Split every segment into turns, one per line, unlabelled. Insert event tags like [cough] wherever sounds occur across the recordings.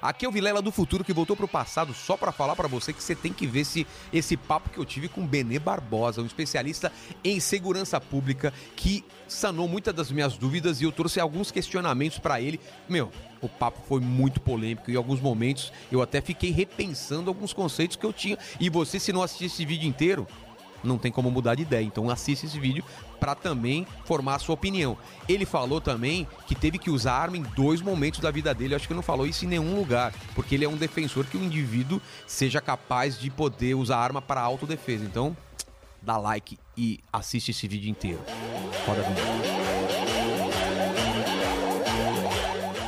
Aqui é o Vilela do Futuro que voltou pro passado só para falar para você que você tem que ver esse, esse papo que eu tive com Benê Barbosa, um especialista em segurança pública que sanou muitas das minhas dúvidas e eu trouxe alguns questionamentos para ele. Meu, o papo foi muito polêmico e em alguns momentos eu até fiquei repensando alguns conceitos que eu tinha. E você, se não assistir esse vídeo inteiro, não tem como mudar de ideia. Então assista esse vídeo para também formar a sua opinião. Ele falou também que teve que usar arma em dois momentos da vida dele. Eu acho que não falou isso em nenhum lugar, porque ele é um defensor que o indivíduo seja capaz de poder usar arma para autodefesa. Então, dá like e assiste esse vídeo inteiro. Roda a vinheta.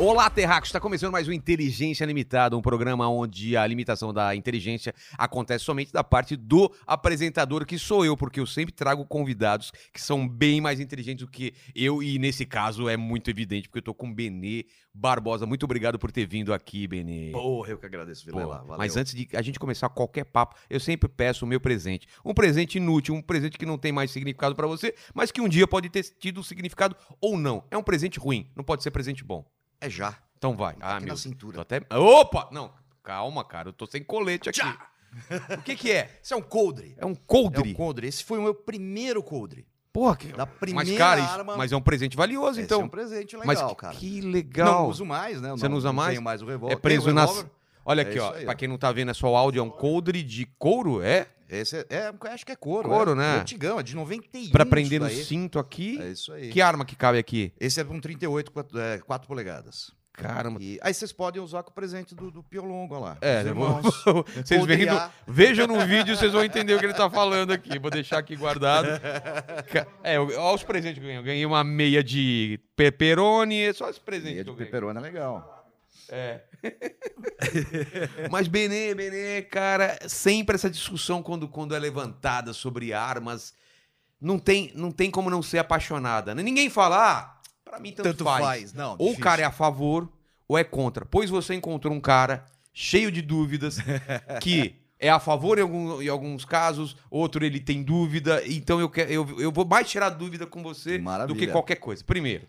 Olá, Terracos! Está começando mais um Inteligência Limitada, um programa onde a limitação da inteligência acontece somente da parte do apresentador, que sou eu, porque eu sempre trago convidados que são bem mais inteligentes do que eu, e nesse caso é muito evidente, porque eu tô com o Benê Barbosa. Muito obrigado por ter vindo aqui, Benê.
Porra, eu que agradeço, Vilela.
Pô,
Valeu.
Mas antes de a gente começar qualquer papo, eu sempre peço o meu presente. Um presente inútil, um presente que não tem mais significado pra você, mas que um dia pode ter tido significado ou não. É um presente ruim, não pode ser presente bom.
É já.
Então vai.
Tá
Ah,
aqui
meu.
na
Deus. Tô
cintura.
até... Opa! Não, calma, cara. Eu tô sem colete aqui.
Tchá!
O que que é?
Isso é um coldre.
É um
É
coldre.
um coldre. Esse foi o meu primeiro coldre.
Porra, que...
Da primeira
Mas, cara, isso-
arma.
mas é um presente valioso,
Esse
então.
é um presente legal,
mas que,
cara.
que
Não
legal.
uso mais, né? Eu
Você não usa mais?
Tenho mais o revólver.
é preso
Tenho o
nas...
revólver.
Olha
É
aqui,
isso
ó.
aí,
pra
ó.
quem não tá vendo, é só o áudio. É um coldre de couro, é?
Esse é, é, eu acho que é couro.
Couro,
é.
né?
É antigão, é de 91.
Pra prender no
isso daí.
cinto aqui.
É isso aí.
Que arma que cabe aqui?
Esse é um 38, 4, é, quatro polegadas.
Caramba.
E aí vocês podem usar com o presente do, do Piolongo, olha lá.
É,
Os
eu vou-
[laughs] irmãos.
[laughs] Vocês veem no-
Podrear.
Vejam no vídeo, vocês vão entender o que ele tá falando aqui. Vou deixar aqui guardado. Ca- É, eu- olha os presentes que eu ganhei. Eu ganhei uma meia de pepperoni, é só esses presentes que
Meia de
eu ganhei.
peperona é legal.
É. Mas Benê, Benê, cara, sempre essa discussão quando, quando é levantada sobre armas, não tem, não tem como não ser apaixonada. né? Ninguém fala, ah, pra mim tanto, faz.
Não,
Ou o
difícil.
cara é a favor ou é contra. Pois você encontrou um cara cheio de
[laughs]
dúvidas que é a favor em, algum- em alguns casos, outro ele tem dúvida. Então eu, quero, eu, eu vou mais tirar dúvida com você do
Maravilha.
que qualquer coisa. Primeiro,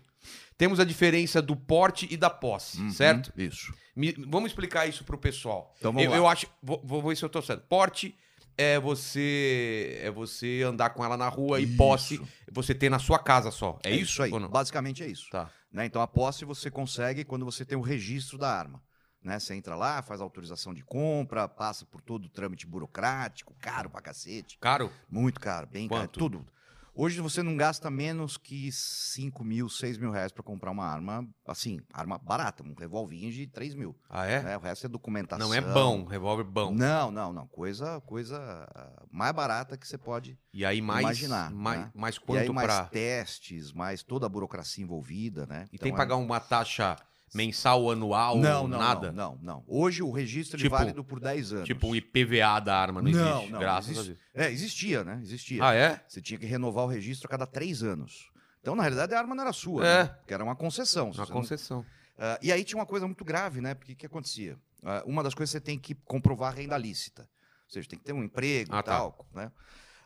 temos a diferença do porte e da posse,
Uhum,
certo?
Isso.
Me- vamos explicar isso pro pessoal.
Então vamos
eu,
lá.
eu acho. Vou, vou ver se eu tô certo. Porte é você é você andar com ela na rua e
Isso.
posse você ter na sua casa só. É, isso,
aí.
ou não?
Basicamente é isso.
Tá.
né? Então a posse você consegue quando você tem o registro da arma. Né? Você entra lá, faz autorização de compra, passa por todo o trâmite burocrático, caro pra cacete.
Caro?
Muito caro, bem
Quanto?
caro. Tudo. Hoje você não gasta menos que 5 mil, 6 mil reais pra comprar uma arma, assim, arma barata, um revolvinho de 3 mil.
Ah, é?
né? O resto é documentação.
Não é bom, revólver bom.
Não, não, não. Coisa, coisa ah, mais barata que você pode.
E aí mais
Imaginar,
mais,
né?
mais
e aí
quanto
mais
pra.
testes, mais toda a burocracia envolvida, né?
E tem que
Então é-
pagar uma taxa mensal, anual,
não, não,
nada?
Não, não, não. Hoje o registro ele é
Tipo-
válido por 10 anos.
Tipo um IPVA da arma não,
Não,
existe,
não,
graças
não
a
existe.
Deus.
É, existia, né? Existia.
Ah, é?
Você tinha que renovar o registro a cada 3 anos. Então, na realidade, a arma não era sua,
É.
né? Que era uma concessão. se
Uma
você não-
concessão.
Ah, e aí tinha uma coisa muito grave, né? Porque o que acontecia? Ah, uma das coisas você tem que comprovar a renda lícita. Ou seja, tem que ter um emprego
Ah,
e
tá.
tal, né?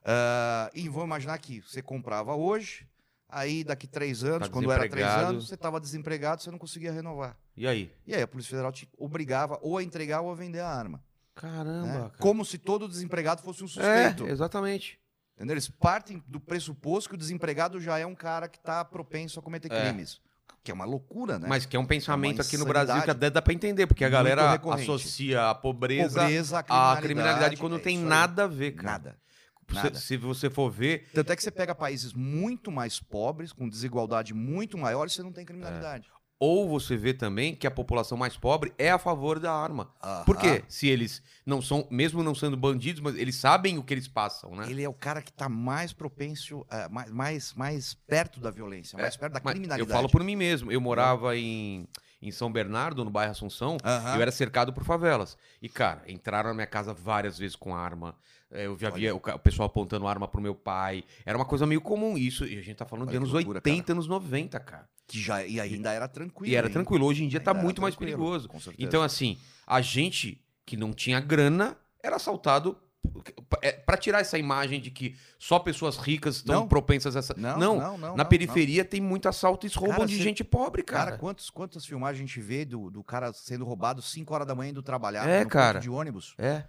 Ah, e vamos imaginar que você comprava hoje, aí daqui três anos, quando era três
Tá desempregado.
anos, você estava desempregado, você não conseguia renovar.
E aí?
E aí a Polícia Federal te obrigava ou a entregar ou a vender a arma. né?
Caramba, cara.
Como se todo desempregado fosse um suspeito.
É, exatamente.
Entendeu? Eles partem do pressuposto que o desempregado já é um cara que está propenso a cometer
É.
crimes. Que é uma loucura, né?
Mas que é um pensamento
É uma
aqui no Brasil que
insanidade
até dá pra entender, porque a
muito
galera
recorrente.
associa a pobreza,
pobreza,
à criminalidade quando não
é
tem
isso aí.
nada a ver, cara.
Nada.
Se-
nada.
Se, você for ver,
Tanto é que você pega países muito mais pobres, com desigualdade muito maior, e você não tem criminalidade.
É. ou você vê também que a população mais pobre é a favor da arma.
Aham.
Por quê? Se eles não são, mesmo não sendo bandidos, mas eles sabem o que eles passam, né?
Ele é o cara que está mais propenso, é, mais, mais, mais perto da violência, mais perto da
É, Mas
criminalidade.
Eu falo por mim mesmo. Eu morava em, em São Bernardo, no bairro Assunção,
Aham.
eu era cercado por favelas. E, cara, entraram na minha casa várias vezes com arma. É, Eu já
Olha.
via o ca- o pessoal apontando arma pro meu pai. Era uma coisa meio comum isso. E a gente tá falando
Olha
de
que
anos
loucura,
80,
cara.
anos 90, cara.
Que já, e ainda era tranquilo.
e era
hein?
tranquilo. Hoje em dia tá
Ainda era
muito mais
tranquilo,
perigoso.
Com certeza.
Então, assim, a gente que não tinha grana era assaltado para tirar essa imagem de que só pessoas ricas estão
Não.
propensas a essa.
não, não, não, não,
na
não.
periferia tem muito assalto e eles roubam
Cara,
de
cê-
gente pobre,
Cara,
cara.
quantos, quantas filmagens a gente vê do, do cara sendo roubado 5 horas da manhã indo trabalhar
É,
no ponto
cara.
de ônibus?
é.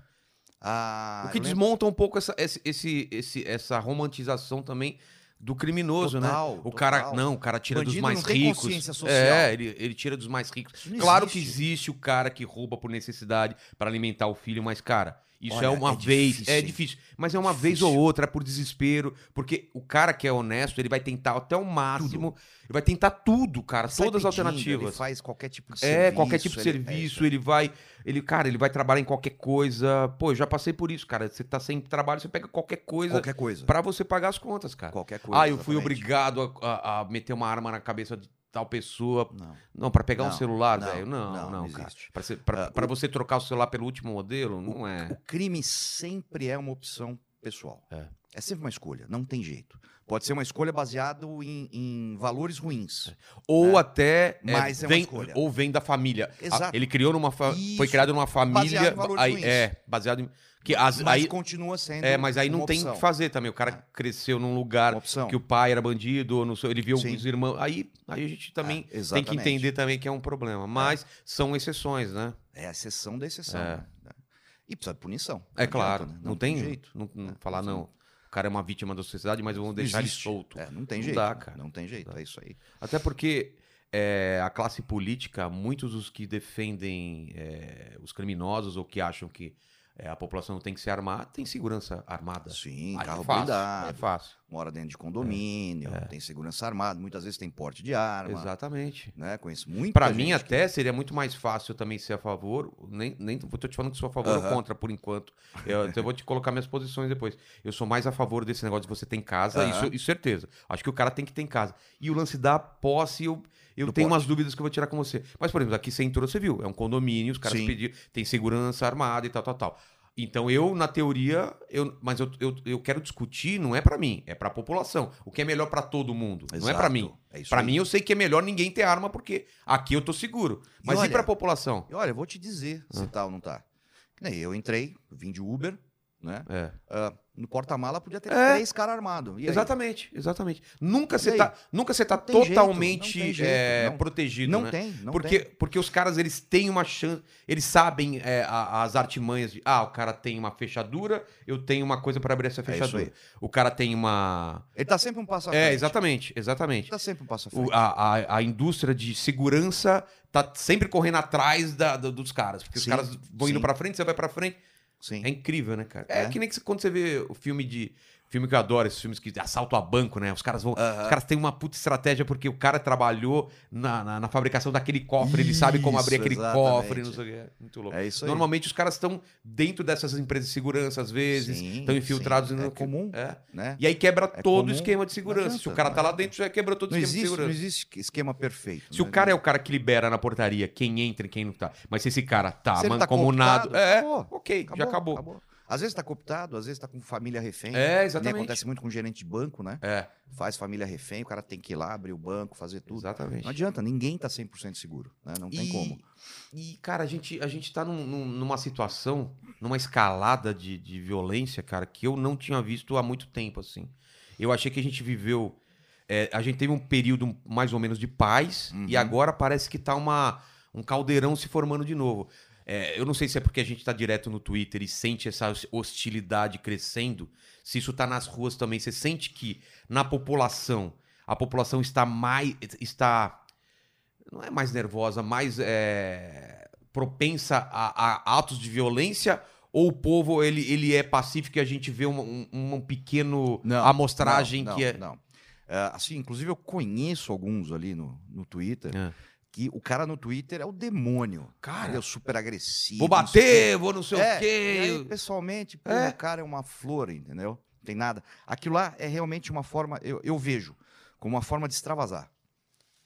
Ah,
o que
eu lembro-
desmonta um pouco essa, esse, esse, esse- essa romantização também do criminoso,
Total,
né? O cara.
total.
Não, o cara tira dos
Bandido
mais
não tem
ricos.
consciência social.
É, ele, ele tira dos mais ricos.
Isso não
Claro que
existe.
existe o cara que rouba por necessidade para alimentar o filho, mas, cara, isso
Olha,
é uma
é
vez.
difícil,
é
hein?
difícil. Mas é uma vez
Difícil.
ou outra, é por desespero. Porque o cara que é honesto, ele vai tentar até o máximo. Ele vai tentar tudo, cara.
Sai
todas as
pedindo,
alternativas.
Ele faz qualquer tipo de
É, qualquer tipo de
ele- é,
serviço, ele vai. Ele, cara, ele vai trabalhar em qualquer coisa. Pô, eu já passei por isso, cara. Você tá sem trabalho, você pega qualquer coisa
é, qualquer coisa.
pra você pagar as contas, cara.
Qualquer coisa.
ah, eu fui
exatamente.
obrigado a, a- a meter uma arma na cabeça de tal pessoa.
Não.
Não, pra pegar um
Não,
celular,
não,
velho. Não, não,
não, não
cara.
existe.
Pra, ser- pra-
Ah,
pra
o-
você trocar o celular pelo último modelo, não é.
O crime sempre é uma opção pessoal.
É.
É sempre uma escolha, não tem jeito. Pode ser uma escolha baseada em, em valores ruins.
É. Ou até.
né? Mas é uma
vem,
escolha.
Ou vem da família. A-
Exato.
ele criou numa. fa- Foi
Isso.
criado numa família.
em valores
aí,
ruins.
é, baseado em. Que as,
mas
aí,
continua sendo.
É, mas aí
uma
não tem
opção.
o que fazer também. O cara
Ah.
cresceu num lugar
Uma opção.
que o pai era bandido, ou não sei, ele viu
Sim.
os irmãos. Aí, aí a gente também
É,
tem que
exatamente.
entender também que é um problema. Mas são exceções, né?
É a exceção da exceção.
É.
né? E precisa de punição.
É
adianta,
claro.
né?
Não, tem,
jeito.
Não, não
É,
falar,
não
não. O cara é uma vítima da sociedade, mas vamos
Não
deixar ele
existe.
solto.
É, não tem
Não
jeito.
dá,
né?
cara.
Não tem jeito,
Não dá.
é isso aí.
Até porque é, a classe política, muitos dos que defendem é, os criminosos ou que acham que é, a população tem que se armar, tem segurança armada.
Sim,
Aí é
carro
fácil, É
blindado,
fácil.
mora dentro de condomínio, tem segurança armada, muitas vezes tem porte de arma.
Exatamente.
Né? Conheço muito.
Pra mim, é até seria muito mais fácil eu também ser a favor. Nem, nem tô te falando que sou a favor ou
Aham.
contra por enquanto. Eu, eu vou te colocar minhas posições depois. Eu sou mais a favor desse negócio de você ter em casa,
Aham.
isso, isso certeza. Acho que o cara tem que ter em casa. E o lance da posse, eu, eu
Do
tenho
posse.
umas dúvidas que eu vou tirar com você. Mas, por exemplo, aqui você entrou, você viu. É um condomínio, os caras
Sim.
pediram, tem segurança armada e tal, tal, tal. Então, eu, na teoria, eu, mas eu, eu, eu quero discutir, não é pra mim, é pra população. O que é melhor pra todo mundo, não é pra mim.
É isso
Pra
aí.
mim, eu sei que é melhor ninguém ter arma, porque aqui eu tô seguro. Mas e,
olha-
pra população?
E olha, eu vou te dizer
Ah.
se tá ou não tá. Que nem eu entrei, vim de Uber, né?
É.
No porta-mala podia ter
É.
três caras armados. E aí?
Exatamente, exatamente. Nunca
E
você
aí?
tá, nunca você tá
Não tem jeito,
totalmente
não tem jeito,
é,
não.
protegido,
Não
né?
tem, não
porque,
tem.
porque os caras, eles têm uma chance, eles sabem é, a- as artimanhas de, ah, o cara tem uma fechadura, eu tenho uma coisa pra abrir essa
isso
fechadura.
aí.
o cara tem uma...
Ele tá sempre um passo à frente.
É, exatamente, exatamente.
Ele tá sempre um passo à frente.
O- a, a, a indústria de segurança tá sempre correndo atrás da- da- dos caras, porque os
Sim,
caras vão indo
sim.
pra frente, você vai pra frente,
Sim.
É incrível, né, cara? É,
É.
que nem que quando você vê o filme de. Filme que eu adoro, esses filmes que assalto a banco, né? Os caras vão. Os
Aham.
caras têm uma puta estratégia porque o cara trabalhou na, na, na fabricação daquele cofre, ele sabe como abrir
Isso,
aquele
exatamente.
cofre, não sei o que. Muito louco.
É isso aí.
Normalmente os caras estão dentro dessas empresas de segurança, às vezes,
Sim,
estão infiltrados
sim.
no.
É comum,
É.
né?
E aí quebra
É
todo o
comum.
esquema de segurança.
Não
Se o
adianta,
cara tá
não
lá
adianta.
dentro, já quebrou todo o
Não
esquema de
existe, não
segurança.
existe esquema perfeito. né?
Se o cara é o cara que libera na portaria quem entra e quem não tá, mas se esse cara tá
Se ele tá
mancomunado.
cooptado,
é,
acabou,
ok, já acabou.
Às vezes tá cooptado, às vezes tá com família refém.
É,
Nem
exatamente.
acontece muito com gerente de banco, né?
É,
Faz família refém, o cara tem que ir lá, abrir o banco, fazer tudo.
exatamente.
Não adianta, ninguém tá 100% seguro, né? Não tem
E-
como.
E, cara, a gente, a gente tá num- num- numa situação, numa escalada de, de violência, cara, que eu não tinha visto há muito tempo, assim. Eu achei que a gente viveu. é, a gente teve um período mais ou menos de paz,
Uhum.
e agora parece que tá uma, um caldeirão se formando de novo. É, eu não sei se é porque a gente tá direto no Twitter e sente essa hostilidade crescendo, se isso tá nas ruas também. Você sente que na população, a população está mais. está não é mais nervosa, mais é, propensa a, a atos de violência? Ou o povo ele, ele é pacífico e a gente vê um, um, um pequeno
Não,
amostragem
não,
que é.
Não. Ah, assim, inclusive eu conheço alguns ali no, no Twitter,
É.
que o cara no Twitter é o demônio.
Cara,
ele é super agressivo.
Vou
não sei o quê.
bater, vou não sei
É,
o
E aí,
quê.
pessoalmente, pô,
É.
o cara é uma flor, entendeu? Não tem nada. Aquilo lá é realmente uma forma, eu, eu vejo, como uma forma de extravasar.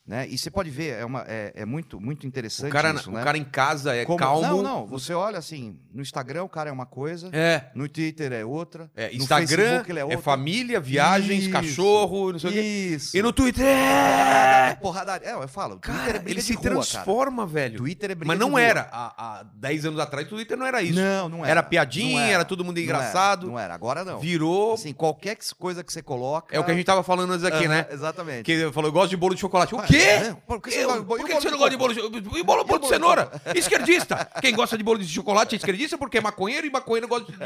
Né? E você pode ver, é, uma, é, é muito, muito
O
interessante
cara,
isso,
o
né?
cara em casa é
Como-
calmo.
Não, não, você olha assim, no Instagram o cara é uma coisa,
É.
no Twitter é outra,
é,
no
Instagram
Facebook ele é
é,
outra.
família, viagens,
Isso.
cachorro, não sei o quê.
Isso.
E no Twitter
É
é...
porradaria. É, eu falo, o Twitter é
Cara,
briga
ele
de
se
rua, cara.
transforma, velho.
Twitter é briga
Mas
de
não
rua.
era. Há, há 10 anos atrás, o Twitter não era isso.
Não, não
era.
era.
piadinha,
Não
era. todo mundo
Não era,
engraçado.
Não era, agora não.
Virou.
Assim, qualquer que- coisa que você coloca...
é o que a gente tava falando antes aqui,
Aham,
né?
Exatamente.
Que ele falou, eu gosto de bolo de chocolate. O
Ah,
quê?
é? Por que você
Eu?
não
Por
gosta-
que você não gosta de bolo de chocolate? E bolo, bolo de cenoura?
[laughs]
Esquerdista. Quem gosta de bolo de chocolate é esquerdista porque é maconheiro e maconheiro
[laughs]
gosta de...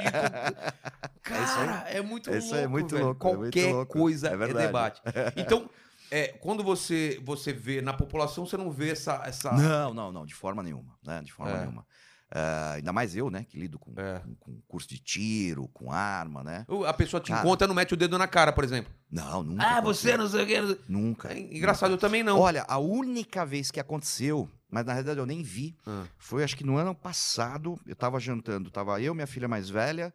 Cara, é muito
É
louco,
isso aí, é muito
velho.
louco, é muito
Qualquer
louco.
coisa
É
é,
verdade.
debate.
[laughs]
Então, é, quando você, você vê na população, você não vê essa... essa...
Não, não, não, de forma nenhuma, né? De forma
É.
nenhuma. Ah, ainda mais eu, né? Que lido com,
É.
com, com curso de tiro, com arma, né?
A pessoa te
Cara.
encontra e não mete o dedo na cara, por exemplo.
Não, nunca.
Ah,
aconteceu.
você não sei o que... não sei-
Nunca.
É engraçado, eu também não.
Olha, a única vez que aconteceu, mas na realidade eu nem vi,
Ah.
foi acho que no ano passado, eu tava jantando, tava eu, minha filha mais velha,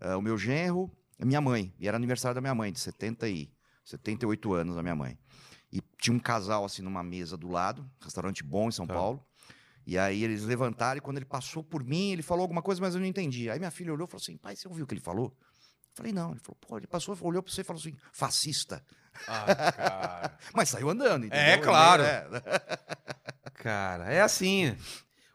ah, o meu genro, e minha mãe, e era aniversário da minha mãe, de 70 e 78 anos da minha mãe. E tinha um casal assim numa mesa do lado, restaurante bom em São
Tá.
Paulo. E aí eles levantaram e quando ele passou por mim, ele falou alguma coisa, mas eu não entendi. Aí minha filha olhou e falou assim: "Pai, você ouviu o que ele falou?" Eu falei: "Não". Ele falou: "Pô, ele passou, olhou para você e falou assim: fascista".
Ah, cara.
Mas saiu andando, entendeu?
É,
Eu nem-
claro.
é.
Cara, é assim.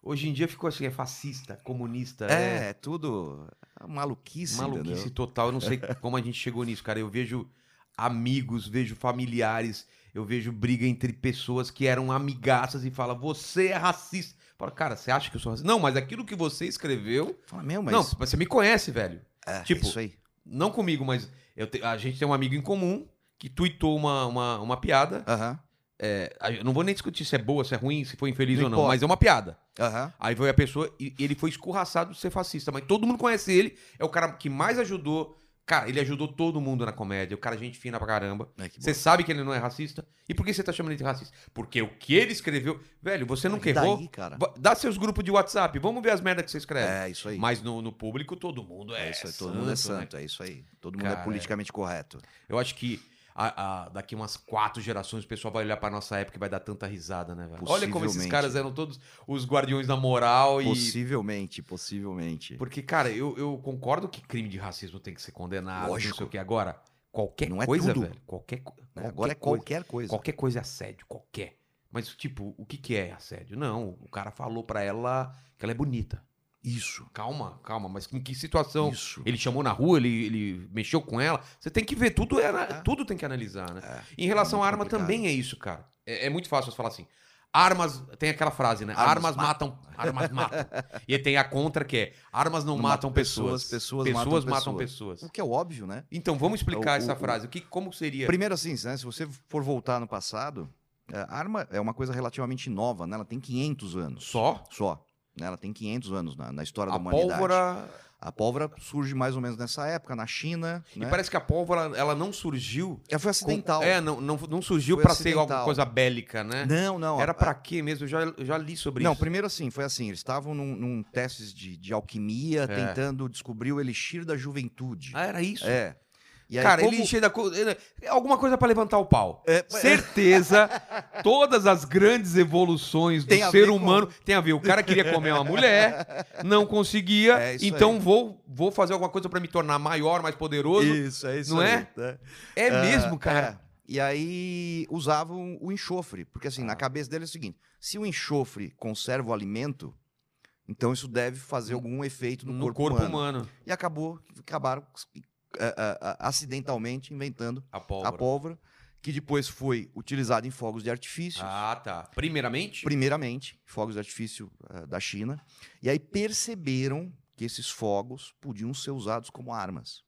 Hoje em dia ficou assim, é fascista, comunista, é,
É, é tudo maluquice.
maluquice
entendeu?
total. Eu não sei como a gente chegou nisso, cara. Eu vejo amigos, vejo familiares, eu vejo briga entre pessoas que eram amigaças e fala, você é racista. Fala, cara, você acha que eu sou racista? Não, mas aquilo que você escreveu.
Fala, meu, mas.
Não, mas você me conhece, velho.
é,
tipo,
isso aí.
Não comigo, mas eu te- a gente tem um amigo em comum que tuitou uma, uma, uma piada.
Aham.
É, eu não vou nem discutir se é boa, se é ruim, se foi infeliz
Não
ou não,
importa.
mas é uma piada.
Aham.
Aí foi a pessoa e ele foi escorraçado de ser fascista, mas todo mundo conhece ele, é o cara que mais ajudou. Cara, ele ajudou todo mundo na comédia, o cara é gente fina pra caramba.
É, que
Você sabe que ele não é racista? E por que você tá chamando ele de racista? Porque o que ele escreveu, velho, você
bom.
nunca
E daí,
errou.
cara.
Va- Dá seus grupos de WhatsApp, vamos ver as merdas que você escreve.
É, isso aí.
Mas no, no público todo mundo é,
É isso aí, todo mundo é
santo, né?
santo, é isso aí. Todo mundo
Cara,
é
é.
politicamente correto.
Eu acho que a- a- daqui umas quatro gerações o pessoal vai olhar pra nossa época e vai dar tanta risada, né, velho? Olha como esses
Possivelmente.
caras eram todos os guardiões da moral e
Possivelmente, possivelmente.
Porque, cara, eu, eu concordo que crime de racismo tem que ser condenado, não
Lógico.
sei o que. Agora, qualquer
Não é
coisa,
tudo.
velho. Qualquer, co-
né?
qualquer
Agora é
coisa.
qualquer coisa.
Qualquer coisa é assédio, qualquer. Mas, tipo, o que, que é assédio? Não, o cara falou pra ela que ela é bonita.
Isso.
Calma, calma, mas em que situação?
isso.
Então, Ele chamou na rua, ele, ele mexeu com ela. Você tem que ver, tudo, é, ana-
É.
tudo tem que analisar, né?
É,
Em relação
muito
à arma
complicado.
também é isso, cara. É, é muito fácil você falar assim. Armas, tem aquela frase, né? Armas,
Armas
matam. Armas
[laughs]
matam. e tem a contra que é: armas não,
Não
matam
matam pessoas,
pessoas.
pessoas matam
pessoas.
O que é óbvio, né?
Então vamos explicar
O- o-
essa
o-
frase. O que, como seria?
Primeiro, assim, né, se você for voltar no passado, é, a arma é uma coisa relativamente nova, né? Ela tem 500 anos.
Só?
Só. né? Ela tem 500 anos na, na história
A
da humanidade. né?
pólvora.
A pólvora surge mais ou menos nessa época, na China.
E
né?
parece que a pólvora ela não surgiu.
Ela foi acidental.
É, não, não, não surgiu
Foi
pra ser
acidental.
alguma coisa bélica, né?
Não, não.
Era
a-
pra quê mesmo? Eu já, eu já li sobre
Não,
isso.
primeiro assim, foi assim, eles estavam num, num testes de, de alquimia, tentando descobrir o elixir da juventude.
É. Ah, era isso?
É. E aí,
Cara,
como-
ele é encheu da co- ele- alguma coisa pra levantar o pau.
É, p-
Certeza, [laughs] todas as grandes evoluções do
Tem a
ser
ver com-
humano tem a ver. O cara queria comer uma mulher, não conseguia,
É isso
então vou, vou fazer alguma coisa pra me tornar maior, mais poderoso.
Isso, é isso.
Não
aí,
é?
tá?
É
Ah,
mesmo, cara.
é. E aí usavam o enxofre, porque assim,
Ah.
na cabeça dele é o seguinte: se o enxofre conserva o alimento, então isso deve fazer algum efeito no,
Hum. No corpo, humano.
E acabou, acabaram ah, ah, ah, acidentalmente inventando
A pólvora.
a pólvora, que depois foi utilizada em fogos de artifício,
Ah, tá. Primeiramente,
primeiramente, fogos de artifício eh, da China, e aí perceberam que esses fogos podiam ser usados como armas.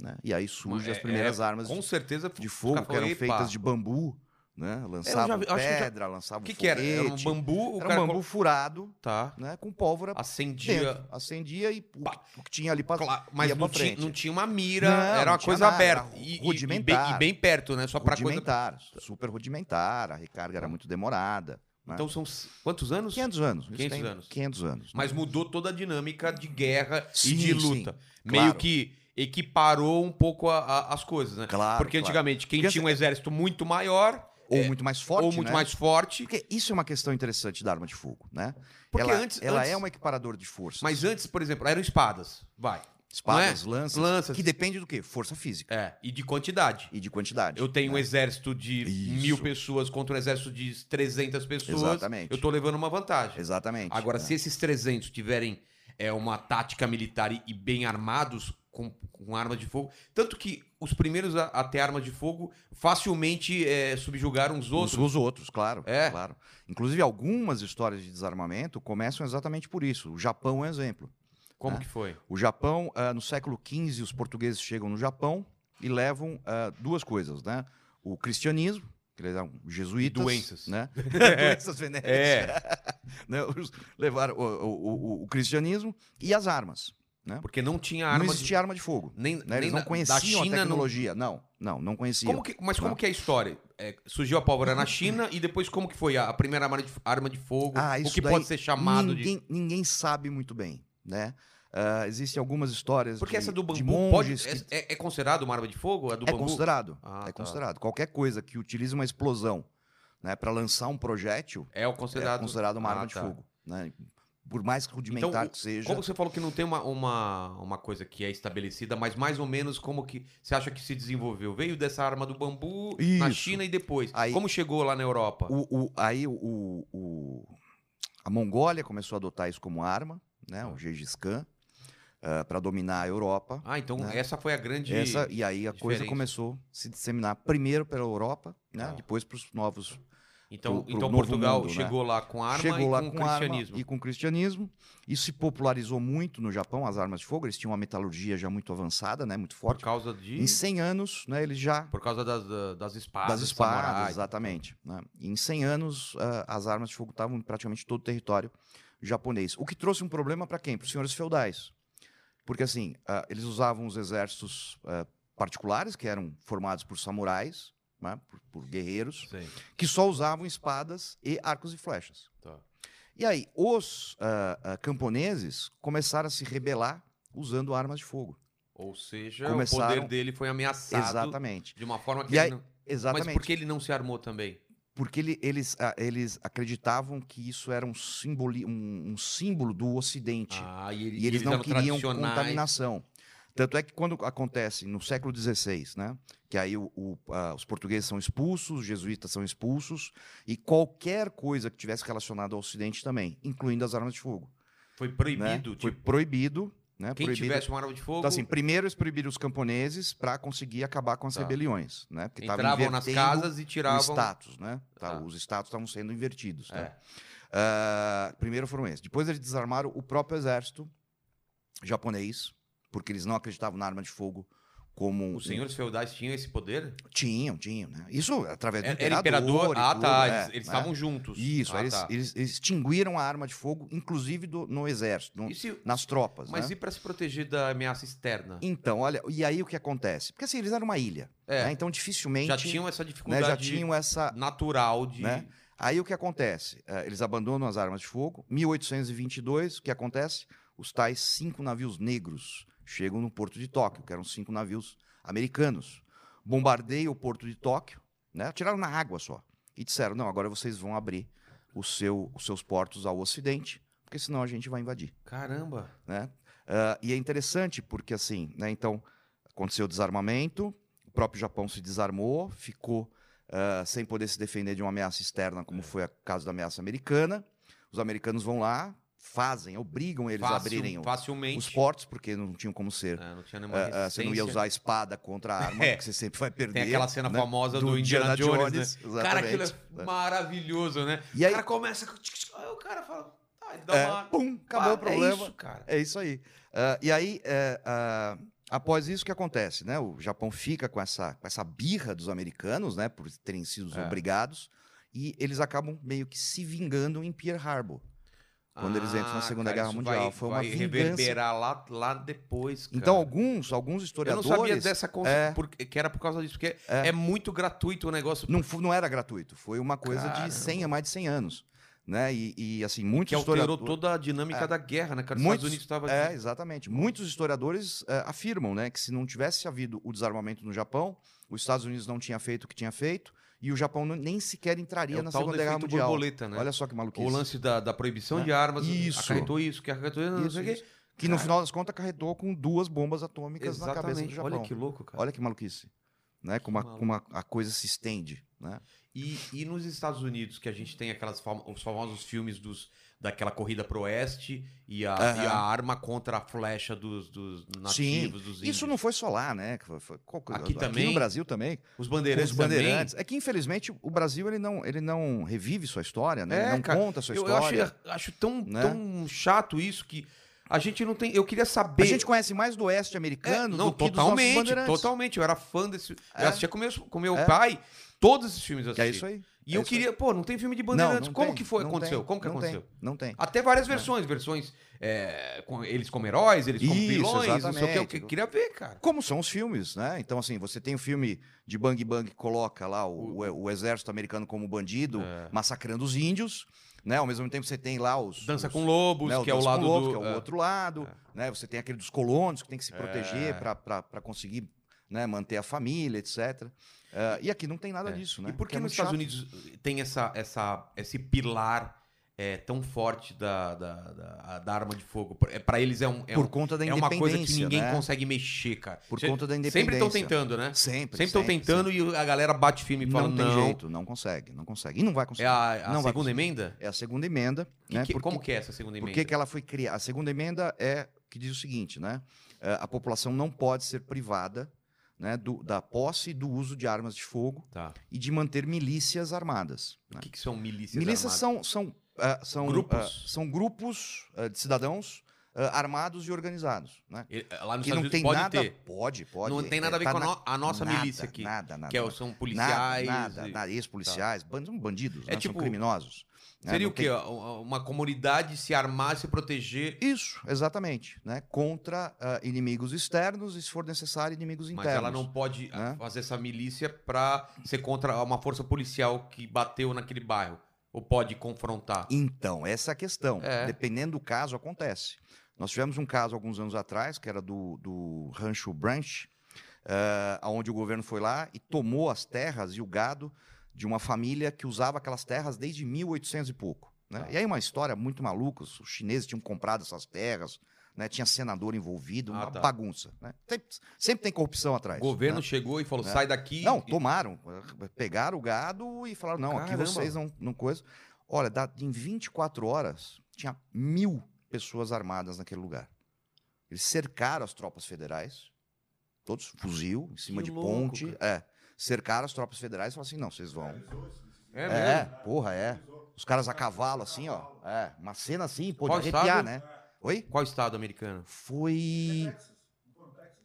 né? E aí surgem
É,
as primeiras armas
com
de,
certeza,
de fogo,
cara
que eram
falou, "Epa,
feitas de bambu, né? lançavam
vi- eu acho que eu já-
pedra, lançavam
O que, que era? Era um
foguete.
bambu, o
Era um
cara
bambu
colo-
furado
tá.
né? com pólvora
Acendia.
dentro. Acendia e o
Pá.
que tinha ali para
Cla- mas
ia
não,
pra
ti-
frente.
não tinha uma mira,
Não,
era uma
não tinha
coisa
nada,
aberta.
era
E- e- E,
rudimentar.
bem, e bem perto, né? Só pra coisa.
rudimentar, super rudimentar, a recarga era muito demorada. né?
Então são s- quantos anos?
500 anos. isso
500
tem
anos.
500 anos.
Mas mudou toda a dinâmica de guerra e
Sim,
de
sim,
luta. Meio
claro.
que equiparou um pouco a- a- as coisas, né?
Claro.
Porque
claro.
antigamente, quem
Porque
tinha um exército muito maior
Ou muito mais forte,
ou muito
né?
mais forte.
Porque isso é uma questão interessante da arma de fogo, né?
Porque
ela
antes-
ela
antes-
é um equiparador de força.
Mas antes, por exemplo, eram espadas. Vai.
Espadas,
não é?
lanças,
Lanças.
Que depende do quê? Força física
É, e de quantidade.
e de quantidade.
Eu tenho um
né?
exército de
Isso.
mil pessoas contra um exército de 300 pessoas.
Exatamente.
Eu tô levando uma vantagem.
Exatamente.
Agora,
né?
se esses 300 tiverem é, uma tática militar e, e bem armados com, com arma de fogo, tanto que os primeiros a, a ter arma de fogo facilmente é, subjugaram os outros.
Uns Os outros, claro,
É.
claro. Inclusive, algumas histórias de desarmamento começam exatamente por isso. O Japão é um exemplo.
Como
É.
que foi?
O Japão, ah, no século XV, os portugueses chegam no Japão e levam ah, duas coisas, né? O cristianismo, que eles eram jesuítas.
doenças. [laughs]
Né? doenças venéreas.
É,
[laughs] né? Os- Levaram o, o- o- o cristianismo e as armas.
porque não tinha
não
arma de...
existia arma de fogo.
Nem,
né? Eles
nem
não
na- da
conheciam
China
a
não
tecnologia. Não, não, não conheciam.
Como que- mas como
Né?
que é a história? É, surgiu a pólvora na China e depois como que foi a, a primeira arma de, arma de fogo?
Ah,
o
isso
que
daí
pode ser chamado é de...
ninguém, ninguém sabe muito bem, né? Ah, existem algumas histórias
Porque
de,
essa do
de
bambu pode,
monges
é,
que
é- é considerado uma arma de fogo? A do
é
bambu?
considerado,
Ah, tá.
é considerado. Qualquer coisa que utilize uma explosão, né, para lançar um projétil
É o
é
considerado.
considerado uma
Ah,
arma de
tá.
fogo, né? Por mais rudimentar
Então, o-
que seja.
Como você falou que não tem uma, uma, uma coisa que é estabelecida, mas mais ou menos como que você acha que se desenvolveu? Veio dessa arma do bambu na
Isso.
China e depois.
Aí-
como chegou lá na Europa?
O- o- aí o, o- o- a Mongólia começou a adotar isso como arma, né?
Tá.
O Gengis Khan para dominar a Europa.
Ah, então
né?
essa foi a grande.
Essa- e aí a coisa
diferença.
começou a se disseminar primeiro pela Europa, né?
Tá.
Depois para os novos.
Então,
pro- pro
então
novo
Portugal
mundo, né?
chegou lá com arma
Chegou
e
lá
com,
com,
o
arma
cristianismo.
e com o cristianismo. Isso se popularizou muito no Japão, as armas de fogo. Eles tinham uma metalurgia já muito avançada, né? Muito
Por
forte.
causa Ah, de.
Em 100 anos, né? Eles já
Por causa das, da- das espadas.
das espadas,
samurai.
exatamente. né? E em 100 anos, ah, as armas de fogo estavam em praticamente todo o território japonês. O que trouxe um problema para quem? Para os senhores feudais. Porque, assim, ah, eles usavam os exércitos ah, particulares, que eram formados por samurais, né, por, por guerreiros,
Sei,
que só usavam espadas e arcos e flechas.
tá.
E aí, os ah, ah, camponeses começaram a se rebelar usando armas de fogo.
Ou seja, o
Começaram-
poder dele foi ameaçado
Exatamente.
de uma forma que
E
ele
aí-
não...
Exatamente.
Mas por que ele não se armou também?
porque ele- eles, ah, eles acreditavam que isso era um, simboli, um, um símbolo do Ocidente.
Ah, e, ele-
e eles, não
eram
queriam
tradicionais.
contaminação. Tanto é que quando acontece no século XVI, né, que aí o- o, ah, os portugueses são expulsos, os jesuítas são expulsos, e qualquer coisa que tivesse relacionado ao Ocidente também, incluindo as armas de fogo.
Foi
né?
proibido.
Foi
tipo,
proibido. Né,
quem
proibido.
tivesse uma arma de fogo,
Então, assim, primeiro eles proibiram os camponeses para conseguir acabar com as
Tá.
rebeliões. Né, porque tava
entravam nas
invertendo
casas e
o
tiravam.
status, né? Tá,
Tá.
Os status estavam sendo invertidos. né?
É.
Ah, primeiro foram esses. Depois eles desarmaram o próprio exército japonês, porque eles não acreditavam na arma de fogo como... um,
Os senhores feudais tinham esse poder?
Tinham, tinham, né? Isso através do
Era era
É imperador.
imperador?
e
Ah,
tudo,
tá.
é,
eles eles
né?
estavam juntos.
Isso,
Ah,
eles,
tá.
eles- eles extinguiram a arma de fogo, inclusive do- no exército, no-
E se-
nas tropas.
Mas
né?
e para se proteger da ameaça externa?
Então, olha, e aí o que acontece? Porque assim, eles eram uma ilha,
É,
né? então dificilmente
já tinham essa
né,
dificuldade
já tinham essa,
natural de...
né? Aí o que acontece? Eh, Eles abandonam as armas de fogo. 1822, o que acontece? Os tais cinco navios negros chegam no porto de Tóquio, que eram cinco navios americanos. Bombardeiam o porto de Tóquio, né? atiraram na água só. E disseram: não, agora vocês vão abrir o seu- os seus portos ao ocidente, porque senão a gente vai invadir.
Caramba.
né? Ah, e é interessante porque, assim, né, então, aconteceu o desarmamento, o próprio Japão se desarmou, ficou ah, sem poder se defender de uma ameaça externa,
É.
como foi o caso da ameaça americana. Os americanos vão lá, fazem, obrigam eles a
Facil-
abrirem o-
facilmente.
os portos, porque não tinham como ser.
um É, não tinha nenhuma
ah, ah, você não ia
resistência.
usar a espada
[laughs]
contra a arma,
É.
porque você sempre vai perder.
Tem aquela cena
né,
famosa do, Indiana, Jones, né? Cara,
exatamente. né?
aquilo é maravilhoso, né?
E
O
aí,
cara começa... com- Aí o cara fala... Tá, ele dá
é,
uma...
pum, acabou o
Pá,
problema.
É isso, cara.
É isso aí. Ah, e aí, é, ah, após isso, o que acontece? Né? O Japão fica com essa, com essa birra dos americanos, né? Por terem sido
É.
obrigados, e eles acabam meio que se vingando em Pearl Harbor. quando eles entram na Segunda Guerra
Ah, isso
Mundial. Foi uma
vai
vingança.
reverberar lá, lá depois, cara.
Então, alguns, alguns
Eu não
historiadores.
sabia dessa cons...
é.
porque- que era por causa disso, porque é,
É.
muito gratuito o negócio.
não, fu- não era gratuito, foi uma coisa
Caramba.
de 100 a mais de 100 anos. Né? E, e, assim, muitos
Que alterou
historiadores.
toda a dinâmica
É.
da guerra, né, cara? Os
Muitos-
Estados Unidos estavam...
É, exatamente. Muitos historiadores eh, afirmam né, que se não tivesse havido o desarmamento no Japão, os Estados Unidos não tinha feito o que tinha feito e o Japão não- nem sequer entraria
É o
na
tal do
Segunda Guerra
efeito
Mundial.
borboleta, né?
Olha só que maluquice.
O lance da, da proibição
Né?
de armas
Isso.
acarretou isso, que acarretou não
Isso,
sei o quê.
isso. Que
É.
no final das contas acarretou com duas bombas atômicas na cabeça do
Exatamente.
Japão.
Olha que louco, cara.
Olha que maluquice. Né? Como, a,
Que
como a, a coisa se estende. Né?
E, e nos Estados Unidos, que a gente tem aquelas fam- os famosos filmes dos, daquela corrida pro oeste e a,
Aham.
e a arma contra a flecha dos, dos nativos, dos índios.
Isso não foi só lá, né? Foi- foi- qual-
Aqui também,
no Brasil também.
Os
com
bandeirantes,
Os bandeirantes. É que, infelizmente, o Brasil ele não, ele não revive sua história, né?
É,
ele não
cara,
conta sua
também. Eu
história.
acho, acho tão,
né?
tão chato isso que a gente não tem... Eu queria saber...
A gente conhece mais do oeste
É,
americano
não,
do que dos nossos
totalmente,
bandeirantes.
totalmente. Eu era fã desse... Eu
É.
assistia com meu, com meu
É.
pai todos esses filmes eu
Que é
assistia.
isso aí.
E
é
eu
isso aí.
queria... Pô, não tem filme de bandeirantes.
não
Como
tem,
que foi?
não
Aconteceu?
tem,
Como que
não tem,
aconteceu?
não tem.
Até várias versões, versões é, com eles como heróis, eles como
Isso,
vilões, não sei o que. Eu
exatamente.
que- queria ver, cara.
Como são os filmes, né? Então, assim, você tem o filme de Bang Bang que coloca lá o, o- o exército americano como bandido,
É.
massacrando os índios, né? Ao mesmo tempo você tem lá os...
Dança
os-
com Lobos,
né,
que é o
Dança com
lado
Lobos,
do...
que é o
é.
outro lado, né? Você tem aquele dos colonos que tem que se
É.
proteger para conseguir né, manter a família, etc. Ah, e aqui não tem nada
É.
disso, né?
E por que
é
nos
muito
Estados
chato.
Unidos tem essa, essa, esse pilar é, tão forte da, da, da, da arma de fogo? Por- É, pra eles é, um, é,
Por
um-
conta da
é uma
independência,
coisa que ninguém
né?
consegue mexer, cara.
Por
Cê-
conta da
sempre
independência.
estão tentando, né?
Sempre,
Sempre estão tentando e a galera bate firme e
sempre.
fala,
Não
não,
tem jeito, não consegue, não consegue. E não vai
é
conseguir.
a, a
Não vai
segunda emenda?
É a segunda emenda,
Que-
né?
que-
Por
como
que-
que é essa segunda
Por
emenda?
que, que ela foi criada? A segunda emenda é que diz o seguinte, né? É, A população não pode ser privada né, do- da posse e do uso de armas de fogo
Tá.
e de manter milícias armadas. né?
O que, que são milícias
Milícias
armadas?
são, são, ah, são
Grupos.
ah, são grupos ah, de cidadãos ah, armados e organizados, né?
Ele- eh, Lá nos Estados
Que não
Unidos
tem
pode
nada.
ter.
Pode, pode.
não tem nada a ver
tá
com a,
na-
no- a nossa
nada,
milícia aqui.
Nada, nada.
que é-
nada.
são policiais.
Nada, nada,
e-
nada. Ex-policiais, bandos, são bandidos,
É
né?
tipo-
são criminosos. né?
Seria
Não
o quê?
tem-
Ó, Uma comunidade se armar, se proteger.
Isso, exatamente. Né? Contra ah, inimigos externos e, se for necessário, inimigos
Mas
internos.
ela não pode ah,
né?
fazer essa milícia pra ser contra uma força policial que bateu naquele bairro. Ou pode confrontar.
Então, essa é a questão.
Tá. É.
Dependendo do caso, acontece. Nós tivemos um caso alguns anos atrás, que era do, do Rancho Branch, onde o governo foi lá e tomou as terras e o gado de uma família que usava aquelas terras desde 1800 e pouco. né?
Tá.
E aí uma história muito maluca, os chineses tinham comprado essas terras, né? tinha senador envolvido,
Ah,
uma
tá.
bagunça. né? Tem- sempre tem corrupção
O
atrás.
governo
né?
chegou e falou:
Né?
sai daqui.
Não,
e...
tomaram. eh, Pegaram o gado e falaram: não,
Caramba.
aqui vocês não, não coisa. Olha, dá- em 24 horas, tinha mil pessoas armadas naquele lugar. Eles cercaram as tropas federais, todos, fuzil, em cima
Que
de
louco,
ponte. É, cercaram as tropas federais e falaram assim: não, vocês vão.
É
É,
mesmo.
porra, é. Os caras a cavalo, assim, ó. É, uma cena assim, pô, de
Qual
arrepiar,
estado?
né? Oi?
Qual estado americano?
Foi.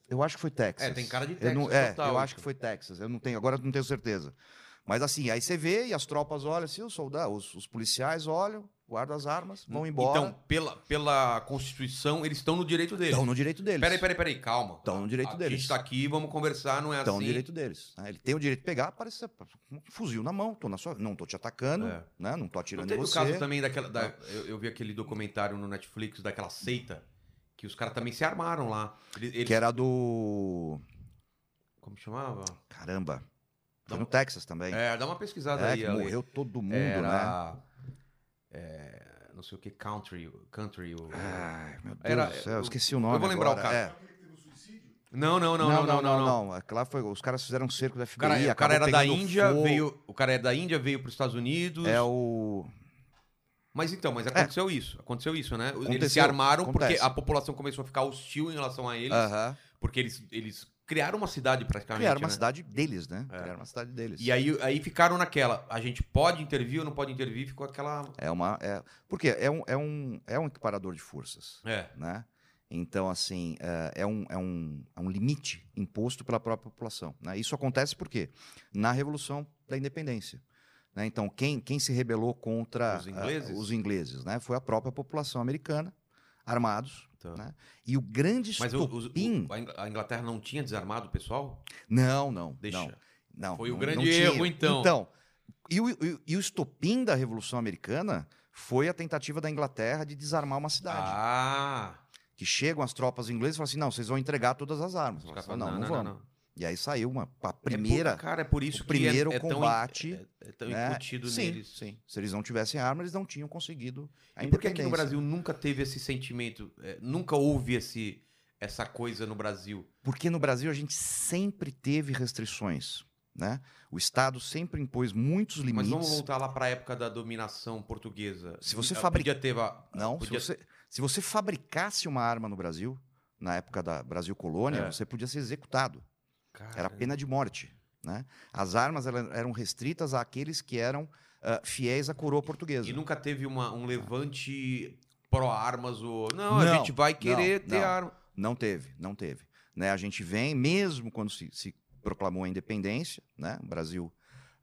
Eu acho que foi Texas.
É, tem cara de
Eu não-
Texas
é,
total,
eu
isso.
acho que foi Texas. Eu não tenho, agora eu não tenho certeza. Mas assim, aí você vê e as tropas olham assim, os soldados, os, os policiais olham, guardam as armas, vão embora.
Então, pela, pela Constituição, eles estão no direito deles.
estão no direito deles.
Peraí, peraí, peraí, calma.
Estão no direito
a, A
deles.
gente tá aqui, vamos conversar, não é
Estão
assim.
no direito deles. né? Ele tem o direito de pegar, parece um fuzil na mão, tô na sua, não tô te atacando,
É.
né? Não tô
Não
atirando em
teve o
você.
caso também daquela. da- eu, eu vi aquele documentário no Netflix daquela seita que os caras também se armaram lá. Eles, eles-
Que é- era do
Como chamava?
caramba. Foi
Não.
no Texas também.
É, dá uma pesquisada
É,
aí.
que
Ale.
morreu todo mundo, né?
Era. é, não sei o que, country. country o-
Ai, meu Deus
Era-
do céu, eu esqueci o nome.
eu vou lembrar o
agora.
cara.
É.
Não, não, não, não, não, não. não.
Aquela foi, os caras fizeram um cerco da
O
FBI.
cara, é- o cara
acabou
era da
pegando
Índia,
fogo.
veio. O cara era da Índia, veio para os Estados Unidos.
É o. É.
Mas então, mas aconteceu isso. Aconteceu isso, né? Eles se
Aconteceu,
armaram porque
acontece.
a população começou a ficar hostil em relação a eles,
Aham.
porque eles, eles criaram uma cidade praticamente.
Criaram uma
né?
cidade deles, né?
É.
Criaram uma cidade deles.
E aí, aí ficaram naquela. A gente pode intervir ou não pode intervir? Ficou aquela.
É uma. É... Porque é um, é, um, é um equiparador de forças,
É.
né? Então, assim, é- é um, é, um, é um limite imposto pela própria população. né? Isso acontece por quê? Na Revolução da Independência. né? Então, quem, quem se rebelou contra
Os ingleses?
ah, os ingleses né? foi a própria população americana, armados.
Tá.
Né? E o grande
Mas o- os-
estopim...
o- a Ingl- a Inglaterra não tinha desarmado o pessoal?
Não, não.
Deixa.
Não, não,
Foi o
não-
grande
não tinha.
erro, então.
Então, e o, e o- e o estopim da Revolução Americana foi a tentativa da Inglaterra de desarmar uma cidade.
Ah!
Que chegam as tropas inglesas e falam assim: não, vocês vão entregar todas as armas.
Os caras
Elas falam,
falam,
não, não, vamos.
não.
E aí saiu uma a
É por-
primeira.
cara, é por isso
o
que
primeiro
é, é tão in-
combate,
é, é tão
né?
incutido
Sim,
neles.
sim. Se eles não tivessem arma, eles não tinham conseguido. A
E por que aqui no
independência.
Brasil nunca teve esse sentimento? é, nunca houve esse, essa coisa no Brasil?
Porque no Brasil a gente sempre teve restrições, né? O Estado sempre impôs muitos
Mas
limites.
vamos voltar lá para a época da dominação portuguesa.
Se você
Ah,
fabrica-
Podia ter... a-
Não,
podia-
se, você, se você fabricasse uma arma no Brasil, na época da Brasil Colônia,
É.
você podia ser executado. Era
Caramba.
pena de morte, né? As armas ela- eram restritas àqueles que eram ah, fiéis à coroa portuguesa.
E nunca teve uma- um levante pró-armas ou... Não, a
Tá. Não,
gente vai querer
não,
ter
não.
arma.
Não teve, não teve. Né, a gente vem, mesmo quando se, se proclamou a independência, né, o Brasil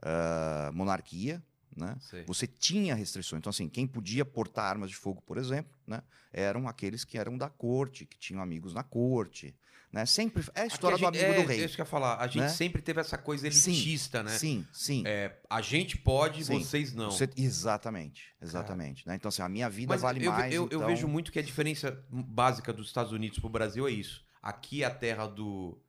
ah, monarquia, né,
Sei.
você tinha restrições. Então, assim, quem podia portar armas de fogo, por exemplo, né, eram aqueles que eram da corte, que tinham amigos na corte. Né? Sempre é a história
Aqui a
do
gente-
amigo
é,
do rei.
É isso que eu ia falar. A gente
né?
sempre teve essa coisa
Sim,
elitista, né?
Sim, sim.
A gente pode,
Sim.
vocês não.
Você- exatamente, exatamente. né? Então, assim, a minha vida
Mas
vale
eu,
mais.
eu- eu
então-
vejo muito que a diferença básica dos Estados Unidos pro Brasil é isso. Aqui é a terra do.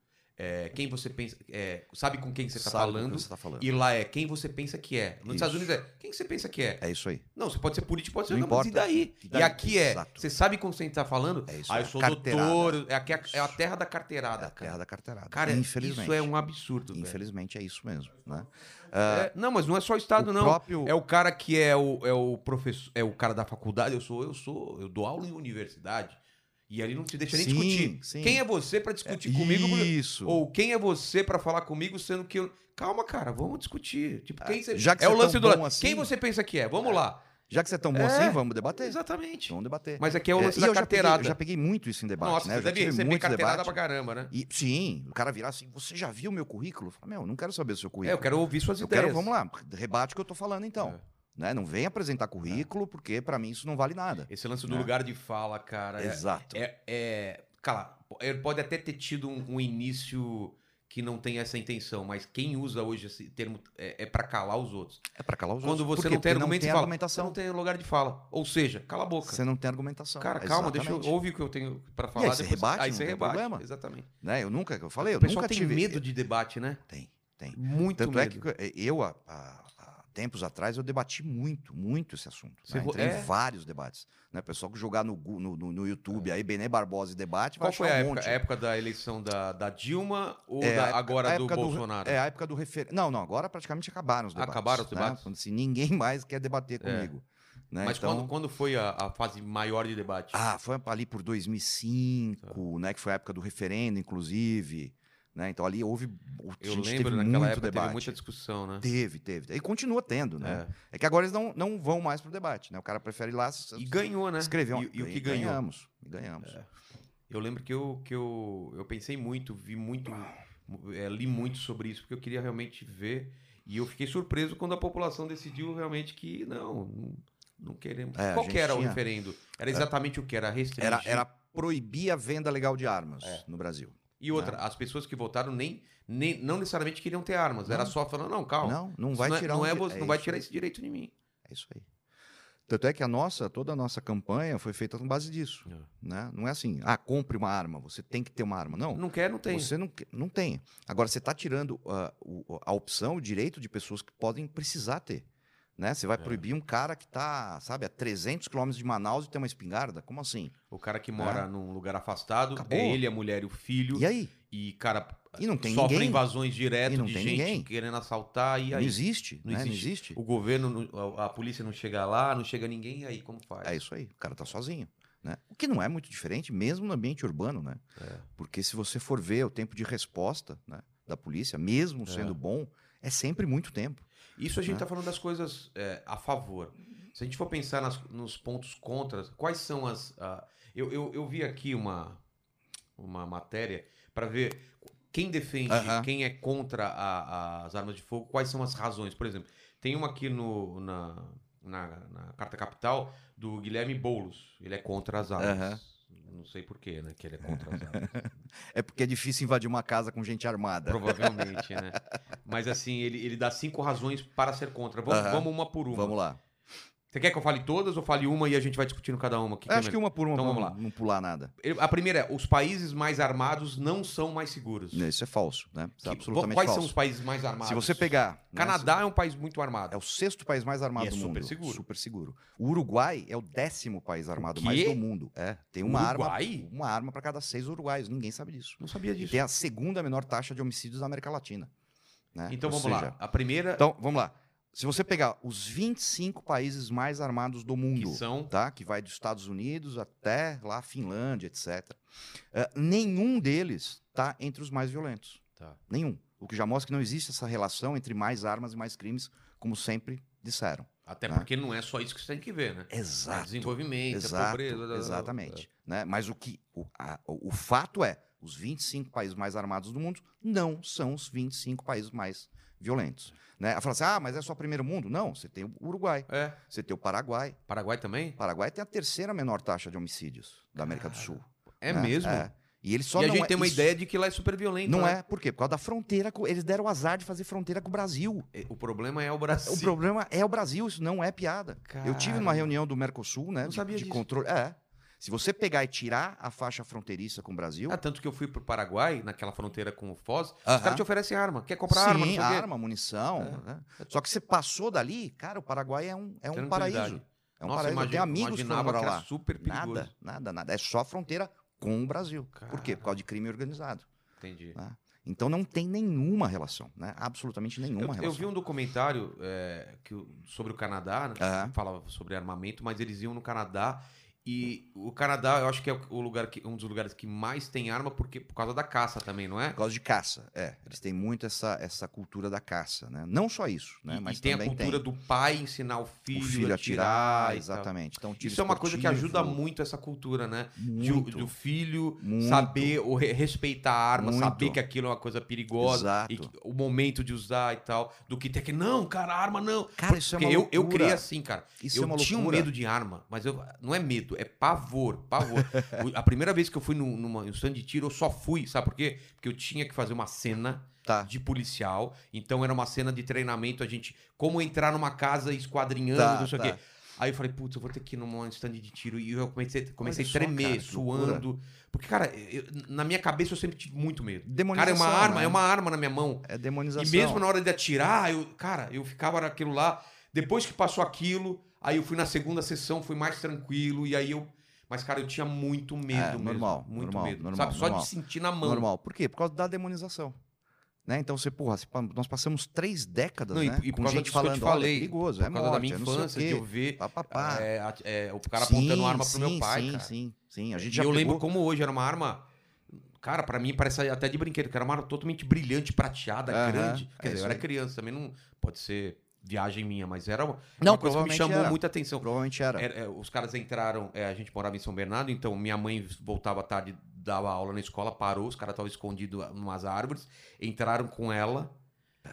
é, quem você pensa. é, sabe com quem você tá
Sabe do que
falando.
você tá falando.
E lá é quem você pensa que é. Nos
Isso.
Estados Unidos é quem que você pensa que é.
É isso aí.
Não, você pode ser político, pode ser não,
Não
mas e
importa.
daí?
E
E,
daí?
aqui é.
Exato.
Você sabe com quem você tá falando?
É isso
ah,
aí,
eu sou
carteirada.
doutor. É, aqui a, é a terra da
É
carteirada,
a
cara.
terra da carteirada.
Cara,
infelizmente.
isso é um absurdo. velho.
Infelizmente é isso mesmo. Né?
É, não, mas não é só o Estado,
o
não.
próprio.
É o cara que é o, é o professor, é o cara da faculdade. Eu sou, eu sou, eu dou aula em universidade. E ali não te deixa nem
Sim,
discutir.
sim.
Quem é você pra discutir comigo? porque-
Isso.
Ou quem é você pra falar comigo, sendo que eu. Calma, cara, vamos discutir. Tipo, quem você...
já que
é o
você é tão
lance do
bom
lado.
assim-
Quem você pensa que é? Vamos lá.
Já que você é tão bom
É,
assim, vamos debater.
Exatamente.
Vamos debater.
Mas aqui é o
É,
lance
e
da
eu já peguei-
carteirada.
eu já peguei muito isso em debate,
Nossa,
né?
você
Eu já
deve
tive
receber
muitos
carteirada
debates.
pra caramba, né?
E, sim, o cara virar assim, você já viu meu currículo? Eu falo, meu, não quero saber o seu
É,
currículo.
eu quero ouvir suas
Eu
ideias.
quero- vamos lá, rebate o que eu tô falando então.
É.
Né? Não vem apresentar currículo, porque pra mim isso não vale nada.
É. Esse lance do
Né?
lugar de fala, cara. é-
Exato.
É, é, cara, ele pode até ter tido um, um início que não tem essa intenção, mas quem usa hoje esse termo é, é para calar os outros.
É pra calar os
Quando
outros.
você
Por quê?
não tem
Porque
argumento,
não
você
tem
fala,
argumentação.
você não tem lugar de fala. Ou seja, cala a boca.
Você não tem argumentação.
Cara, calma, deixa eu
Exatamente.
ouvir o que eu tenho para falar.
aí você rebate,
aí
não
você
tem
rebate.
problema.
Exatamente.
Né? Eu nunca, eu falei, eu
o pessoal
nunca
tem
tive.
medo de debate, né?
Tem, tem.
Muito
Tanto
medo.
é que eh, eu, há, há- há tempos atrás, eu debati muito, muito esse assunto.
Você
né?
vo-
Entrei
é?
em vários debates. Né? O pessoal que jogar no, Gu- no, no- no YouTube aí, Benê Barbosa e
É.
debate,
Qual
vai
foi a
achar um
época?
monte.
A época da eleição da, da Dilma ou
É,
da-
a época-
agora
a
do
época do-
Bolsonaro?
É a época do referendo. Não, não, agora praticamente acabaram os debates.
Acabaram os
né?
debates? É.
Quando, assim, ninguém mais quer debater comigo. né?
Mas
Então-
quando, quando foi a, a fase maior de debate?
Ah, foi ali por 2005,
Tá.
né? Que foi a época do referendo, inclusive. Né? Então ali houve. o- a
eu
gente
lembro
teve
naquela
muito
época
debate.
teve muita discussão, né?
Teve, teve. E continua tendo, né?
É.
É, que agora eles não, não vão mais pro debate, né? O cara prefere ir lá se-
E ganhou, né?
escrever um-
E, e o que ganhou?
Ganhamos, ganhamos.
É. Eu lembro que eu, que eu, eu pensei muito, vi muito, eh, li muito sobre isso, porque eu queria realmente ver. E eu fiquei surpreso quando a população decidiu realmente que não, não, não queremos.
É, a
Qual
gente
que era o
tinha-
referendo? Era exatamente o que? Era restringir.
Era, era proibir a venda legal de armas
É.
no Brasil.
E outra,
Né?
as pessoas que votaram nem, nem não necessariamente queriam ter armas. Era só falando, não, calma.
Não, não
isso
vai
não é-
tirar
não
um
é
di-
você- não vai
isso
tirar
aí,
esse direito de mim.
É isso aí. Tanto é que a nossa, toda a nossa campanha foi feita com base disso.
É.
Né? Não é assim, ah, compre uma arma, você tem que ter uma arma. Não,
Não quer, não tem.
você não, que- não tem. Agora, você está tirando ah, o- a opção, o direito de pessoas que podem precisar ter. Né?
É.
Você vai proibir um cara que está, sabe, a 300 quilômetros de Manaus e tem uma espingarda? Como assim?
O cara que mora num lugar afastado,
Acabou.
é ele, a mulher e o filho.
E aí?
E, cara,
E não tem
sofre
ninguém.
invasões
E
direto
não
de
tem
gente
ninguém.
querendo assaltar. E
Não
aí?
existe,
Não
né? não
existe.
existe.
O governo, não- a a polícia não chega lá, não chega ninguém, e aí como faz?
É isso aí, o cara tá sozinho. Né? O que não é muito diferente, mesmo no ambiente urbano, né?
É.
Porque se você for ver o tempo de resposta né, da polícia, mesmo sendo bom, é sempre muito tempo.
Isso a gente
né?
tá falando das coisas é, a favor. Se a gente for pensar nas- nos pontos contras, quais são as. a- eu, eu, eu vi aqui uma, uma matéria para ver quem defende,
Aham.
quem é contra a- as armas de fogo, quais são as razões. Por exemplo, tem uma aqui no, na, na, na Carta Capital do Guilherme Boulos. Ele é contra as armas. Não sei porquê, né? Que ele é contra as armas. [laughs]
É porque é difícil invadir uma casa com gente armada.
Provavelmente, né? Mas assim, ele, ele dá cinco razões para ser contra. Vamos,
Aham.
vamos uma por uma.
Vamos lá.
Você quer que eu fale todas ou fale uma e a gente vai discutindo cada uma? O
Acho
é
que uma por uma
Então
pra
vamos
não- não pular nada.
melhor? A primeira é: os países mais armados não são mais seguros.
Isso é falso, né? Isso é
Que-
absolutamente
Quais
falso.
são os países mais armados?
Se você pegar. né,
Canadá é um país muito armado.
É o sexto país mais
E
armado
é
do mundo.
super seguro.
Super seguro. O Uruguai é o décimo país armado
quê?
mais do mundo. É, tem uma
Uruguai?
arma, uma arma para cada seis uruguaios. Ninguém sabe disso.
Não sabia
E
disso.
tem a segunda menor taxa de homicídios da América Latina. né?
Então
Ou
vamos
seja,
lá. A primeira
Então vamos lá. Se você pegar os 25 países mais armados do
que
mundo,
são.
tá? Que vai dos Estados Unidos até lá a Finlândia, etc. eh, nenhum deles está entre os mais violentos.
Tá.
Nenhum. O que já mostra que não existe essa relação entre mais armas e mais crimes, como sempre disseram.
Até
Tá.
porque não é só isso que você tem que ver, né? É desenvolvimento, é
Exato,
pobreza. blá, blá, blá, blá.
exatamente. Né? Mas o que o, a- o- o fato é, os 25 países mais armados do mundo não são os 25 países mais violentos. Né? Ela fala assim, ah, mas é só primeiro mundo? Não, você tem o Uruguai,
É.
você tem o Paraguai.
Paraguai também?
O Paraguai tem a terceira menor taxa de homicídios da América do
Cara,
Sul.
É
né?
mesmo.
E ele só
e a
não
gente
é-
tem uma
isso
ideia de que lá é super violento.
Não
né?
é, por quê? Por causa da fronteira, com- eles deram o azar de fazer fronteira com o Brasil.
O problema é o
O
Brasil.
problema é o Brasil, isso não é piada. Eu tive numa
Cara.
reunião do Mercosul, né?
Não
de,
sabia
de
disso.
controle. É. Se você pegar e tirar a faixa fronteiriça com o Brasil,
Ah, tanto que eu fui pro Paraguai, naquela fronteira com o Foz, os
Aham.
caras te oferecem arma. Quer comprar arma? Não
sim,
sei o quê.
arma, munição.
É.
né? Só que você passou dali, cara, o Paraguai é um, é um
Tranquilidade.
paraíso. É um
Nossa,
paraíso.
imagina-
eu tenho amigos que foram
imaginava
morar
que era
lá.
super perigoso.
Nada, nada, nada. É só a fronteira com o Brasil. Por quê? Por causa de crime organizado.
Entendi.
Então não tem nenhuma relação, né? Absolutamente nenhuma
Eu, eu
relação.
vi um documentário é, que, o- sobre o Canadá, né, que
Aham.
falava sobre armamento, mas eles iam no Canadá e o Canadá, eu acho que é o lugar que, um dos lugares que mais tem arma porque, por causa da caça também, não é?
Por causa de caça, é. Eles têm muito essa, essa cultura da caça, né? Não só isso, né?
E-
Mas
e tem a
também
cultura do pai ensinar o filho,
tem. o filho
a atirar.
atirar,
e tal.
exatamente. Então, tiro
Isso é uma coisa que ajuda
esportivo,
muito essa cultura, né? De o-
muito.
do filho
Muito.
saber ou re- respeitar a arma,
Muito.
saber que aquilo é uma coisa perigosa
Exato.
e que- o momento de usar e tal, do que ter que não, cara, arma não.
Cara, isso é
Porque
uma
eu, eu
loucura.
criei assim, cara.
Isso
eu
é uma
tinha um
loucura.
medo de arma, mas eu não é medo, é pavor, pavor.
[laughs]
O- a primeira vez que eu fui num- numa, em um stand de tiro, eu só fui, sabe por quê? Porque eu tinha que fazer uma cena
Tá.
de policial, então era uma cena de treinamento, a gente, como entrar numa casa esquadrinhando,
Tá,
não sei o
tá.
quê. Aí eu falei, putz, eu vou ter que ir num stand de tiro. E eu comecei, comecei a
só,
tremer,
cara, que
suando. Porque, cara, eu- na minha cabeça eu sempre tive muito medo. Cara, é
Demonização.
uma arma,
né?
é uma arma na minha mão.
É demonização.
E mesmo na hora de atirar, eu, cara, eu ficava naquilo lá. Depois que passou aquilo, aí eu fui na segunda sessão, fui mais tranquilo, e aí eu. Mas, cara, eu tinha muito medo
É,
mesmo.
normal,
Muito
normal,
medo.
normal,
sabe? Só
normal.
de sentir na mão.
Normal. Por quê? Por causa da demonização. Né? Então, você, porra, se pa- nós passamos três décadas,
Não, e-
né?
e por
com
causa
gente
disso que eu te
falando, olha,
falei,
é perigoso, é
Por causa
morte,
da minha
é não sei o
infância, de
quê,
eu ver
pá, pá, pá.
é, a- é, o cara
Sim,
apontando arma pro meu
sim,
pai,
sim,
cara.
sim, sim. A gente
E
já
eu lembro
pegou-
como hoje era uma arma. Cara, pra mim parece até de brinquedo, que era uma arma totalmente brilhante, prateada,
Aham,
grande.
é
Quer dizer, eu
isso
era
aí.
criança também, não pode ser viagem minha, mas era uma,
Não,
uma coisa que me
provavelmente
chamou
era.
muita atenção.
Provavelmente era.
Era- é, os caras entraram, é, a gente morava em São Bernardo, então minha mãe voltava tarde, dava aula na escola, parou, os caras estavam escondidos em umas árvores, entraram com ela.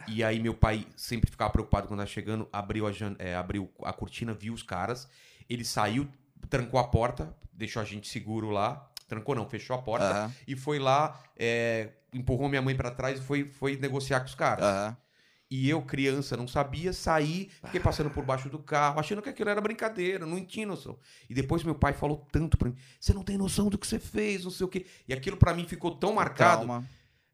E aí meu pai sempre ficava preocupado quando ela chegando, abriu a, jan- é, abriu a cortina, viu os caras, ele saiu, trancou a porta, deixou a gente seguro lá, trancou não, fechou a porta
Aham,
e foi lá, é, empurrou minha mãe pra trás e foi, foi negociar com os caras.
aham.
E eu, criança, não sabia, saí, fiquei passando por baixo do carro, achando que aquilo era brincadeira, não tinha noção. E depois meu pai falou tanto pra mim: você não tem noção do que você fez, não sei o quê. E aquilo pra mim ficou tão marcado.
Trauma.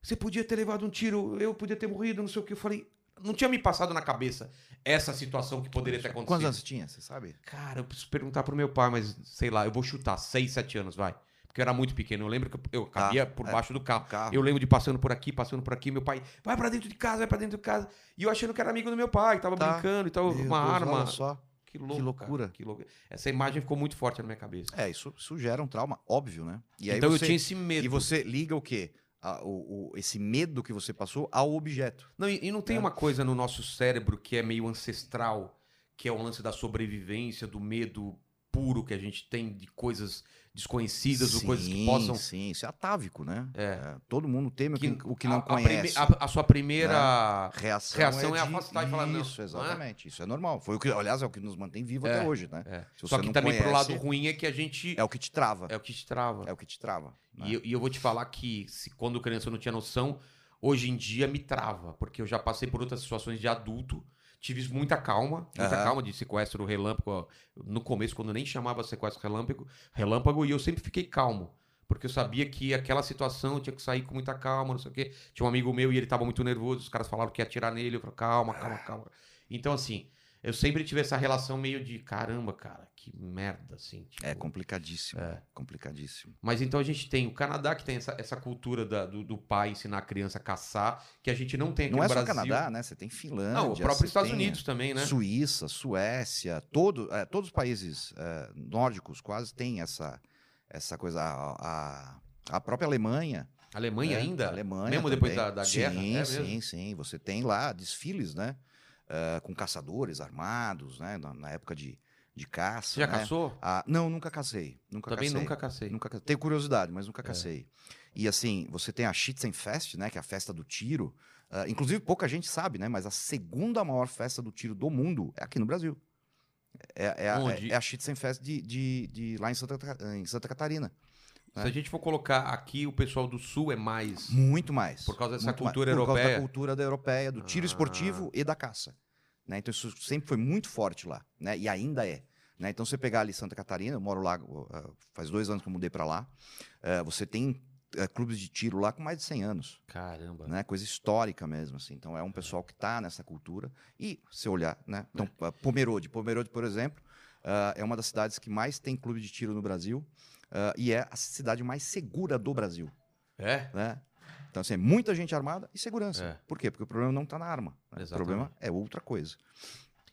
Você podia ter levado um tiro, eu podia ter morrido, não sei o quê. Eu falei: não tinha me passado na cabeça essa situação que poderia ter acontecido.
Quantos anos você tinha, você sabe?
Cara, eu preciso perguntar pro meu pai, mas sei lá, eu vou chutar, 6, 7 anos, vai. Porque eu era muito pequeno, eu lembro que eu cabia por
é.
baixo do carro.
Carro.
Ah, Eu lembro de passando por aqui, passando por aqui, meu pai, vai pra dentro de casa, vai pra dentro de casa. E eu achando que era amigo do meu pai, que tava
Tá.
brincando e tal,
Meu
uma
Deus,
arma.
Olha só.
Que, louco,
loucura.
cara, que louco. Essa imagem ficou muito forte na minha cabeça.
É, isso, isso gera um trauma, óbvio, né? E aí
então
você,
eu tinha esse medo.
E você liga o quê? A- o, o- esse medo que você passou ao objeto.
Não, e, e não tem
É.
uma coisa no nosso cérebro que é meio ancestral, que é o lance da sobrevivência, do medo puro que a gente tem de coisas desconhecidas ou coisas que
Sim,
possam.
Sim, isso é atávico, né?
É.
É, todo mundo teme o que- o que não
a, a prime-
conhece.
A, a sua primeira.
reação,
reação
é,
é
de-
afastar e falar, não,
Isso,
não é?
exatamente. Isso é normal. Foi o que, aliás, é o que nos mantém vivo
É,
até hoje, né?
É.
Se
Só
você
que
não
também pro
conhece-
lado ruim é que a gente.
É o que te trava.
É o que te trava.
É o que te trava. né?
E, eu- e eu vou te falar que se, quando criança eu não tinha noção, hoje em dia me trava, porque eu já passei por outras situações de adulto tive muita calma, muita
Aham.
calma de sequestro relâmpago. ó. No começo, quando eu nem chamava sequestro relâmpago, relâmpago, e eu sempre fiquei calmo. Porque eu sabia que aquela situação eu tinha que sair com muita calma, não sei o quê. Tinha um amigo meu e ele tava muito nervoso, os caras falaram que ia atirar nele, eu falei, calma, calma,
Ah."
calma. Então, assim, eu sempre tive essa relação meio de caramba, cara, que merda, assim. tipo,
É complicadíssimo. Complicadíssimo.
mas então a gente tem o Canadá, que tem essa, essa cultura da- do, do pai ensinar a criança a caçar, que a gente não tem aqui
Não
no
é só
Brasil.
Canadá, né? Você tem Finlândia.
Não, o próprio
você
Estados
tem
Unidos também, né?
Suíça, Suécia, todo, eh, todos os países eh, nórdicos quase têm essa, essa coisa. A, a- a própria Alemanha.
Alemanha
né?
ainda?
Alemanha
Mesmo depois
também.
da, da
sim,
guerra? É mesmo?
sim, sim. Você tem lá desfiles, né? eh, com caçadores armados, né? Na, na época de, de caça.
Você já
né?
caçou?
Ah, não, nunca cacei. Nunca
Também
cacei.
nunca cacei.
Nunca ca- Tenho curiosidade, mas nunca cacei. E assim, você tem a Schützenfest, né? Que é a festa do tiro. Ah, inclusive, pouca gente sabe, né? Mas a segunda maior festa do tiro do mundo é aqui no Brasil. É, é a,
Onde?
é a Schützenfest de, de, de- lá em Santa, Ca- em Santa Catarina. é.
Se a gente for colocar aqui, o pessoal do Sul é mais...
Muito mais.
Por causa dessa
Muito mais.
cultura
Por causa
europeia.
da cultura da europeia, do tiro
Ah.
esportivo e da caça. né? Então isso sempre foi muito forte lá, né? E ainda é. né? Então você pegar ali Santa Catarina, eu moro lá, ah, faz dois anos que eu mudei para lá, ah, você tem ah, clubes de tiro lá com mais de 100 anos,
Caramba.
né? Coisa histórica mesmo, assim. Então é um pessoal que está nessa cultura. E se olhar, né? Então
É.
ah, Pomerode, Pomerode, por exemplo, ah, é uma das cidades que mais tem clube de tiro no Brasil ah, e é a cidade mais segura do Brasil
É?
né? Então, assim, é muita gente armada e segurança.
É.
Por quê? Porque o problema não está na arma. né? O
Exatamente.
problema é outra coisa.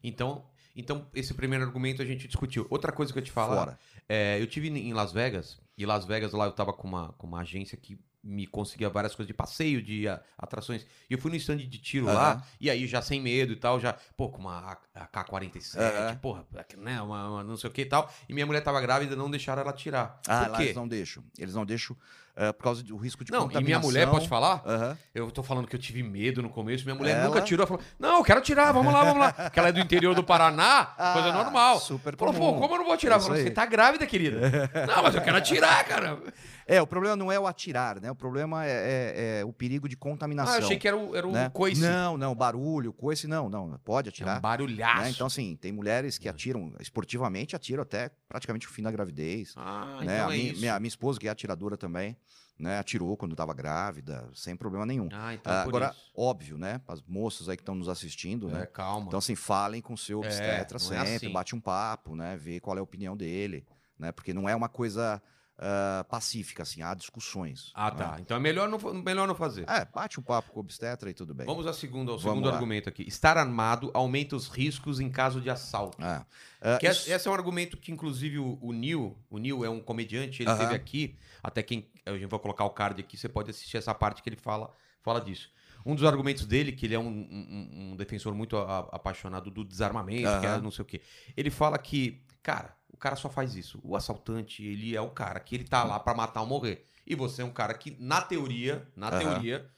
Então, então, esse primeiro argumento a gente discutiu. Outra coisa que eu te falar...
Fora.
É, eu tive em Las Vegas, e Las Vegas lá eu tava com uma, com uma agência que me conseguia várias coisas de passeio, de a- atrações. E eu fui no stand de tiro
Aham.
lá, e aí já sem medo e tal, já, pô, com uma A- AK-47,
Aham.
porra, né, uma, uma não sei o que e tal. E minha mulher tava grávida, não deixaram ela tirar.
Ah,
Por
lá
quê?
eles não deixam. Eles não deixam eh, por causa do risco de
Não, e minha
contaminação.
mulher, posso falar?
Aham.
Eu tô falando que eu tive medo no começo, minha mulher
Ela?
nunca tirou, ela falou, não, eu quero tirar, vamos lá,
[laughs]
vamos lá. Porque ela é do interior do Paraná, coisa
Ah,
normal.
Super
Falou, pô,
comum.
como eu não vou tirar?
Isso
Falou, você
aí.
tá grávida,
[laughs]
querida. não, mas eu quero atirar, cara.
É, o problema não é o atirar, né? O problema é, é- é o perigo de contaminação.
Ah, eu achei que era o, era o
né?
coice.
Não, não, barulho, coice, não, não. Pode
é um
atirar.
barulhaço.
né? Então, assim, tem mulheres que atiram esportivamente, atiram até praticamente o fim da gravidez.
ah,
né?
então
a
é
minha,
isso.
minha, minha esposa, que é atiradora também, né? atirou quando estava grávida, sem problema nenhum.
Ah, então
Ah,
é por
agora,
isso.
óbvio, né? As moças aí que estão nos assistindo,
É,
né?
calma.
Então, assim, falem com o seu
É,
obstetra
não é
sempre,
assim.
bate um papo, né? Vê qual é a opinião dele, né? Porque não é uma coisa ah, pacífica, assim, há discussões.
ah,
né?
tá. Então é melhor não, fa- melhor não fazer.
É, bate um papo com o obstetra e tudo bem.
Vamos ao segundo, ao
Vamos
segundo
lá.
argumento aqui. Estar armado aumenta os riscos em caso de assalto.
Ah, ah,
Que
isso-
esse, esse é um argumento que, inclusive, o, o Neil, o Neil é um comediante, ele
Aham.
esteve aqui, até quem. A gente vai colocar o card aqui, você pode assistir essa parte que ele fala, fala disso. Um dos argumentos dele, que ele é um, um- um defensor muito a- apaixonado do desarmamento, que é
Aham.
não sei o quê. Ele fala que, cara, o cara só faz isso. O assaltante, ele é o cara que ele tá lá pra matar ou morrer. E você é um cara que, na teoria, na
Aham.
teoria,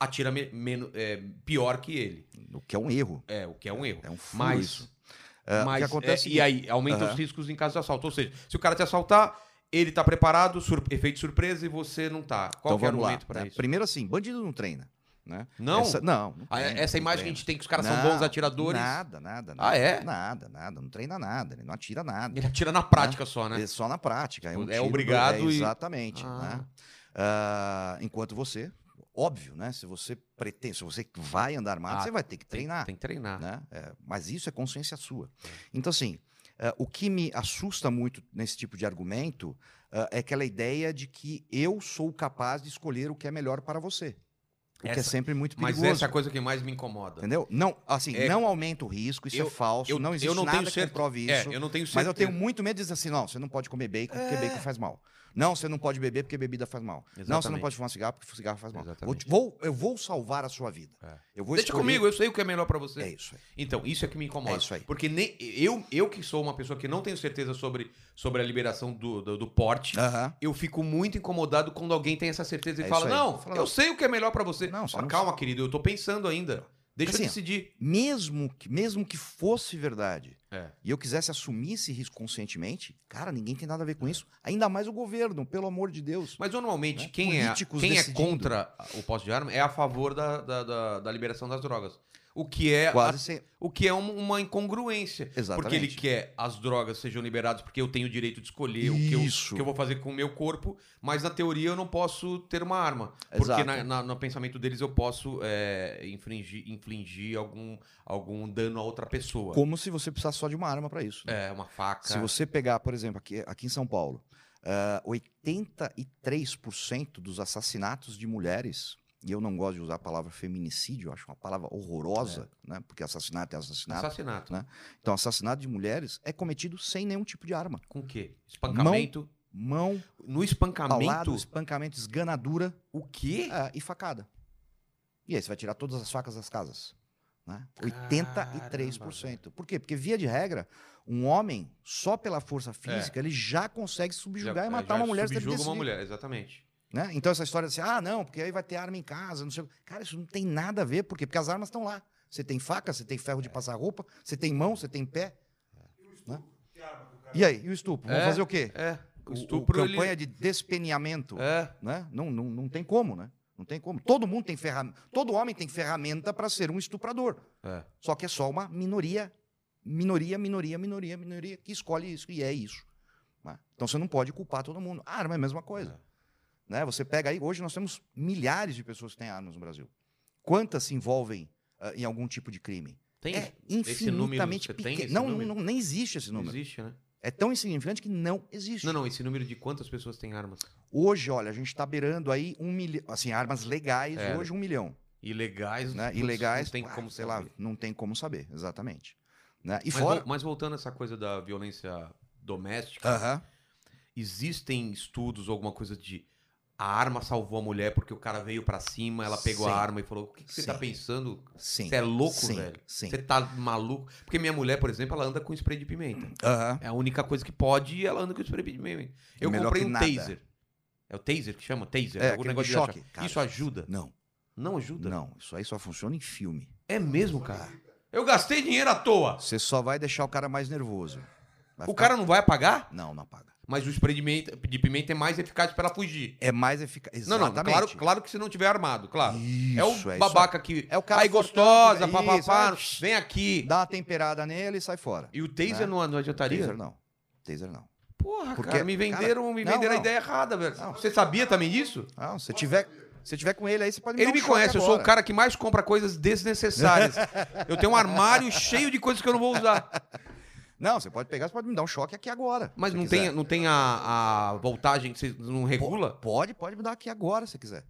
atira me- menos, é, pior que ele.
O que é um erro.
É, o que é um erro.
É um furo
Mas-
isso. Ah, o
Mas,
que acontece
é,
é
e aí, aumenta
Aham.
os riscos em caso de assalto. Ou seja, se o cara te assaltar, ele tá preparado, sur- efeito surpresa, e você não tá. Qual
então
que é o
vamos lá.
argumento pra
né?
isso?
Primeiro assim, bandido não treina, né?
Não?
Essa, não, não
Ah, é-
treina,
Essa
não
imagem que a
treina.
gente tem que os caras são
Não,
bons atiradores.
Nada, nada,
Ah,
nada.
é?
Nada, nada. Não treina nada, ele não atira nada.
Ele atira na prática só, né?
É só na prática. É, um
É
tiro do-
obrigado e-
Exatamente.
Ah.
né? Ah, enquanto você, óbvio, né? Se você pretende, se você vai andar armado,
Ah,
você vai ter que
Tem-
treinar.
Tem, que treinar.
Né? É, mas isso é consciência sua. Então, assim, ah, o que me assusta muito nesse tipo de argumento ah, é aquela ideia de que eu sou capaz de escolher o que é melhor para você. O que é
Essa-
sempre muito
Mas
perigoso.
essa é a coisa que mais me incomoda.
Entendeu? Não, assim,
É-
não aumenta o risco, isso
Eu-
é falso,
eu-
não
eu
existe
não
nada
tenho
que
cer-
comprove
É,
isso.
eu não tenho certeza. É.
Mas eu tenho muito medo de dizer assim, não, você não pode comer bacon porque bacon faz mal. Não, você não pode beber porque bebida faz mal. um- Não, você não
Exatamente.
pode fumar cigarro porque cigarro faz mal. Vou,
Exatamente.
vou- eu vou salvar a sua vida.
É.
Eu vou
Deixa
escolher-
comigo, eu sei o que é melhor pra você.
É isso. aí.
Então, isso é que me incomoda.
É isso aí.
Porque nem, eu, eu que sou uma pessoa que não tenho certeza sobre, sobre a liberação do, do, do porte,
Aham.
eu fico muito incomodado quando alguém tem essa certeza e
É
fala:
isso aí.
Não,
Fala,
eu
não.
sei o que é melhor pra você.
Não,
Não,
você não
calma, querido, eu tô pensando ainda. Deixa
Assim,
eu
ó.
decidir.
Mesmo, que, mesmo que fosse verdade
É.
e eu quisesse assumir esse risco conscientemente, cara, ninguém tem nada a ver com isso. Ainda mais o governo, pelo amor de Deus.
É. Mas normalmente,
Né?
quem, é,
Políticos
quem é
decidindo.
contra o posse de arma é a favor da, da, da- da liberação das drogas. O que é,
Quase
a-
sem.
o que é um- uma incongruência. Porque
Exatamente.
ele quer as drogas sejam liberadas porque eu tenho o direito de escolher o que eu,
Isso.
o que eu vou fazer com o meu corpo, mas na teoria eu não posso ter uma arma. Porque
Exato.
na, na- no pensamento deles eu posso é, infringir, infligir algum, algum dano a outra pessoa.
Como se você precisasse só de uma arma para isso. né?
É, uma faca.
Se você pegar, por exemplo, aqui, aqui em São Paulo, ah, 83% dos assassinatos de mulheres, e eu não gosto de usar a palavra feminicídio, eu acho uma palavra horrorosa, né? Porque assassinato é assassinato.
Um Assassinato.
né? Então, assassinato de mulheres é cometido sem nenhum tipo de arma.
Com o quê? Espancamento.
Mão,
No espancamento,
paulado, espancamento, esganadura
o quê?
ah, e facada. E aí você vai tirar todas as facas das casas. Né? 83%. Por quê? Porque, via de regra, um homem, só pela força física, ele já consegue subjugar
É. Já- é,
e matar
já
uma mulher se ele
subjuga uma
decidir,
mulher, exatamente.
né? Então, essa história de assim, ah, não, porque aí vai ter arma em casa, não sei o quê. Cara, isso não tem nada a ver, por quê? Porque as armas estão lá. Você tem faca, você tem
É.
ferro de passar roupa, você tem mão, você tem pé. né? E aí, e o estupro? Vamos
É.
fazer o quê?
É, o
O, o
estupro ele-
campanha é de despenhamento
É,
né? Não, não, não tem como, né? Não tem como. Todo mundo tem ferramenta, todo homem tem ferramenta para ser um estuprador.
é.
Só que é só uma minoria, minoria, minoria, minoria, minoria que escolhe isso e é isso. né? Então você não pode culpar todo mundo. A arma é a mesma coisa, né? Você pega aí, hoje nós temos milhares de pessoas que têm armas no Brasil. Quantas se envolvem ah, em algum tipo de crime?
Tem
é
esse número,
infinitamente
você tem
pequeno.
esse
Não,
número?
não, nem existe esse
Não
número.
existe, né?
É tão insignificante que não existe.
Não, não, esse número de quantas pessoas têm armas?
Hoje, olha, a gente está beirando aí um milhão, assim, armas legais
É.
hoje um milhão.
Ilegais,
né?
putz,
Ilegais,
Não tem
ah,
como
sei lá,
saber.
não tem como saber, exatamente. Né? E
Mas,
fora.
vo- mas voltando a essa coisa da violência doméstica,
Aham.
existem estudos ou alguma coisa de a arma salvou a mulher porque o cara veio pra cima, ela pegou
Sim.
a arma e falou: O que, que você tá
Sim.
pensando?
Sim.
Você é louco,
sim,
velho?
Sim.
Você tá maluco? Porque minha mulher, por exemplo, ela anda com spray de pimenta.
Aham.
É a única coisa que pode e ela anda com spray de pimenta. Eu
Melhor
comprei
que
um
nada.
taser. É o taser que chama? Taser?
É,
algum
aquele
negócio
de
de
choque.
achar.
Cara,
Isso ajuda?
Não,
Não ajuda?
não. Isso aí só funciona em filme.
É mesmo, cara? Eu gastei dinheiro à toa.
Você só vai deixar o cara mais nervoso. Vai
O
ficar-
cara não vai apagar?
Não, não apaga.
Mas o spray de pimenta, de pimenta é mais eficaz pra ela fugir.
É mais eficaz.
Não, não, claro,
Exatamente.
claro que se não tiver armado, claro.
Isso,
é o
isso aí.
babaca que.
É o cara
Aí
fortão
gostosa,
que- Isso,
papapá,
aí,
vem aqui.
Dá uma temperada nele e sai fora.
E o taser
Né?
não, não adiantaria?
Taser não. Taser não.
Porra,
Porque,
cara, me
cara,
venderam, me
não,
venderam a
não.
ideia errada, velho.
Não.
Você sabia também disso?
Não, Ah, se tiver, se tiver com ele aí, você pode
Ele
dar um
me
choque
conhece, eu sou o
agora.
cara que mais compra coisas
[laughs]
desnecessárias. eu tenho um armário cheio de coisas que eu não vou usar.
Não, você pode pegar, você pode me dar um choque aqui agora.
Mas
se
não
quiser.
tem, não tem a, a voltagem que você não regula?
Pode, pode me dar aqui agora, se quiser.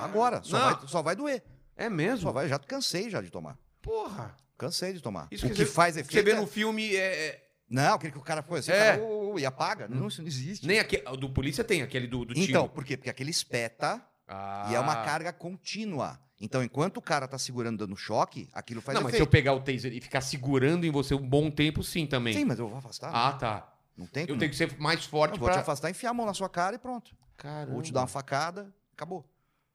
Agora, só
Não.
vai, só vai doer.
É mesmo?
Só vai, já cansei já de tomar.
Porra.
Cansei de tomar.
Isso
o
quer
que
dizer-
faz
O que Você
efeito.
vê
é-
no filme, é, é-
Não, aquele que o cara foi assim,
É.
o cara, "Uh, uh, uh", e apaga. Não, isso não existe.
nem aquele do polícia tem aquele do, do tiro.
então, por quê? Porque aquele espeta
Ah.
e é uma carga contínua. Então, enquanto o cara tá segurando dando choque, aquilo faz
Não, mas se eu
efeito.
pegar o taser e ficar segurando em você um bom tempo, sim também.
Sim, mas eu vou afastar.
Ah, tá.
Não tem
Eu
como.
tenho que ser mais
Eu
forte
vou te
pra...
afastar, enfiar a mão na sua cara e pronto.
Caramba.
Vou te dar uma facada, acabou.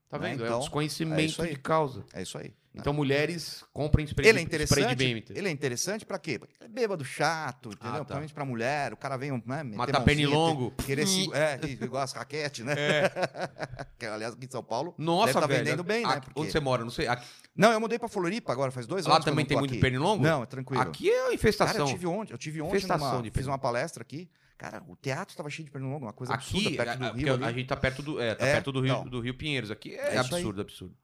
Tá
né?
vendo? é um
Então, é
desconhecimento
isso aí.
de causa.
É isso aí. né?
Então, mulheres comprem spray,
Ele
de-
é
spray de
interessante.
pimenta.
Ele é interessante pra quê? Porque ele é bêbado chato, entendeu?
Ah, tá.
Principalmente pra mulher. O cara vem, né, meter
Matar
mãozinha,
pernilongo.
ter-
[laughs]
Querer se... É, igual as raquete, né?
É.
[laughs] Que, aliás, aqui em São Paulo.
Nossa,
deve tá
velho.
vendendo bem, né?
Aqui-
Porque-
Onde você mora? Não sei. Aqui,
Não, eu mudei pra Floripa agora, faz dois
Lá
anos. que eu
também
não
tem
tô
muito
aqui.
pernilongo?
Não, é tranquilo.
aqui é uma
Cara, eu
infestação.
tive ontem, eu tive ontem
Infestação
numa,
de
fiz uma
pernilongo.
palestra aqui. Cara, o teatro tava cheio de pernilongo, uma coisa
aqui,
absurda, perto
a-
do
a-
Rio.
porque a
ali.
gente tá perto do, é, tá
É,
perto do Rio,
então.
do Rio Pinheiros. Aqui
É
é,
isso aí.
absurdo, absurdo.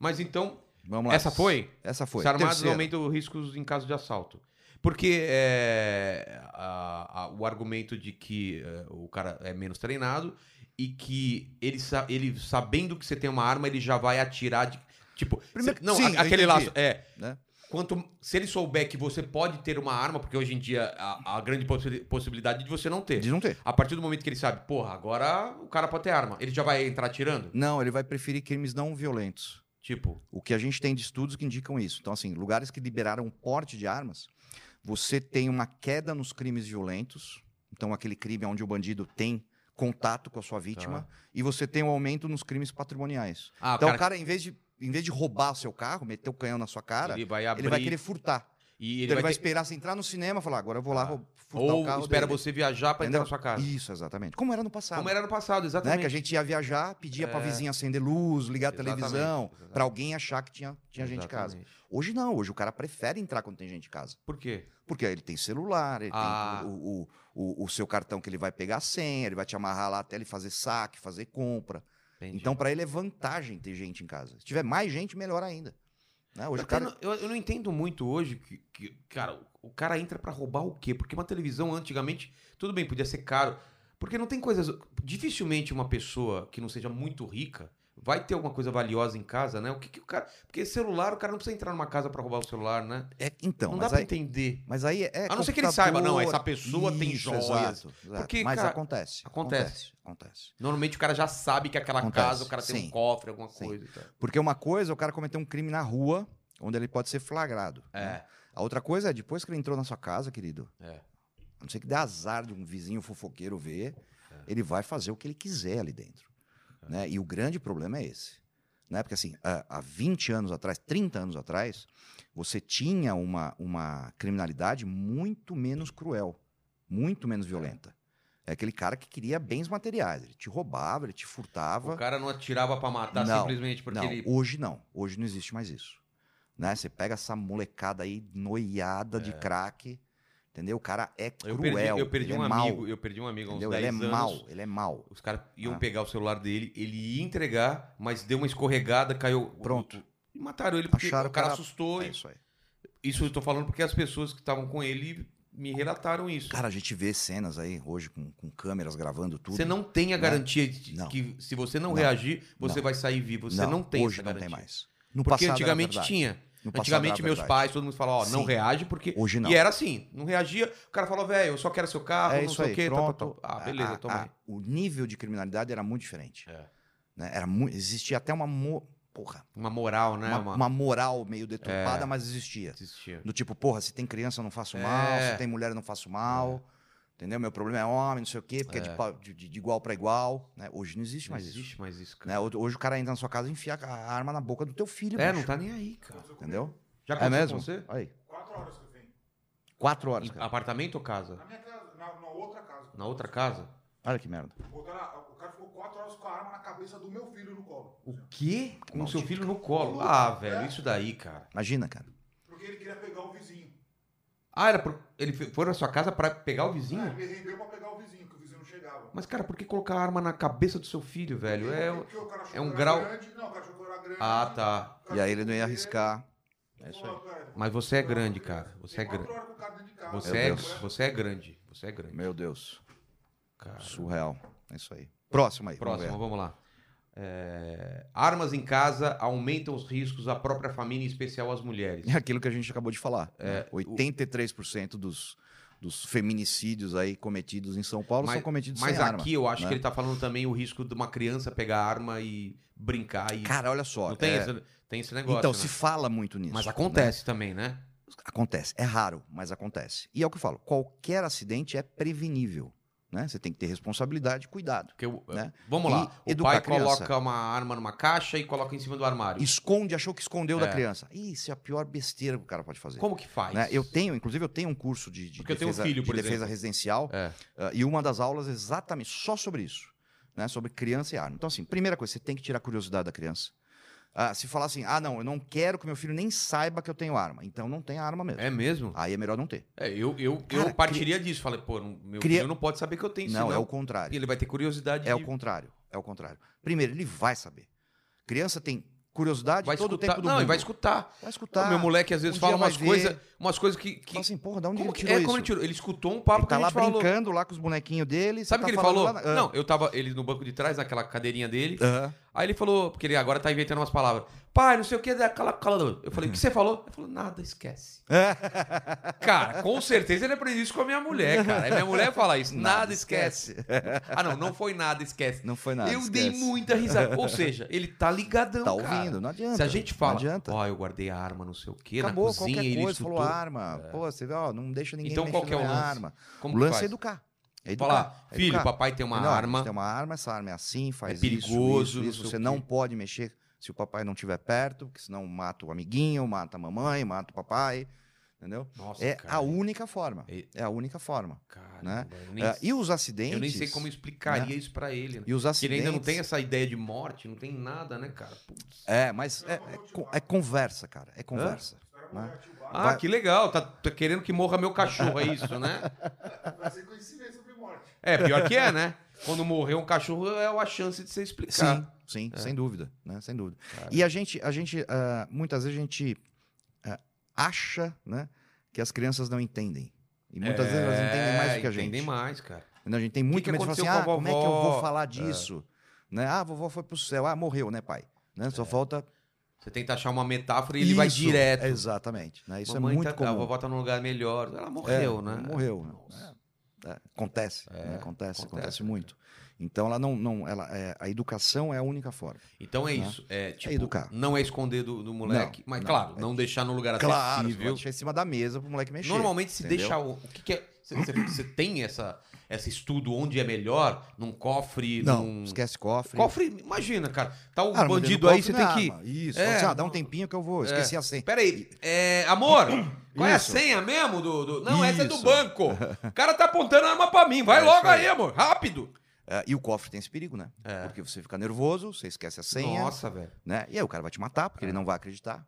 Mas então,
Vamos lá.
essa foi?
Essa foi.
Se armados
Terceira.
aumentam os riscos em caso de assalto. Porque é, a- a- o argumento de que é, o cara é menos treinado e que ele, sa- ele sabendo que você tem uma arma, ele já vai atirar de. Tipo,
Primeiro-
cê- não,
sim,
a-
eu
aquele
entendi.
laço. É.
Né?
Quanto, se ele souber que você pode ter uma arma, porque hoje em dia a, a grande possi- possibilidade é de você não ter.
De não ter.
A partir do momento que ele sabe, porra, agora o cara pode ter arma. Ele já vai entrar atirando?
Não, ele vai preferir crimes não violentos.
Tipo,
O que a gente tem de estudos que indicam isso. Então, assim, lugares que liberaram o porte de armas, você tem uma queda nos crimes violentos. Então, aquele crime onde o bandido tem contato com a sua vítima. E você tem um aumento nos crimes patrimoniais.
ah,
então,
o Tá. cara,
o cara, em vez de, em vez de roubar o seu carro, meter o canhão na sua cara, ele,
ele vai abrir.
vai querer furtar.
E ele
Então ele vai
ter-
esperar você entrar no cinema e falar, agora eu vou lá,
Ah.
vou furtar
Ou
o carro
espera
dele.
você viajar pra entrar
Entendeu?
na sua casa.
Isso, exatamente. Como era no passado.
Como era no passado,
né?
exatamente.
Que a gente ia viajar, pedia pra vizinha acender luz, ligar a
Exatamente,
televisão,
exatamente.
pra alguém achar que tinha, tinha gente em casa.
Exatamente.
Hoje não, hoje o cara prefere entrar quando tem gente em casa.
Por quê?
Porque ele tem celular, ele
Ah.
tem o, o, o, o seu cartão que ele vai pegar a senha, ele vai te amarrar lá até ele fazer saque, fazer compra.
Entendi.
Então, pra ele é vantagem ter gente em casa. Se tiver mais gente, melhor ainda. Né? Hoje
Eu
o cara.
até não- eu, eu não entendo muito hoje que, que, cara, o cara entra pra roubar o quê? Porque uma televisão antigamente, tudo bem, podia ser caro. Porque não tem coisas. Dificilmente uma pessoa que não seja muito rica vai ter alguma coisa valiosa em casa, né? O que, que o cara. Porque celular, o cara não precisa entrar numa casa pra roubar o celular, né?
É, então,
Não dá
mas
pra
aí,
entender.
mas aí é.
A não ser que ele saiba, não,
computador.
essa pessoa tem
Isso,
joias.
Exato, exato.
Porque,
mas
cara,
acontece.
acontece.
Acontece. Acontece.
Normalmente o cara já sabe que aquela
Acontece,
casa, o cara tem um
sim.
cofre, alguma
Sim.
coisa e tal.
Porque uma coisa é o cara cometer um crime na rua, onde ele pode ser flagrado. né?
É.
A outra coisa é, depois que ele entrou na sua casa, querido,
É.
a não ser que dê azar de um vizinho fofoqueiro ver,
É.
ele vai fazer o que ele quiser ali dentro. Né? E o grande problema é esse. Né? Porque assim, há há 20 anos atrás, 30 anos atrás, você tinha uma, uma criminalidade muito menos cruel, muito menos violenta. É aquele cara que queria bens materiais, ele te roubava, ele te furtava.
O cara não atirava pra matar
Não,
simplesmente porque
não,
ele.
hoje não. Hoje não existe mais isso. Né? Você pega essa molecada aí noiada de crack, entendeu? O cara é
É. Eu
cruel.
perdi, eu perdi
ele
um
é
amigo,
Mal,
eu perdi um amigo há uns
entendeu?
10
Ele é
anos.
mal, ele é mal.
Os caras iam
Ah.
pegar o celular dele, ele ia entregar, mas deu uma escorregada, caiu.
Pronto.
E mataram ele porque
Acharam
o cara
o cara-
assustou.
É
e-
isso aí.
Isso eu tô falando porque as pessoas que estavam com ele me relataram isso.
Cara, a gente vê cenas aí hoje com, com câmeras gravando tudo.
você não tem a
Né?
garantia de
Não.
que se você não,
Não.
reagir, você
Não.
vai sair vivo. Você não, tem
Hoje
essa
não
garantia.
tem mais. No
Porque
passado era
antigamente
verdade.
tinha.
No passado era
Antigamente meus
verdade.
pais, todo mundo falava, ó, não
Sim.
reage porque...
Hoje não.
E era assim, não reagia, o cara falava, velho, eu só quero seu carro,
É
não
isso
sei
aí,
o quê. tal,
pronto.
tal, tal. Ah,
A-
beleza,
a-
toma
a-
aí.
O nível de criminalidade era muito diferente.
É.
né? Era muito, existia até uma, mo- porra,
Uma É. moral, né?
uma, uma moral meio deturpada, mas existia.
Existia.
Do tipo, porra, se tem criança eu não faço mal,
É.
se tem mulher eu não faço mal. Entendeu? Meu problema é homem, não sei o quê, porque é, de pau- de, de- de igual pra igual. né? Hoje não existe
Não
mais
existe mais isso,
isso.
cara.
né? Hoje hoje o cara entra na sua casa e enfia a arma na boca do teu filho.
É,
bicho.
não tá nem aí, cara.
Entendeu?
Já
É
aconteceu
mesmo? é.
com você?
Olha aí.
Quatro horas que eu tenho.
Quatro horas,
Em
cara.
apartamento ou casa?
Na minha casa, na, na outra casa.
Na outra casa?
Olha que merda.
O cara, o cara ficou quatro horas com a arma na cabeça do meu filho no colo.
O quê? Com o seu
Maldito.
filho no colo. Ah, velho, isso daí, cara.
Imagina, cara.
Porque ele queria pegar o vizinho.
Ah, era por... ele fe- foi na sua casa pra pegar o
Ah,
vizinho?
ele rendeu pra pegar o vizinho, que o vizinho não chegava.
Mas, cara, por que colocar a arma na cabeça do seu filho, velho? É...
Porque o cara achou
é um
que era
grau-
Grande. Não, o cara achou que eu era grande.
Ah, tá.
E aí ele não ia arriscar. É isso aí.
Mas você é grande, cara. Você é grande. Você
Meu
é,
Deus.
você é grande. Você é grande.
Meu Deus.
Cara.
Surreal. É isso aí. Próximo aí. vamos ver.
Próximo, vamos lá. É, Armas em casa aumentam os riscos à própria família, em especial às
[laughs]
mulheres.
É aquilo que a gente acabou de falar.
É,
né? 83% dos, dos feminicídios aí cometidos em São Paulo são cometidos
mas
sem
aqui
arma.
eu acho
né?
que ele tá falando também o risco de uma criança pegar a arma e brincar e.
Cara, olha só.
tá não tem,
é,
esse, tem esse negócio.
Então,
né?
se fala muito nisso.
Mas
né?
acontece também, né?
Acontece. É raro, mas acontece. E é o que eu falo. Qualquer acidente é prevenível. Né? Você tem que ter responsabilidade e cuidado.
Porque o-
Né?
Vamos lá.
E
o
educar
pai
a criança.
coloca uma arma numa caixa e coloca em cima do armário.
Esconde, achou que escondeu
É.
da criança. Isso é a pior besteira que o cara pode fazer.
Como que faz?
né? Eu tenho, inclusive, eu tenho um curso de, de
Porque eu tenho um
defesa,
filho,
de
por
defesa
exemplo.
residencial
É.
ah, e uma das aulas é exatamente só sobre isso, né? sobre criança e arma. Então, assim, primeira coisa, você tem que tirar a curiosidade da criança. Ah, se falar assim, ah, não, eu não quero que meu filho nem saiba que eu tenho arma, então não tem arma mesmo.
É mesmo?
Aí é melhor não ter.
É, eu, eu,
Cara,
eu partiria disso. Falei, pô, meu
cria-
filho não pode saber que eu tenho
não,
senão
é o contrário.
Ele vai ter curiosidade.
É
de-
o contrário. É o contrário. Primeiro, ele vai saber. Criança tem curiosidade
vai
todo o
escutar.
tempo do
não,
mundo.
ele vai escutar.
Vai escutar.
O meu moleque às vezes
Um
fala
dia vai
umas
ver.
coisas, umas coisas que, que-
Fala assim, porra, de onde
como
ele
que-
tirou
é,
isso?
como ele tirou? Ele escutou um papo
ele
que
tá
a
lá
gente falou.
brincando lá com os bonequinhos dele. você
Sabe o
tá
que ele
falando
falou?
lá na-
Não, eu tava ele no banco de trás, naquela cadeirinha dele.
Ah.
Aí ele falou, porque ele agora tá inventando umas palavras. Pai, não sei o que, daquela calada. Eu falei, o que você falou? Ele falou, nada,
[laughs]
esquece. cara, com certeza ele aprendeu isso com a minha mulher, cara. Aí minha mulher fala
[laughs]
isso, nada, esquece. ah, não, não foi nada, esquece.
Não foi nada.
eu
esquece.
dei muita risada. Ou seja, ele tá ligadão,
Tá
cara.
ouvindo, não adianta.
Se a gente fala,
Não adianta.
ó, eu guardei a arma, não sei o quê,
Acabou
na cozinha,
qualquer
ele
coisa,
escutou. É.
falou arma. Pô, você vê, ó, não deixa ninguém
Então,
mexer
qual que é
na
o
minha
lance?
arma.
Como
o lance
que
é
faz?
educar. É educar.
Falar,
é
filho,
educar.
papai tem uma
Entendeu? Ó,
arma.
Você tem uma arma, essa arma é assim, faz
É
isso, isso,
perigoso,
isso,
não sei
Você
o
não
quê.
pode mexer se o papai não estiver perto, porque senão mata o amiguinho, mata a mamãe, mata o papai. Entendeu?
Nossa,
É
cara.
a única forma.
E-
É a única forma.
Caramba, eu nem
Ah, e os acidentes.
Eu nem sei como eu explicaria isso pra ele. Né?
E os
Que ele
acidentes.
ainda não tem essa ideia de morte, não tem nada, né, cara? Putz.
É, mas é, é con- é conversa, cara. É conversa. né?
Ah,
Vai-
que legal. Tá, tá querendo que morra meu cachorro, é isso,
[laughs]
né?
Vai ser coincidência sobre morte.
É, pior que é, né? Quando morrer um cachorro, é a chance de você explicar.
Sim, sim,
é.
sem dúvida, né? Sem dúvida. E a gente, a gente ah, muitas vezes a gente ah, acha, né, que as crianças não entendem. E muitas vezes elas entendem mais do que a gente.
É, Entendem mais, cara.
Entendeu? A gente tem muito
que
medo de
aconteceu
falar assim, ah,
com a
como é que eu
vovó?
vou falar disso? Né? Ah, a vovó foi pro céu. Ah, morreu, né, pai? Né? Só falta...
Você tenta achar uma metáfora e É. ele vai
Isso,
direto.
Exatamente. né? Isso
Mamãe
é muito
tá, A
comum.
vovó tá num lugar melhor. Ela
É,
morreu, né?
Morreu. É, é, acontece, né? acontece, acontece,
acontece,
muito. Então ela não, não ela, é, a educação é a única forma.
Então é
Né?
isso. É, tipo,
educar.
Não é esconder do, do moleque.
Não,
mas,
não.
claro, não deixar num lugar
Claro, você
acessível.
pode deixar em cima da mesa pro moleque mexer.
Normalmente se
entendeu?
deixa o, o que, que é. Você tem essa, esse estudo onde é melhor? Num cofre,
Não,
num.
esquece cofre.
Cofre, imagina, cara. Tá o
Cara, mas dentro
bandido
do
aí, você tem
cofre não é
que.
arma. Isso,
É.
fala assim, ah, dá um tempinho que eu vou, esqueci a senha.
Pera aí, é,
[coughs]
amor, qual é a
Isso.
senha mesmo do... do- Não, essa é do
Isso.
banco. O cara tá apontando a arma pra mim, vai
É
logo
isso aí.
aí, amor, rápido.
É, e o cofre tem esse perigo, né? Porque você fica nervoso, você esquece a senha,
É. Nossa, velho.
né? E aí o cara vai te matar, porque ele não vai acreditar.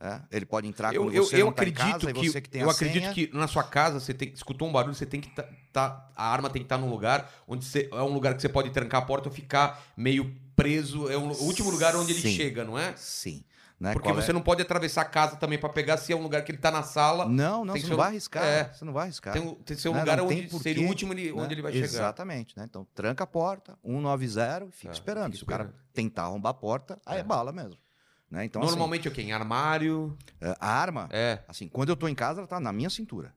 É, Ele pode entrar
Eu,
quando
eu,
você
eu
não tá em
acredito
casa, e
que,
você que tem
eu
a
acredito
senha.
que na sua casa você tem escutou um barulho, você tem que tá, tá- a arma tem que estar num lugar onde você é um lugar que você pode trancar a porta ou ficar meio preso, é um- o último lugar onde ele
Sim.
chega, não é?
Sim. Né?
Porque
Qual é?
você não pode atravessar a casa também pra pegar se é um lugar que ele tá na sala.
Não, não,
Tem
você
seu-
não vai arriscar.
é.
Você não vai arriscar.
Tem, o- tem que ser um
Né?
lugar
Não tem
onde seria
porquê,
o último ele- onde
né?
ele vai chegar.
Exatamente, né? Então tranca a porta, 190 e
É,
fica esperando.
fica
Se o cara tentar arrombar a porta, aí é,
É.
bala mesmo. Né? Então, assim,
Normalmente é o quê? Em armário.
é, a arma,
É.
assim, quando eu tô em casa, ela tá na minha cintura.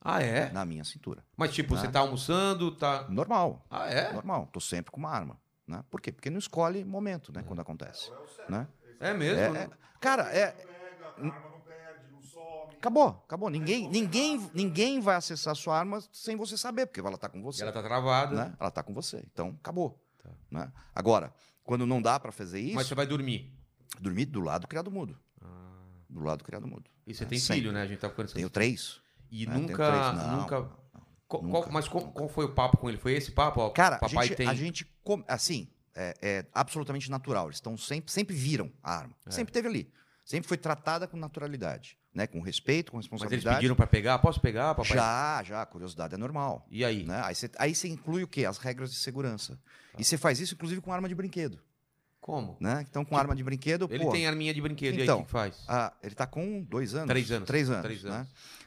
Ah, é?
Na minha cintura.
Mas, tipo,
Né?
você tá almoçando, tá.
Normal,
Ah, é?
normal. Tô sempre com uma arma. Né? Por quê? Porque não escolhe momento, né? Quando acontece. Né?
É mesmo?
É, é- Cara,
Não
é.
pega, a arma não perde, não some.
Acabou, acabou. Ninguém, ninguém, ninguém vai acessar a sua arma sem você saber, porque ela tá com
E
você.
ela tá travada.
né? Ela tá com você. Então, acabou.
Tá.
né? Agora, quando não dá para fazer
Mas
isso,
você vai dormir.
dormir do lado criado mudo.
Ah.
Do lado criado mudo.
E você
É,
tem
sempre.
filho, né? A gente tá conversando.
Tenho três.
E
né?
nunca.
Tenho três. Não,
nunca...
não,
Qual-
nunca,
qual- mas qual, qual foi o papo com ele? Foi esse papo? Ó,
Cara,
papai
a gente,
tem.
a gente com- assim, é, é absolutamente natural. Eles estão sempre, sempre viram a arma.
É.
Sempre teve ali. Sempre foi tratada com naturalidade, né? Com respeito, com
Mas eles
responsabilidade.
pediram pra pegar? Posso pegar, papai?
Já, já, a curiosidade é normal.
E aí?
né? Aí você aí você inclui o quê? As regras de segurança.
Tá.
E você faz isso, inclusive, com arma de brinquedo.
Como?
Né? Então, com arma de brinquedo,
Ele
pô,
tem arminha de brinquedo. e aí,
Então,
o que que faz?
Ah, ele tá com dois anos?
Três anos.
Três anos.
Três anos.
Né?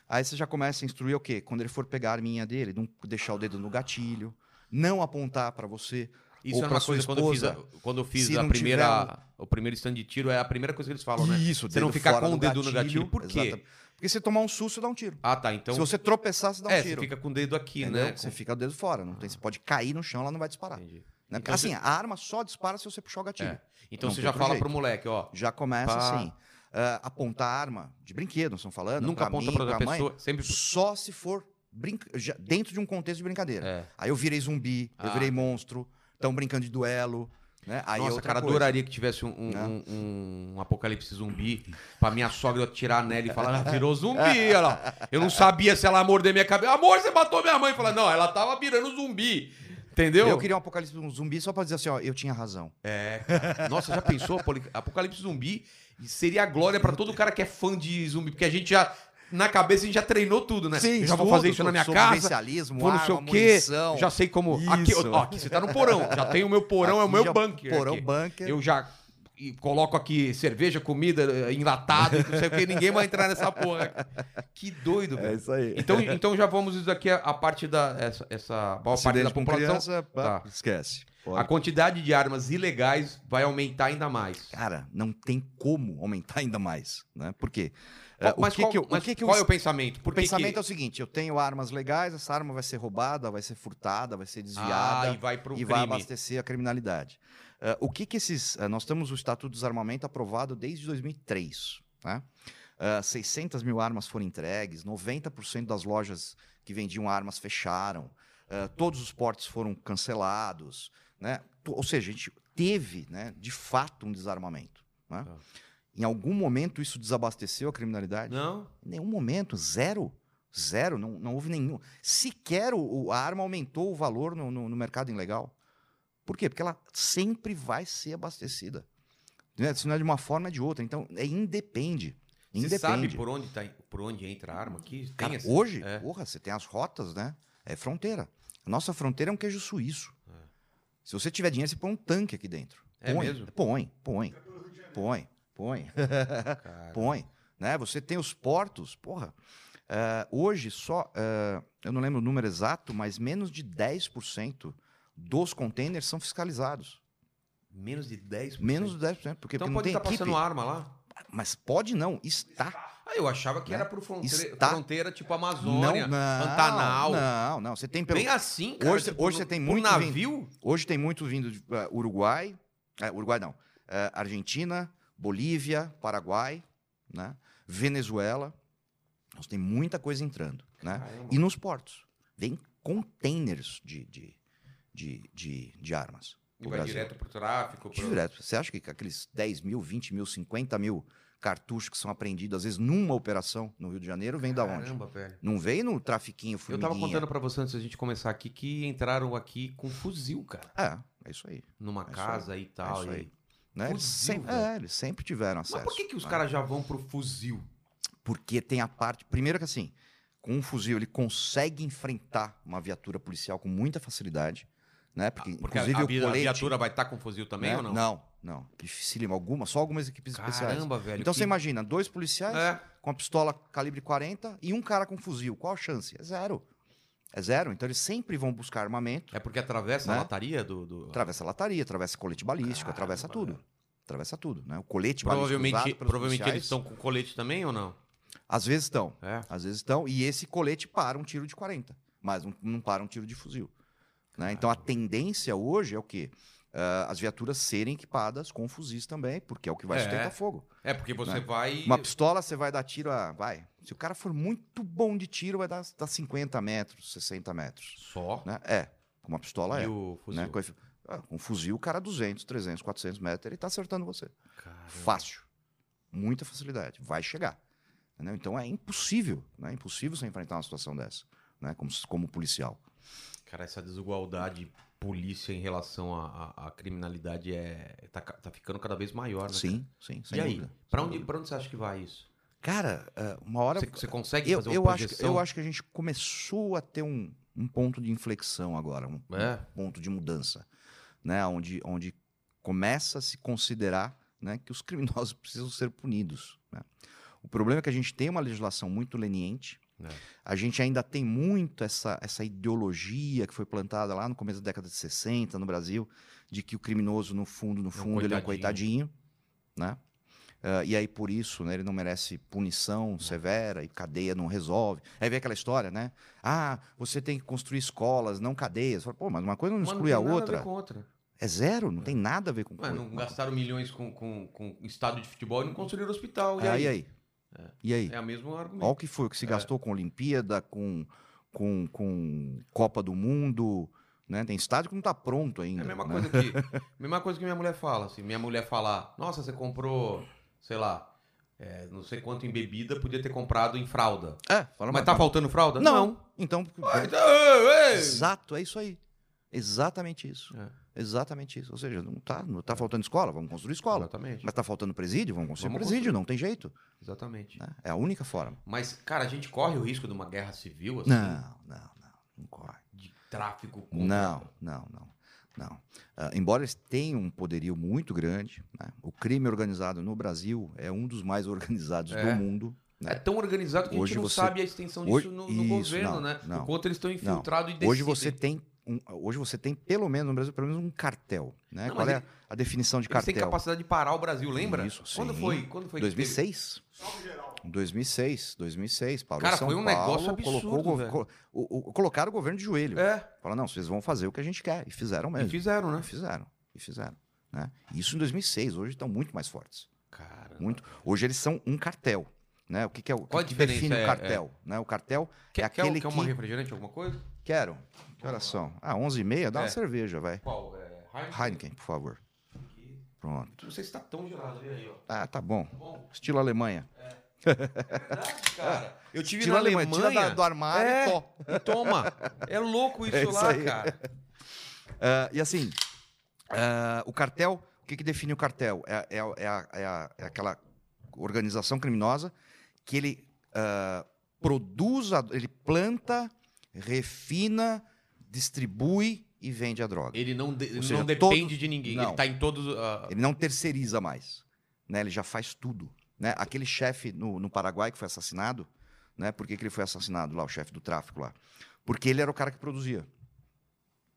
Aí você já começa a instruir o quê? Quando ele for pegar a arminha dele, não deixar o dedo no gatilho, não apontar para você.
Isso
ou
era
pra
uma coisa
sua
quando eu fiz, a,
esposa,
quando eu fiz
se
a
não
primeira.
tiver um
O primeiro stand de tiro é a primeira coisa que eles falam, né?
Isso,
Você não
dedo
ficar
fora
com
do
o dedo no gatilho, por quê?
Exatamente. Porque se tomar um susto, dá um tiro.
Ah, tá. Então.
se você tropeçar, você dá um
é, você
tiro.
fica com o dedo aqui,
entendeu?
né?
Você fica o dedo fora. Não tem, você pode cair no chão, ela não vai disparar. Né?
Entendi.
Porque,
Então
assim,
você-
a arma só dispara se você puxar o gatilho.
É. Então
Não
você
tem
já
outro
fala
jeito.
pro moleque, ó.
Já começa
Pá.
assim. ah, apontar a arma de brinquedo, nós estamos falando.
Nunca
pra
aponta
mim,
pra outra
pra mãe,
pessoa. Sempre.
Só se for brinca- já- dentro de um contexto de brincadeira.
É.
Aí eu virei zumbi,
Ah.
eu virei monstro, estão brincando de duelo, né? Aí é
Nossa,
outra
cara,
coisa.
adoraria que tivesse um, um-
Né?
um- um apocalipse zumbi pra minha sogra atirar nela e falar, ela virou zumbi, [laughs] olha lá. Eu não sabia se ela mordeu minha cabeça. Amor, você matou minha mãe. Falar, não, ela tava virando zumbi. Entendeu?
Eu queria um apocalipse de um zumbi só pra dizer assim, ó, eu tinha razão.
É, cara. Nossa, já pensou? Apoli- Apocalipse zumbi seria a glória pra todo cara que é fã de zumbi, porque a gente já. Na cabeça a gente já treinou tudo, né? eu já vou
tudo,
fazer isso na minha casa.
sobrevivencialismo,
Vou não sei o
arma,
quê.
ah, munição.
Já sei como. Aqui,
Isso.
ó, aqui você tá no porão. Já tem o meu porão, é o
Aqui
meu
já-
bunker.
Porão
aqui.
bunker.
Eu já e coloco aqui cerveja, comida, eh, enlatada, não sei o que, ninguém vai entrar nessa porra. Que doido, velho.
É isso aí. [laughs]
Então, então já vamos isso aqui a, a parte da essa, essa boa parte da
Acidente com
população.
criança, pá,
Tá.
esquece. Pode.
A quantidade de armas ilegais vai aumentar ainda mais.
Cara, não tem como aumentar ainda mais, né? Por quê?
Qual-
É, o
mas
que
qual,
que eu- o
mas
que que eu
qual é o pensamento? Por
O
que Ah,
pensamento
que...
é o seguinte, eu tenho armas legais, essa arma vai ser roubada, vai ser furtada, vai ser desviada.
Ah, e vai pro
e vai
crime.
abastecer a criminalidade. Ah, o que que esses... ah, nós temos o Estatuto do Desarmamento aprovado desde 2003, né? Ah, 600 mil armas foram entregues, 90% das lojas que vendiam armas fecharam, ah, todos os portes foram cancelados, né? To- Ou seja, a gente teve, né, de fato, um desarmamento. né?
Tá.
Em algum momento isso desabasteceu a criminalidade?
Não?
Em nenhum momento, zero. Zero, não, não houve nenhum. Sequer o, o- a arma aumentou o valor no, no- no mercado ilegal. Por quê? Porque ela sempre vai ser abastecida. Né? Se não é de uma forma, é de outra. Então, é independe.
Você
Independe.
sabe por onde, tá, por onde entra a arma aqui? Tem
Cara,
essa-
hoje,
É.
porra, você tem as rotas, né? É fronteira. A nossa fronteira é um queijo suíço. Se você tiver dinheiro, você põe um tanque aqui dentro.
É
põe,
mesmo?
Põe, põe, põe, põe,
Cara,
põe. Né? Você tem os portos, porra. eh, hoje só, eh, eu não lembro o número exato, mas menos de 10% dos containers são fiscalizados.
menos de 10%.
Menos de 10%, porque,
Então
porque não
pode
tem
estar
equipe.
passando arma lá?
Mas pode não, está.
Ah, eu achava que
Né?
era por fronteira,
Está-
fronteira tipo Amazônia, Pantanal.
Não, não, você tem pelo
Bem assim, cara.
Hoje- hoje você tem
um
muito
navio?
Hoje tem muito vindo de eh, Uruguai, eh, Uruguai não, eh, Argentina, Bolívia, Paraguai, né? Venezuela. Nós tem muita coisa entrando, né?
Caramba.
E nos portos vem containers de, de, de, de, de armas.
E
pro
vai
Brasil.
direto pro tráfico. Pro...
Direto. Você acha que aqueles 10 mil, 20 mil, 50 mil cartuchos que são apreendidos às vezes numa operação no Rio de Janeiro vem da onde?
Caramba, velho.
Não vem no trafiquinho
Eu tava
formiguinha.
contando pra você antes da gente começar aqui que entraram aqui com fuzil, cara.
É, é isso aí.
Numa
É isso
casa e tal.
isso
e-
aí. Né? Eles,
Fuzil,
sempre,
velho.
é, eles sempre tiveram acesso.
Mas por que, que os
né?
caras já vão pro fuzil?
Porque tem a parte. Primeiro que assim, com um fuzil ele consegue enfrentar uma viatura policial com muita facilidade, né? Porque,
Ah, Porque
inclusive
a,
o
vi- a
colete,
viatura vai estar com fuzil também
né?
ou não?
Não, não. Dificílimo. Alguma, só algumas equipes especiais.
Caramba, velho.
Então
que-
você imagina, dois policiais
É.
com uma pistola calibre 40 e um cara com fuzil. Qual a chance? É zero. É zero. Então eles sempre vão buscar armamento,
É porque atravessa a
Né?
lataria do. do-
atravessa a lataria, atravessa colete balístico,
Caramba,
atravessa tudo.
velho.
Atravessa tudo, né? O colete balístico
Provavelmente,
usado pelos
provavelmente eles
policiais,
estão com colete também ou não?
Às vezes estão.
É.
Às vezes estão. E esse colete para um tiro de 40, mas não, não para um tiro de fuzil. né? Então a tendência hoje é o quê? Ah, as viaturas serem equipadas com fuzis também, porque é o que vai
É.
sustentar fogo.
É porque você
Né?
vai.
Uma pistola, você vai dar tiro a. Vai. Se o cara for muito bom de tiro, vai dar, dar 50 metros, 60 metros.
Só.
Né? É. Com uma pistola
E
é.
o fuzil.
né? Com efe- ah, com um fuzil, o cara 200, 300, 400 metros, ele tá acertando você.
Caramba.
Fácil. Muita facilidade. Vai chegar. Entendeu? Então é impossível. Né? É impossível você enfrentar uma situação dessa. Né? Como, como policial.
Cara, essa desigualdade polícia em relação à, à- à criminalidade é tá, ca- tá ficando cada vez maior, né?
Sim, sim. Sem
E aí,
dúvida.
pra
Sem
onde,
dúvida.
pra onde você acha que vai isso?
Cara, é, uma hora.
Você, você consegue
eu,
fazer uma
eu, acho, que-
projeção?
eu acho que a gente começou a ter um, um ponto de inflexão agora. Um,
É.
ponto de mudança. Né? Onde, onde começa a se considerar né, que os [laughs] criminosos precisam ser punidos. né? O problema é que a gente tem uma legislação muito leniente.
É.
A gente ainda tem muito essa, essa ideologia que foi plantada lá no começo da década de 60 no Brasil, de que o criminoso, no fundo, no fundo, ele é um
coitadinho.
coitadinho. Né? Ah, e aí, por isso, né, ele não merece
É.
punição severa e cadeia não resolve. Aí vem aquela história, né? Ah, você tem que construir escolas, não cadeias. Fala, Pô, mas uma coisa não
Mas não
exclui
tem
a
nada ver
outra.
com outra.
É zero, não tem nada a ver com
Ué,
coisa.
não gastaram milhões com, com, com estádio de futebol e não construíram hospital. E
Ah,
aí?
e aí? E aí?
É o mesmo argumento.
Olha o que foi, o que se gastou com Olimpíada, com, com, com Copa do Mundo, né? Tem estádio que não está pronto
É
ainda.
a mesma
né?
coisa que mesma coisa que minha mulher fala. Se minha mulher falar, nossa, você comprou, sei lá, é, não sei quanto em bebida, podia ter comprado em fralda.
É, fala
Mas tá faltando fralda?
Não. Então,
Ah, então, ei, ei.
exato, é isso aí. Exatamente isso.
É.
Exatamente isso. Ou seja, não tá, não tá faltando escola, vamos construir escola.
Exatamente.
Mas tá faltando presídio, vamos construir
Vamos
presídio, não tem jeito.
Exatamente.
né? É a única forma.
Mas, cara, a gente corre o risco de uma guerra civil, assim,
Não, não, não, não corre.
de tráfico contra...
Não, não, não. não. Ah, embora eles tenham um poderio muito grande, né, o crime organizado no Brasil é um dos mais organizados
É.
do mundo. né?
É tão organizado que
Hoje
a gente não
você-
sabe a extensão
Hoje-
disso no, no
Isso,
governo,
não,
né?
não.
o quanto eles estão infiltrados e decidem.
Hoje você tem. um- hoje você tem, pelo menos no Brasil, pelo menos um cartel. Né?
Não,
Qual
mas
é a- a definição de
Eles têm
cartel?
capacidade de parar o Brasil, lembra?
Isso,
quando
sim.
foi? Quando foi que teve?
2006?
Salve geral.
2006, 2006, Paulo
Cara,
São
foi um
Paulo
negócio absurdo,
colocou, o gov-
velho.
colo- o- o- colocaram o governo de joelho.
É,
Falaram, não, vocês vão fazer o que a gente quer. E fizeram
e
mesmo.
fizeram, né?
E fizeram, e fizeram. Né? Isso em 2006, hoje estão muito mais fortes.
Cara,
Muito. Hoje eles são um cartel. Né? O que, que é o
Qual a
o que
diferença?
define
É-
o cartel? Né? O cartel
Quer,
é
quer, um-
aquele
quer uma
que-
refrigerante, alguma coisa?
Quero. Que horas são? Ah, 11h30, dá
É.
uma cerveja, vai.
Qual? É, Heineken?
Heineken, por favor. Pronto.
Não sei se tá tão gelado, vê aí, ó.
Ah, tá bom.
Tá bom?
Estilo Alemanha.
É verdade, cara. Eu tive
Estilo
na Alemanha.
Tira da- do armário
É.
e to.
E toma. É louco isso,
É isso
lá,
aí.
cara.
Ah, e assim, ah, o cartel, o que, que define o cartel? É, é, é a- é a- é aquela organização criminosa que ele ah, produz, a- ele planta, refina, distribui e vende a droga.
Ele não, de-
Ou seja,
não depende
todos-
de ninguém.
Não.
Ele tá em todos. ah,
Ele não terceiriza mais, né? Ele já faz tudo, né? Aquele chefe no, no Paraguai que foi assassinado, né? Por que, que ele foi assassinado lá, o chefe do tráfico lá? Porque ele era o cara que produzia.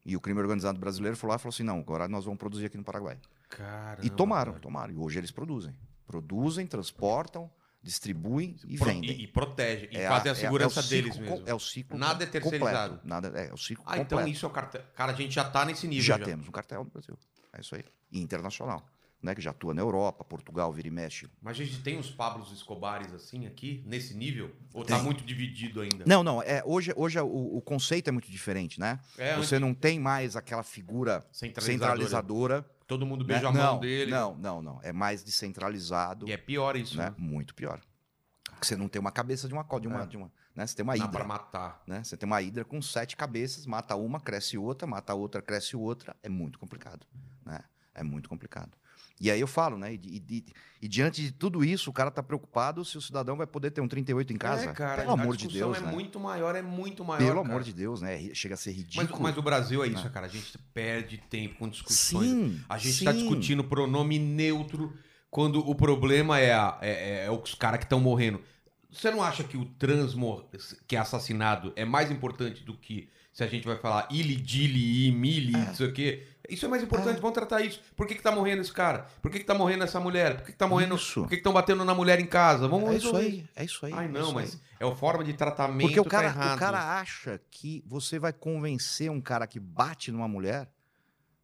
E o crime organizado brasileiro foi lá e falou assim, não, agora nós vamos produzir aqui no Paraguai.
Caramba,
E tomaram,
cara.
tomaram. E hoje eles produzem. Produzem, transportam, distribuem e
Pro-
vendem.
E, e protege. E
É
fazem a,
é
segurança
é o
deles
ciclo
mesmo.
com- É o ciclo
Nada é
com-
terceirizado.
completo. Nada, é, é o ciclo
Ah,
completo.
então isso é o cartel. Cara, a gente já tá nesse nível.
já, temos um cartel no Brasil. É isso aí. E internacional. Né, que já atua na Europa, Portugal, vira e mexe.
Mas a gente tem uns Pablos Escobares assim aqui, nesse nível? Ou tá
Tem.
muito dividido ainda?
Não, não. É, hoje hoje o, o conceito é muito diferente, né?
É,
Você não tem mais aquela figura
centralizador.
centralizadora.
Todo mundo
né?
beija a mão
não,
dele.
não, não, não. É mais descentralizado.
E é pior isso.
né?
né?
Muito pior. Porque você não tem uma cabeça de uma co- de uma,
É.
de uma né? Você tem uma
Dá
hidra,
pra matar.
né? Você tem uma hidra com sete cabeças, mata uma, cresce outra, mata outra, cresce outra. É muito complicado, né? É muito complicado. E aí eu falo, né? E, di- e di- e diante de tudo isso, o cara tá preocupado se o cidadão vai poder ter um 38 em casa.
É, cara,
Pelo
a
amor de
discussão
Deus,
é
né?
muito maior, é muito maior.
Pelo
cara.
amor de Deus, né? Ri- Chega a ser
mas,
ridículo.
mas o Brasil é isso, cara. A gente perde tempo com discussões.
sim,
A gente
sim.
tá discutindo pronome neutro quando o problema é, a- é- é- é os caras que estão morrendo. Você não acha que o trans mor- que é assassinado é mais importante do que se a gente vai falar ili, dili, imili, não sei o quê? Isso é mais importante, vamos tratar isso. Por que, que tá morrendo esse cara? Por que, que tá morrendo essa mulher? Por que, que tá morrendo.
Isso.
Por que estão batendo na mulher em casa? Vamos
É isso
resolver.
aí, é isso aí.
Ai,
é
não,
isso
mas
aí.
é a forma de tratamento
Porque o
tá
cara,
errado.
o cara acha que você vai convencer um cara que bate numa mulher,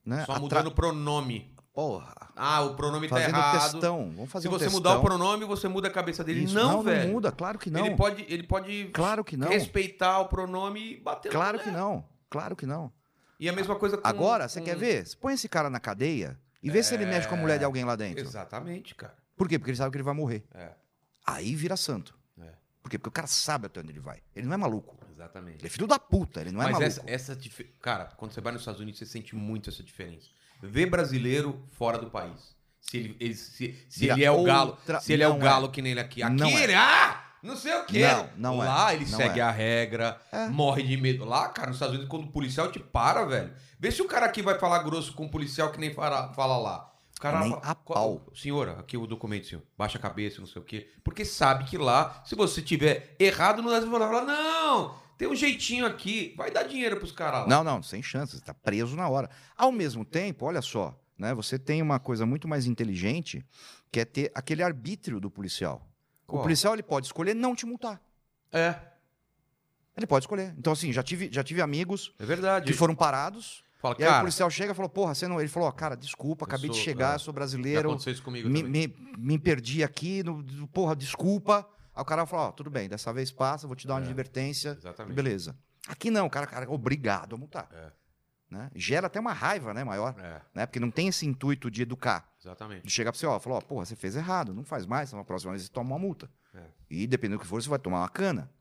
né?
Só
a tra-
mudando o pronome.
Porra.
Ah, o pronome tá
Fazendo
errado.
testão. Vamos fazer
Se
um
você
textão.
mudar o pronome, você muda a cabeça dele.
Isso.
Não, velho.
muda, claro que não.
Ele pode, ele pode
Claro que não.
respeitar né? o pronome e bater no
Claro
moleque.
que não. Claro que não.
E a mesma coisa com...
Agora, você
com-
quer ver? Põe esse cara na cadeia e vê se ele mexe com a
É,
mulher de alguém lá dentro.
Exatamente, cara.
Por quê? Porque ele sabe que ele vai morrer.
É.
Aí vira santo.
É.
Por quê? Porque o cara sabe até onde ele vai. Ele não é maluco. Ele
Exatamente.
é filho da puta, ele não é
Mas
maluco.
essa, essa dif- Cara, quando você vai nos Estados Unidos, você sente muito essa diferença. Ver brasileiro fora do país. Se ele, ele- se, se
Vira
ele é o galo,
outra-
se ele é o
não é.
galo que nem ele aqui. Aqui
Não é.
ele, ah! Não sei o quê.
Não, não é.
Lá ele
Não
segue
é.
a regra,
É.
morre de medo. Lá, cara, nos Estados Unidos, quando o policial te para, velho. Vê se o cara aqui vai falar grosso com o policial que nem fala, fala lá. O cara
Nem
fala,
a
"Qual-
pau."
Senhora, aqui o documento, senhor. Baixa a cabeça, não sei o quê. Porque sabe que lá, se você tiver errado, não vai falar, não, tem um jeitinho aqui. Vai dar dinheiro pros caras lá.
Não, não, sem chance, você tá preso na hora. Ao mesmo tempo, olha só, né? Você tem uma coisa muito mais inteligente, que é ter aquele arbítrio do policial. O
Qual?
policial ele pode escolher não te multar.
É,
Ele pode escolher. Então assim, já tive, já tive amigos
é verdade.
que foram parados.
Fala,
E aí o
cara,
policial chega e falou: "Porra, você não". Ele falou: ó, "Cara, desculpa,
Eu
acabei de
sou-
chegar,
é. já
sou brasileiro,
aconteceu isso comigo
me,
também.
me, me perdi aqui, no, porra, desculpa". Aí o cara falou: "Ó, tudo bem, dessa vez passa, vou te dar uma
É.
advertência".
Exatamente.
Beleza. Aqui não, o cara, cara é obrigado a multar.
É.
Né? Gera até uma raiva, né, maior,
É,
né? Porque não tem esse intuito de educar,
exatamente.
de chegar para você, ó, falar, ó, porra, você fez errado, não faz mais, na próxima vez você toma uma multa.
É.
E dependendo do que for, você vai tomar uma cana.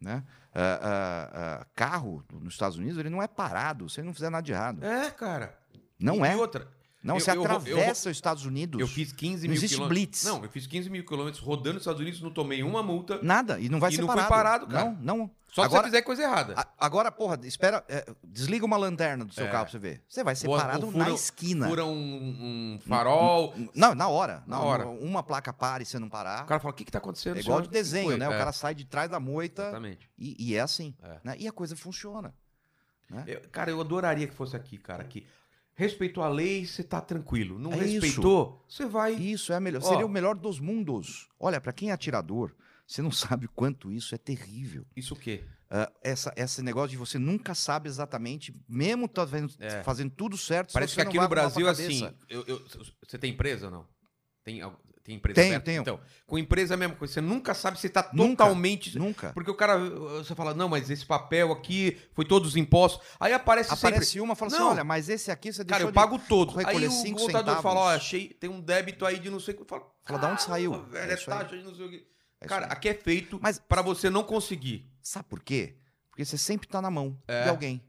Né? Ah, ah, ah, carro nos Estados Unidos, ele não é parado se ele não fizer nada de errado.
É, cara.
Não
E-
é.
E outra,
Não,
eu-
você
eu vou- eu
atravessa os Estados Unidos.
eu fiz 15
Não
mil
existe
quilômetros.
blitz.
Não, eu fiz 15 mil quilômetros rodando nos Estados Unidos, não tomei uma multa.
Nada, e não vai
E
ser
não foi
parado.
parado, cara.
Não, não.
Só
Agora- Ah,
se você fizer coisa errada.
A- Agora, porra, espera. é, desliga uma lanterna do seu
É.
carro pra você ver. Você vai ser
Ou- ou
parado
fura-
na esquina.
Fura um, um farol.
Não, na hora.
Na
Não,
hora.
Uma placa para e você não parar.
O cara fala, o que que tá acontecendo?
é igual de
senhor?"
desenho,
Foi,
né? O
é,
cara tá sai de trás da moita
Exatamente.
e, e é assim.
É.
né? E a coisa funciona.
Eu- cara, eu adoraria que fosse aqui, cara. Que respeitou a lei, você tá tranquilo. Não
É isso.
respeitou, você vai.
Isso é a melhor.
Ó.
Seria o melhor dos mundos. Olha, pra quem é atirador, você não [laughs] sabe o quanto isso é terrível.
Isso o quê?
Ah, essa, esse negócio de você nunca sabe exatamente, mesmo tá fazendo,
É.
fazendo tudo certo, se
Parece
você
que
não
aqui
vai
no é
arrumar a
Brasil é
cabeça.
assim. eu- eu- você tem empresa ou não? Tem, al- Tem empresa
Tenho,
aberta?
tenho.
Então, com empresa é a mesma coisa. Você nunca sabe se está
Nunca.
totalmente.
Nunca.
Porque o cara, você fala, não, mas esse papel aqui foi todos os impostos. Aí aparece,
Aparece
sempre.
uma e fala assim:
Não.
olha, mas esse aqui você
Cara,
deixou
eu pago todo. Aí
recolher
o
cinco
contador
centavos.
fala, ó, achei, tem um débito aí de não sei o que. Fala,
Fala, da onde saiu?
"Caramba, Velho,
É
é,
isso aí.
taxa de não sei o que.
de... É isso
Cara,
aí.
aqui é feito
Mas-
para você não conseguir.
sabe por quê? Porque você sempre tá na mão
É.
de alguém.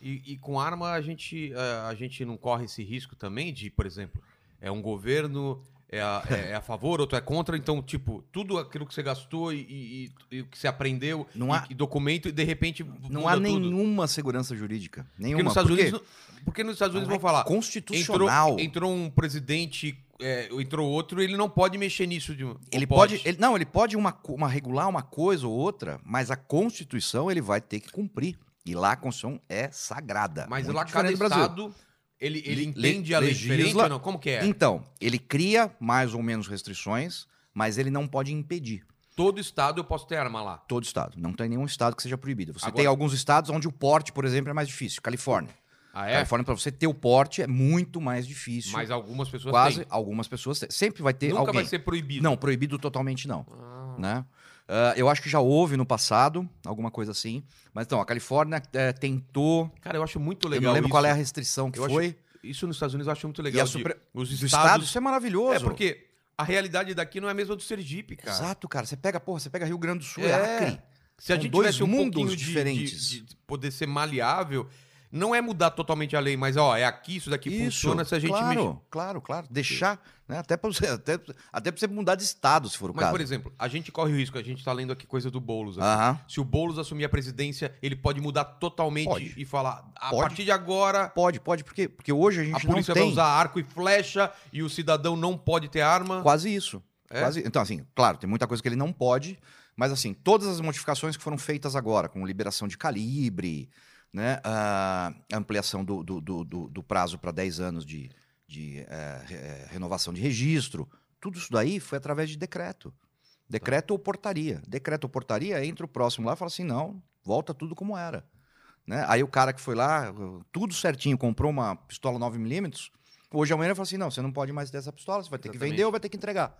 E, e com arma a gente, eh, a gente não corre esse risco também de, por exemplo, é um governo é a, é- é a favor, outro é contra, então, tipo, tudo aquilo que você gastou e, e- e- e o que você aprendeu,
Não há-
e, que documento, e de repente
Não
muda
há
tudo.
nenhuma segurança jurídica.
Porque
Nenhuma.
nos Estados
Por quê?
Unidos, não- porque nos Estados Unidos
Não é
vão falar, entrou,
Constitucional.
entrou um presidente, é, entrou outro, ele não pode mexer nisso. De, um- ou
Ele pode, ele- não, ele pode uma, co- uma regular uma coisa ou outra, mas a Constituição ele vai ter que cumprir. E lá a Constituição é sagrada.
mas
muito
lá
diferente
cada
do Brasil.
estado, ele, ele
Le-
entende a lei
legisla-
diferente ou não? Como que é?
Então, ele cria mais ou menos restrições, mas ele não pode impedir
Todo estado eu posso ter arma lá.
todo estado. Não tem nenhum estado que seja proibido. Você
Agora-
tem alguns estados onde o porte, por exemplo, é mais difícil. Califórnia.
Ah, é?
Califórnia, para você ter o porte, é muito mais difícil.
Mas algumas pessoas
Quase
têm.
algumas pessoas. têm. Sempre vai ter
Nunca
alguém.
vai ser proibido.
Não, proibido totalmente não.
Ah,
né? Ah, eu acho que já houve no passado, alguma coisa assim. Mas então, a Califórnia eh, tentou.
Cara, eu acho muito
eu
legal
não lembro
isso.
qual é a restrição que
Eu acho
foi.
Isso nos Estados Unidos eu acho muito
E
legal.
a
de-
supre-
Os
Dos
estados...
estados, isso é maravilhoso.
É, porque a realidade daqui não é a mesma do Sergipe, cara.
Exato, cara. Você pega, porra, você pega Rio Grande do Sul, é,
É.
Acre.
Se a
São
gente
dois
tivesse um
mundos
pouquinho de- de-
diferentes.
De, de poder ser maleável, não é mudar totalmente a lei, mas ó, é aqui, isso daqui
Isso,
funciona se a gente
claro,
mexer.
claro, claro. Deixar, né? Até pra você, até, até pra você mudar de estado, se for o
Mas,
caso. Ah.
por exemplo, a gente corre o risco, a gente tá lendo aqui coisa do Boulos. aqui.
Aham.
Se o Boulos assumir a presidência, ele pode mudar totalmente
Pode.
e falar, a
Pode.
partir de agora,
Pode, pode, porque, porque hoje a gente
A
não
polícia vai
tem
usar arco e flecha e o cidadão não pode ter arma.
quase isso.
É?
Quase- Então, assim, claro, tem muita coisa que ele não pode, mas assim, todas as modificações que foram feitas agora, com liberação de calibre, né, a ampliação do, do- do- do- do prazo para 10 anos de, de, eh, re- eh, renovação de registro, tudo isso daí foi através de
Tá.
decreto. Decreto ou portaria. Decreto ou portaria, entra o próximo lá e fala assim: não, volta tudo como era. Né? Aí o cara que foi lá, tudo certinho, comprou uma pistola 9mm, hoje amanhã ele fala assim: não, você não pode mais ter essa pistola, você vai ter que
Exatamente.
vender ou vai ter que entregar.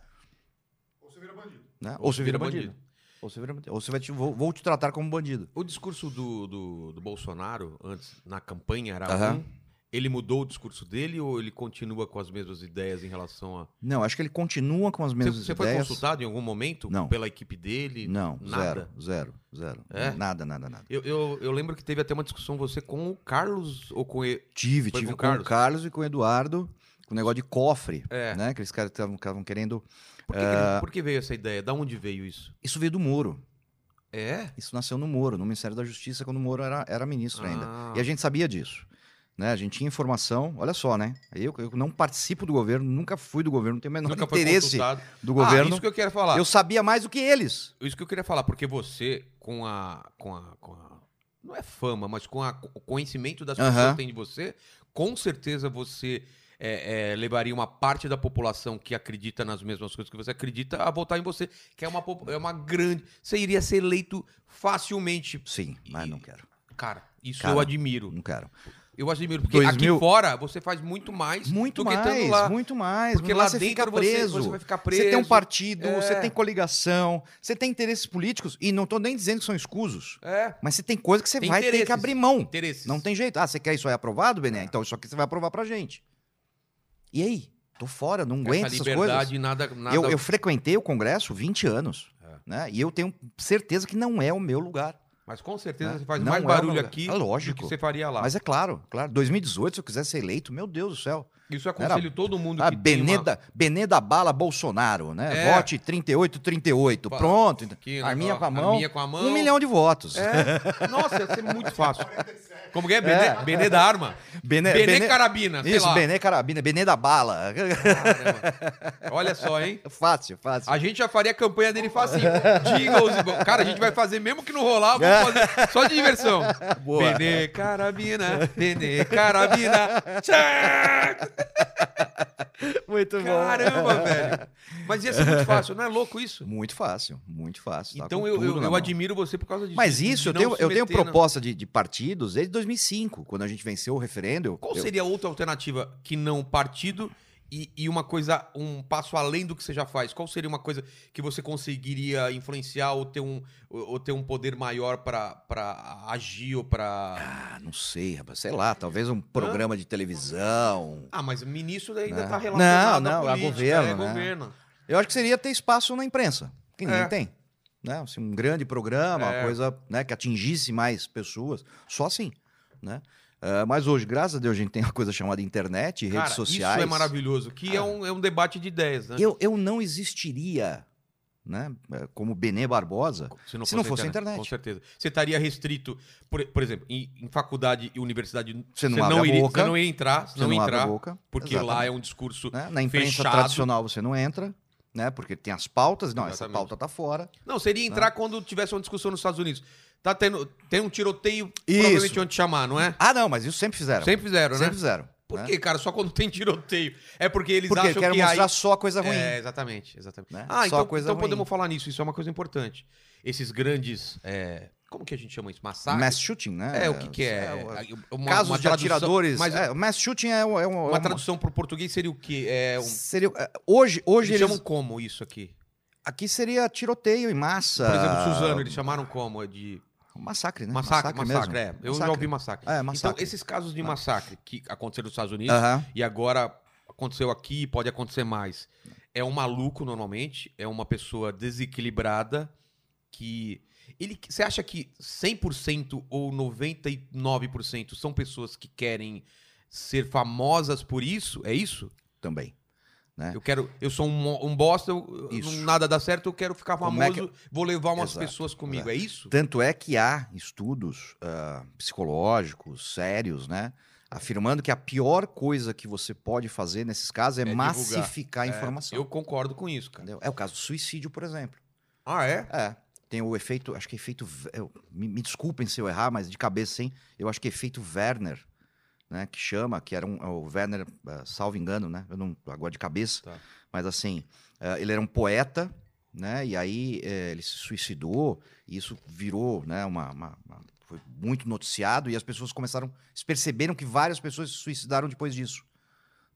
Ou você vira bandido.
Né? Ou, você vira bandido. Ou você vira bandido. Ou você vai te, vou, vou te tratar como bandido.
O discurso do, do, do Bolsonaro antes, na campanha, era
Aham.
um. Ele mudou o discurso dele ou ele continua com as mesmas ideias em relação a.
Não, acho que ele continua com as
Você,
mesmas
você foi
ideias.
consultado em algum momento
Não.
pela equipe dele?
Não,
Nada?
zero, zero, zero.
É?
Nada, nada, nada.
Eu, eu, eu lembro que teve até uma discussão você com o Carlos ou com ele.
Tive,
Foi
tive
com o
com, o
Carlos?
Carlos e com o Eduardo, com o negócio de cofre,
É.
né? Aqueles caras que estavam querendo.
Por, que que
Ah.
ele- por que veio essa ideia? Da onde veio isso?
Isso veio do Moro.
É?
Isso nasceu no Moro, no Ministério da Justiça, quando o Moro era, era ministro ainda.
Ah.
né? E a gente sabia disso. Né? A gente tinha informação, olha só, né? Eu, eu não participo do governo, nunca fui do governo, não tenho o menor
Nunca foi
interesse
consultado.
do
Ah,
governo.
isso que eu quero falar.
Eu sabia mais do que eles.
Isso que eu queria falar, porque você, com a. com a. com a- não é fama, mas com a, o conhecimento das pessoas
Aham.
que tem de você, com certeza você é, é, levaria uma parte da população que acredita nas mesmas coisas que você acredita a votar em você, que é uma, popu- é uma grande. Você iria ser eleito facilmente.
Sim, mas
E-
não quero.
Cara, isso
Cara.
eu admiro.
Não quero.
Eu admiro, porque
2000
aqui fora você faz muito mais
Muito
do que
mais,
estando lá.
muito mais.
porque
Porque
lá
você
dentro
fica
você-
preso.
Você,
Você,
vai ficar preso.
tem um partido, você
É.
tem coligação, você tem interesses políticos. E não estou nem dizendo que são escusos,
É,
mas você tem coisa que você
Tem
vai ter
interesses.
que abrir mão.
interesses.
Não tem jeito. Ah, você quer isso aí aprovado, Bené? Então isso aqui você vai aprovar pra gente. E aí? Tô fora, não aguento
Essa
essas coisas.
liberdade, nada, nada
Eu, eu frequentei o Congresso 20 anos,
É.
né? E eu tenho certeza que não é o meu lugar.
Mas com certeza
né?
você faz
Não
mais
é
barulho
uma-
aqui
É
do
lógico.
que você faria lá.
Mas é claro, claro. 2018, se eu quisesse ser eleito, meu Deus do céu.
Isso eu aconselho todo mundo
Ah,
que tem uma-
Benê, da, Benê da Bala Bolsonaro, né?
É.
Vote 3838,
Pá,
pronto.
que-
arminha
ó,
com a mão,
arminha com a mão.
Um milhão de votos. [laughs]
É. Nossa, ia ser muito fácil.
47.
Como que é? Benê, Benê da arma.
Benê,
Benê,
Benê-
carabina, sei
Isso,
lá.
Benê Carabina, Benê da Bala. [laughs]
Caramba. Olha só, hein?
fácil, fácil.
A gente já faria a campanha dele facinho. Jingles e bo- Cara, a gente vai fazer mesmo que não rolar, vamos fazer só de diversão.
É. Boa.
Benê carabina, Benê carabina. Tchac!
Muito
Caramba, velho. Mas ia ser muito fácil, não é louco isso?
[laughs] Muito fácil, muito fácil. tá
Então
com
eu,
tudo
eu, eu
na mão.
admiro você por causa disso.
Mas isso, eu
de
tenho,
não se
eu tenho
meter na-
proposta de, de partidos desde 2005, quando a gente venceu o referendo. eu-
Qual
eu-
seria outra alternativa que não partido e, e uma coisa, um passo além do que você já faz? Qual seria uma coisa que você conseguiria influenciar ou ter um, ou ou ter um poder maior pra, pra agir ou pra.
Ah, não sei, rapaz. Sei lá, talvez um programa de televisão.
Ah, mas ministro ainda
Não.
tá relacionado
Né? Não,
a
não, é
política,
governo,
é
né?
governo.
Eu acho que seria ter espaço na imprensa, que ninguém
É.
tem. Né? Assim, um grande programa,
É.
uma coisa né, que atingisse mais pessoas, só assim. Né? Ah, mas hoje, graças a Deus, a gente tem uma coisa chamada internet,
Cara,
redes sociais. Ah.
Isso é maravilhoso. Que é, um, é um debate de ideias, né?
Eu, eu não existiria né, como Benê Barbosa. se não fosse a internet.
Com certeza. Você estaria restrito, por, por exemplo, em, em faculdade e universidade.
Você não abre a
iria,
boca.
Você não ia entrar, você
Você
não, ia
abre a
entrar.
boca.
Porque lá é um discurso.
Né? Na imprensa
fechado.
tradicional você não entra, né? Porque tem as pautas. Não, essa
Exatamente.
pauta tá fora.
Não, seria entrar
Né?
quando tivesse uma discussão nos Estados Unidos. Tá tendo. Tem um tiroteio,
Isso.
provavelmente onde chamar, não é?
Ah, não, mas isso sempre fizeram.
Sempre fizeram,
Sempre
né?
fizeram.
Por
né?
quê, cara? Só quando tem tiroteio. É porque eles
Porque
acham
querem
que aí.
mostrar só coisa ruim.
É, exatamente, exatamente.
Né?
Ah,
Só
então,
coisa
então
ruim.
podemos falar nisso, isso é uma coisa importante. Esses grandes. é, como que a gente chama isso? Massacres?
Mass shooting, né?
É, o que, que é?
o-
É uma-
Casos
uma
de
tradução-
atiradores.
Mas
é, o mass shooting é, um- é um- é
uma
uma-
tradução para o português seria o quê? É um-
seria- é, hoje, hoje
eles
eles-
chamam como isso aqui?
aqui seria tiroteio em massa.
Por exemplo, Suzano, eles chamaram como? é De
Massacre, né?
massacre, massacre, é. Eu já
Massacre.
ouvi massacre.
É, massacre.
Então, esses casos de massacre que aconteceram nos Estados Unidos
Aham.
e agora aconteceu aqui e pode acontecer mais. É um maluco, normalmente, é uma pessoa desequilibrada que... Ele, você acha que 100% ou 99% são pessoas que querem ser famosas por isso? É isso?
Também.
Eu quero, eu sou um, mo- um bosta, eu, eu
É. Isso.
não- nada dá certo, eu quero ficar
Como é
famoso, vou levar umas
Exato,
pessoas comigo, é isso?
Tanto é que há estudos ah, psicológicos sérios, né? Afirmando que a pior coisa que você pode fazer nesses casos é,
divulgar.
massificar a
É,
informação.
Eu concordo com isso, cara.
entendeu? É o caso do suicídio, por exemplo.
Ah, é?
É. Tem o efeito, acho que é efeito. Ve- eu- me, me desculpem se eu errar, mas de cabeça, hein? Eu acho que é efeito Werner, né? Que chama, que era um. é O Werner, ah, salvo engano, né? Eu não. Agora de cabeça.
Tá.
Mas assim, ah, ele era um poeta, né? E aí eh, ele se suicidou, e isso virou, né? Uma, uma- uma- foi muito noticiado, e as pessoas começaram. se Perceberam que várias pessoas se suicidaram depois disso.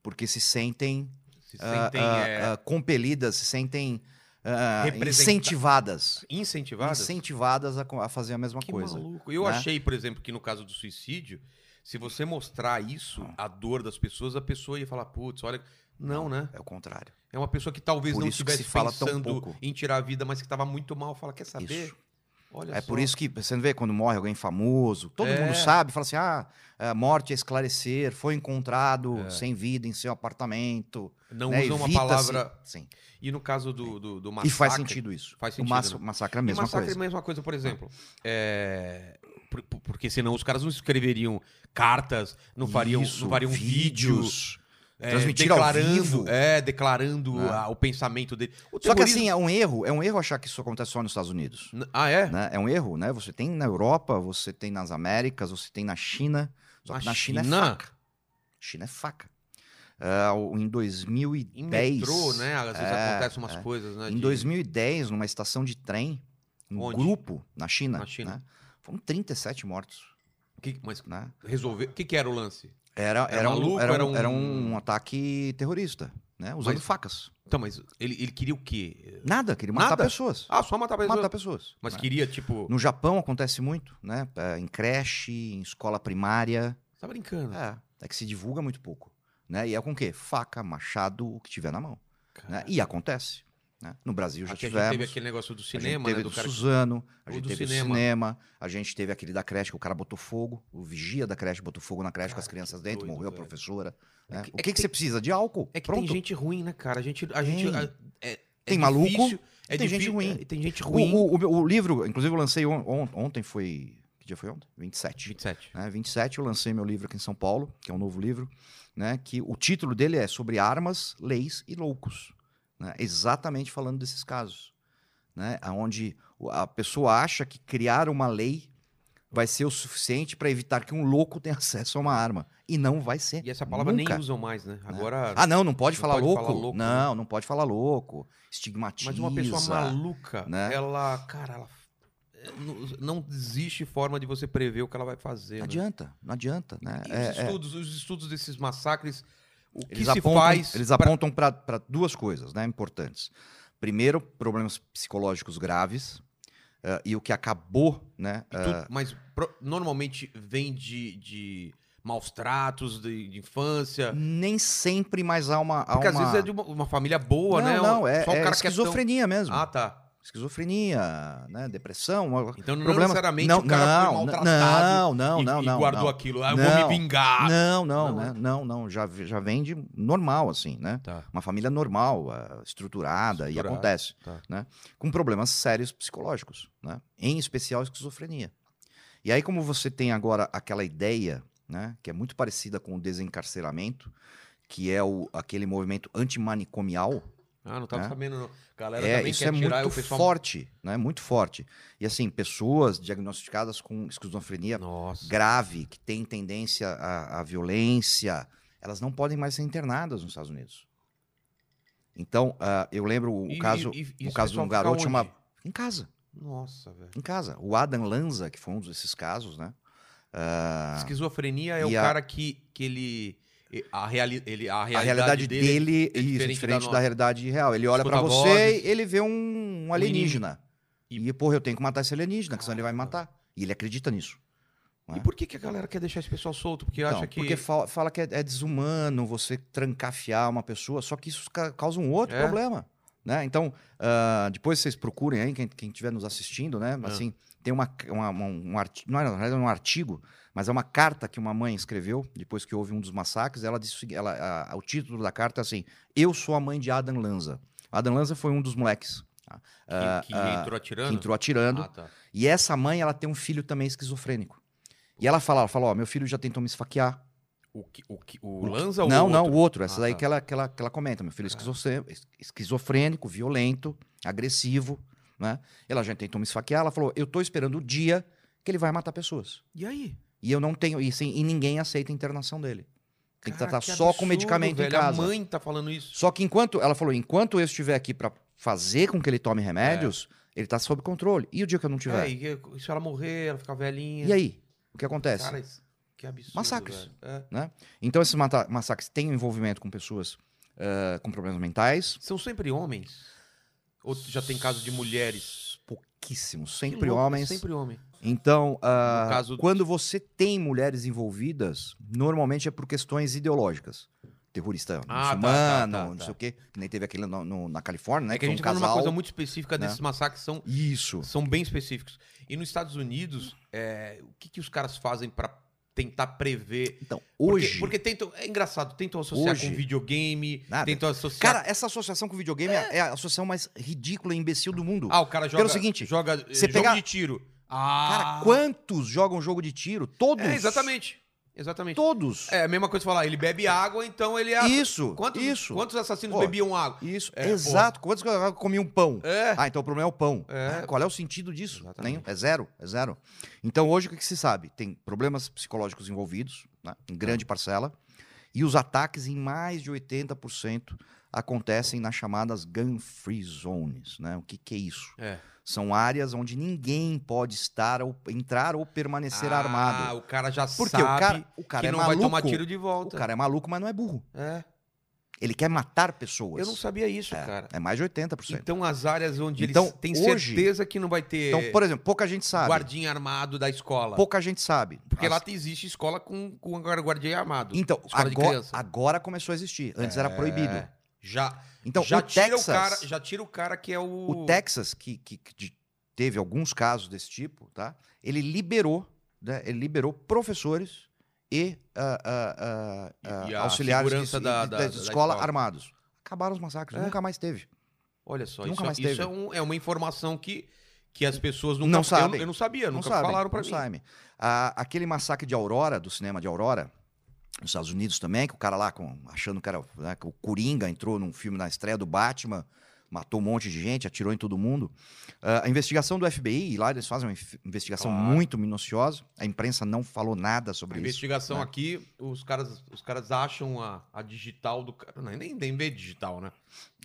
Porque se sentem
Se
ah,
sentem
ah,
é,
ah, compelidas, se sentem ah,
Representa-
incentivadas
incentivadas?
incentivadas, a, co- a fazer a mesma
que
coisa.
maluco. Eu
né?
achei, por exemplo, que no caso do suicídio, se você mostrar isso,
Ah.
a dor das pessoas, a pessoa ia falar, putz, olha... Não, né?
É o contrário.
É uma pessoa que talvez
Por
não
isso que se
estivesse
fala tão
pensando
pouco.
em tirar a vida, mas que estava muito mal. Fala, quer saber?
Isso.
Olha
É
só.
por isso que você não vê quando morre alguém famoso, todo
É.
mundo sabe, fala assim: ah, a morte é esclarecer, foi encontrado sem vida em seu apartamento.
É. Não
né?
usa uma
Evita-se-
palavra...
Sim.
E no caso do, do, do
E faz
massacre-
sentido isso.
Faz
o
sentido,
massa-
né?
massacre é a
E
mesma
massacre
coisa.
é
Ah.
a mesma coisa, por exemplo. É, por- por- porque senão os caras não escreveriam cartas, não fariam,
Isso,
não um fariam vídeos. é,
transmitir ao
declarando,
vivo.
É, declarando
Né?
a- o pensamento dele. O
Só que
terrorismo-
assim, é um erro, é um erro achar que isso acontece só nos Estados Unidos.
N- Ah, é?
né? É um erro, né? Você tem na Europa, você tem nas Américas, você tem na China. Só que
Na
na China,
China?
é faca. China é faca. Ah, o- em 2010.
Em metrô, né? Às vezes
é,
acontecem umas
é.
coisas, né?
Em
de-
2010, numa estação de trem, um
Onde?
grupo na China,
Na China.
né? foram 37 mortos,
que- mas
né?
resolver. O que, que era o lance?
Era,
Era
era,
maluco,
um, era,
era
um, era
um-
um ataque terrorista, né? Usando
Mas-
facas.
Então, mas ele, ele queria o quê?
Nada, queria matar
Nada?
pessoas.
Ah, só matar pessoas.
Matar pessoas.
Mas
né?
queria, tipo.
No Japão acontece muito, né? É, Em creche, em escola primária.
Tá brincando.
É, é que se divulga muito pouco. Né? E é com o quê? Faca, machado, o que tiver na mão. Né? E acontece. Né? No Brasil
É.
já
Aqui a gente
tivemos.
teve aquele negócio do
a gente
cinema,
teve
né?
do,
Do cara que-
Suzano, a
O
gente
do
teve
cinema.
do cinema, a gente teve aquele da creche que o cara botou fogo, o vigia da creche botou fogo na creche com as
Cara,
crianças
que
dentro,
doido,
morreu a
velho.
professora. né?
É que-
o
é
que,
que
que você precisa? De álcool?
É que
Pronto.
tem gente ruim, né, cara? A gente. A gente
Tem.
a- é, é
Tem maluco,
difícil, é
tem gente
difícil-
ruim.
é, tem gente
O-
ruim.
O, o meu- o livro, inclusive eu lancei on- on- ontem, foi... Que dia foi ontem? 27.
27.
né, 27, eu lancei meu livro aqui em São Paulo, que é um novo livro, né, que o título dele é Sobre Armas, Leis e Loucos, né, exatamente falando desses casos, né, onde a pessoa acha que criar uma lei vai ser o suficiente para evitar que um louco tenha [laughs] acesso a uma arma, e não vai ser.
E essa palavra
nunca.
nem usam mais, né? Agora.
Ah, não, não pode,
Não
falar,
pode
louco.
falar louco, né?
Não, não pode falar louco. Estigmatiza.
mas uma pessoa maluca,
né?
ela. Cara, ela. é, Não, não existe forma de você prever o que ela vai fazer.
Não
né?
adianta, não adianta, né?
E
É-
os, estudos, os estudos desses massacres.
O que
Eles
se
apontam,
faz.
eles
pra-
apontam para duas coisas, né, importantes. Primeiro, problemas psicológicos graves eh, e o que acabou, né,
e tudo, mas pro- normalmente vem de, de maus tratos de, de infância.
nem sempre mais há uma, há
Porque às
uma-
vezes é de uma, uma família boa,
não,
né? Um-
não, é,
Só um
é
cara que é tão-
esquizofrenia mesmo.
Ah, tá.
Esquizofrenia, né, depressão, uma-
Então não
problemas-
necessariamente
não,
o cara
não,
foi
não,
maltratado.
não,
e,
não,
e
não,
guardou
não.
aquilo. Ah, eu
Não.
vou me vingar.
Não, não,
Não, é.
né, não, não, já já vem de normal assim, né?
Tá.
uma família normal, ah, estruturada, e
Estruturada,
acontece,
tá.
né? Com problemas sérios psicológicos, né? Em especial esquizofrenia. E aí como você tem agora aquela ideia, né, que é muito parecida com o desencarceramento, que é o, aquele movimento antimanicomial,
Ah, não tava
É.
sabendo, não. A galera
é,
também
isso
quer
é
tirar
muito
o pessoal.
forte, né? Muito forte. E assim, pessoas diagnosticadas com esquizofrenia
Nossa.
grave, que tem tendência à, à violência, elas não podem mais ser internadas nos Estados Unidos. Então, ah, eu lembro o
E-
caso
e- e esse
é
caso de
pessoal
um
fica
garoto
onde?
chama- em casa,
Nossa, velho.
em casa. O Adam Lanza, que foi um desses casos, né? Ah,
Esquizofrenia é
E
o
a-
cara que, que ele, a reali... ele. A
a
realidade,
realidade
dele.
dele
é
é diferente,
diferente da
da,
nossa.
realidade real. Ele olha
Escuta
pra você
vozes.
e ele vê um, um alienígena.
inimigo.
E, porra, eu tenho que matar esse alienígena, que senão ele vai me
Caramba.
matar. E ele acredita nisso.
E por que, que a galera quer deixar esse pessoal solto? Porque
Então,
acha que.
Porque fala, fala que é, é desumano você trancafiar uma pessoa, só que isso ca- causa um outro
É.
problema. Né? Então, ah, depois vocês procurem aí, quem quem estiver nos assistindo, né?
Ah.
Assim, tem uma, uma- uma- um artigo, não é, na verdade, é um artigo, mas é uma carta que uma mãe escreveu depois que houve um dos massacres. Ela disse, o segui- ela, a- o título da carta é assim: Eu sou a mãe de Adam Lanza. Adam Lanza foi um dos moleques tá? Ah,
que, que
ah,
entrou atirando?
que entrou atirando.
Ah, tá.
E essa mãe, ela tem um filho também esquizofrênico. E ela fala, ela fala, ó, meu filho já tentou me esfaquear.
O, que, o, que, o, Lanza ou
não,
o
não,
outro?
o outro. Essa
Ah,
daí
tá.
que, ela, que, ela, que ela comenta. Meu filho é esquizofre- es- esquizofrênico, violento, agressivo, né? Ela já tentou me esfaquear. Ela falou, eu tô esperando o dia que ele vai matar pessoas.
E aí?
E eu não tenho... E, sim, e ninguém aceita a internação dele. Tem que
Cara,
tratar
que
só com
absurdo,
medicamento
velho.
em casa.
A mãe tá falando isso.
Só que enquanto... Ela falou, enquanto eu estiver aqui pra fazer com que ele tome remédios, ele tá sob controle. E o dia que eu não tiver?
É, e se ela morrer, ela ficar velhinha.
E aí? O que acontece?
Cara, isso- que absurdo.
Massacres.
velho. É.
Então, esses mata- massacres têm envolvimento com pessoas ah, com problemas mentais.
São sempre homens? Ou já tem caso de mulheres?
Pouquíssimos,
Que
sempre
louco,
homens.
Sempre homem.
Então, ah,
No caso-
quando você tem mulheres envolvidas, normalmente é por questões ideológicas. Terrorista
Ah, tá,
muçulmano,
tá, tá,
não
tá.
sei o quê. Que nem teve aquele no- no- na Califórnia, né?
É que a
foi
gente
um
tá
casal.
numa coisa muito específica
né?
desses massacres, são,
Isso.
são bem específicos. E nos Estados Unidos, é, o que, que os caras fazem pra tentar prever?
Então,
Porque-
hoje...
Porque, tentam. É engraçado, tentam associar
Hoje.
com videogame,
Nada.
tentam associar.
Cara, essa associação com videogame é, é a associação mais ridícula e imbecil do mundo.
ah, o cara joga.
pelo seguinte,
joga eh,
você
jogo
pegar-
de tiro. Ah,
Cara, quantos jogam jogo de tiro? Todos.
É, exatamente. Exatamente.
Todos.
É a mesma coisa de falar, ele bebe água, então ele é.
Isso,
Quantos,
isso.
quantos assassinos
Pô.
bebiam água?
Isso,
É,
exato. Quantos que eu comi um pão?
É.
[laughs] Ah, então o problema é o pão.
É.
Ah, qual é o sentido disso?
Exatamente.
Nem, é zero, é zero. Então hoje o que, que se sabe? Tem problemas psicológicos envolvidos, né, em grande
É.
parcela, e os ataques em mais de 80% acontecem nas chamadas gun-free zones. Né? O que, que é isso?
É.
São áreas onde ninguém pode estar ou entrar ou permanecer
Ah,
armado.
o cara já
Porque o
sabe
cara, o cara
que
é
não
maluco.
vai tomar tiro de
O
volta.
cara é maluco, mas não é burro.
É.
Ele quer matar pessoas.
Eu não sabia isso, cara.
É mais de 80%.
Então, as áreas onde
Então,
eles têm
hoje-
certeza que não vai ter
Então, por exemplo, pouca gente sabe.
guardinha armado da escola.
Pouca gente sabe.
Porque
As-
lá existe escola com, com guardinha armado.
Então,
escola de
agora,
criança.
agora começou a existir. Antes era proibido.
Já,
Então,
já
o
tira
Texas,
o cara, já tira o cara que é o.
o Texas que, que- que de- teve alguns casos desse tipo, tá? Ele liberou, né? Ele liberou professores e, ah, ah, ah,
E- e
ah,
a
auxiliares de-
segurança
de-
da-
de-
da-
da
da
escola
escola.
armados. Acabaram os massacres,
É.
nunca mais teve.
Olha só,
Nunca
isso,
mais
isso
teve.
é, um- é uma informação que, que as pessoas nunca
Não
eu-
sabem.
Eu, não sabia,
não
nunca
sabem,
falaram pra
não
mim.
sabem. Ah, aquele massacre de Aurora, do cinema de Aurora, nos Estados Unidos também, que o cara lá, com- achando que era né, que o Coringa, entrou num filme na estreia do Batman, matou um monte de gente, atirou em todo mundo. Ah, a investigação do FBI, lá eles fazem uma inf- investigação
Claro.
muito minuciosa, a imprensa não falou nada
A
sobre isso.
investigação
né?
aqui, os caras, os caras acham a, a digital do cara. Não, nem, nem vê digital, né?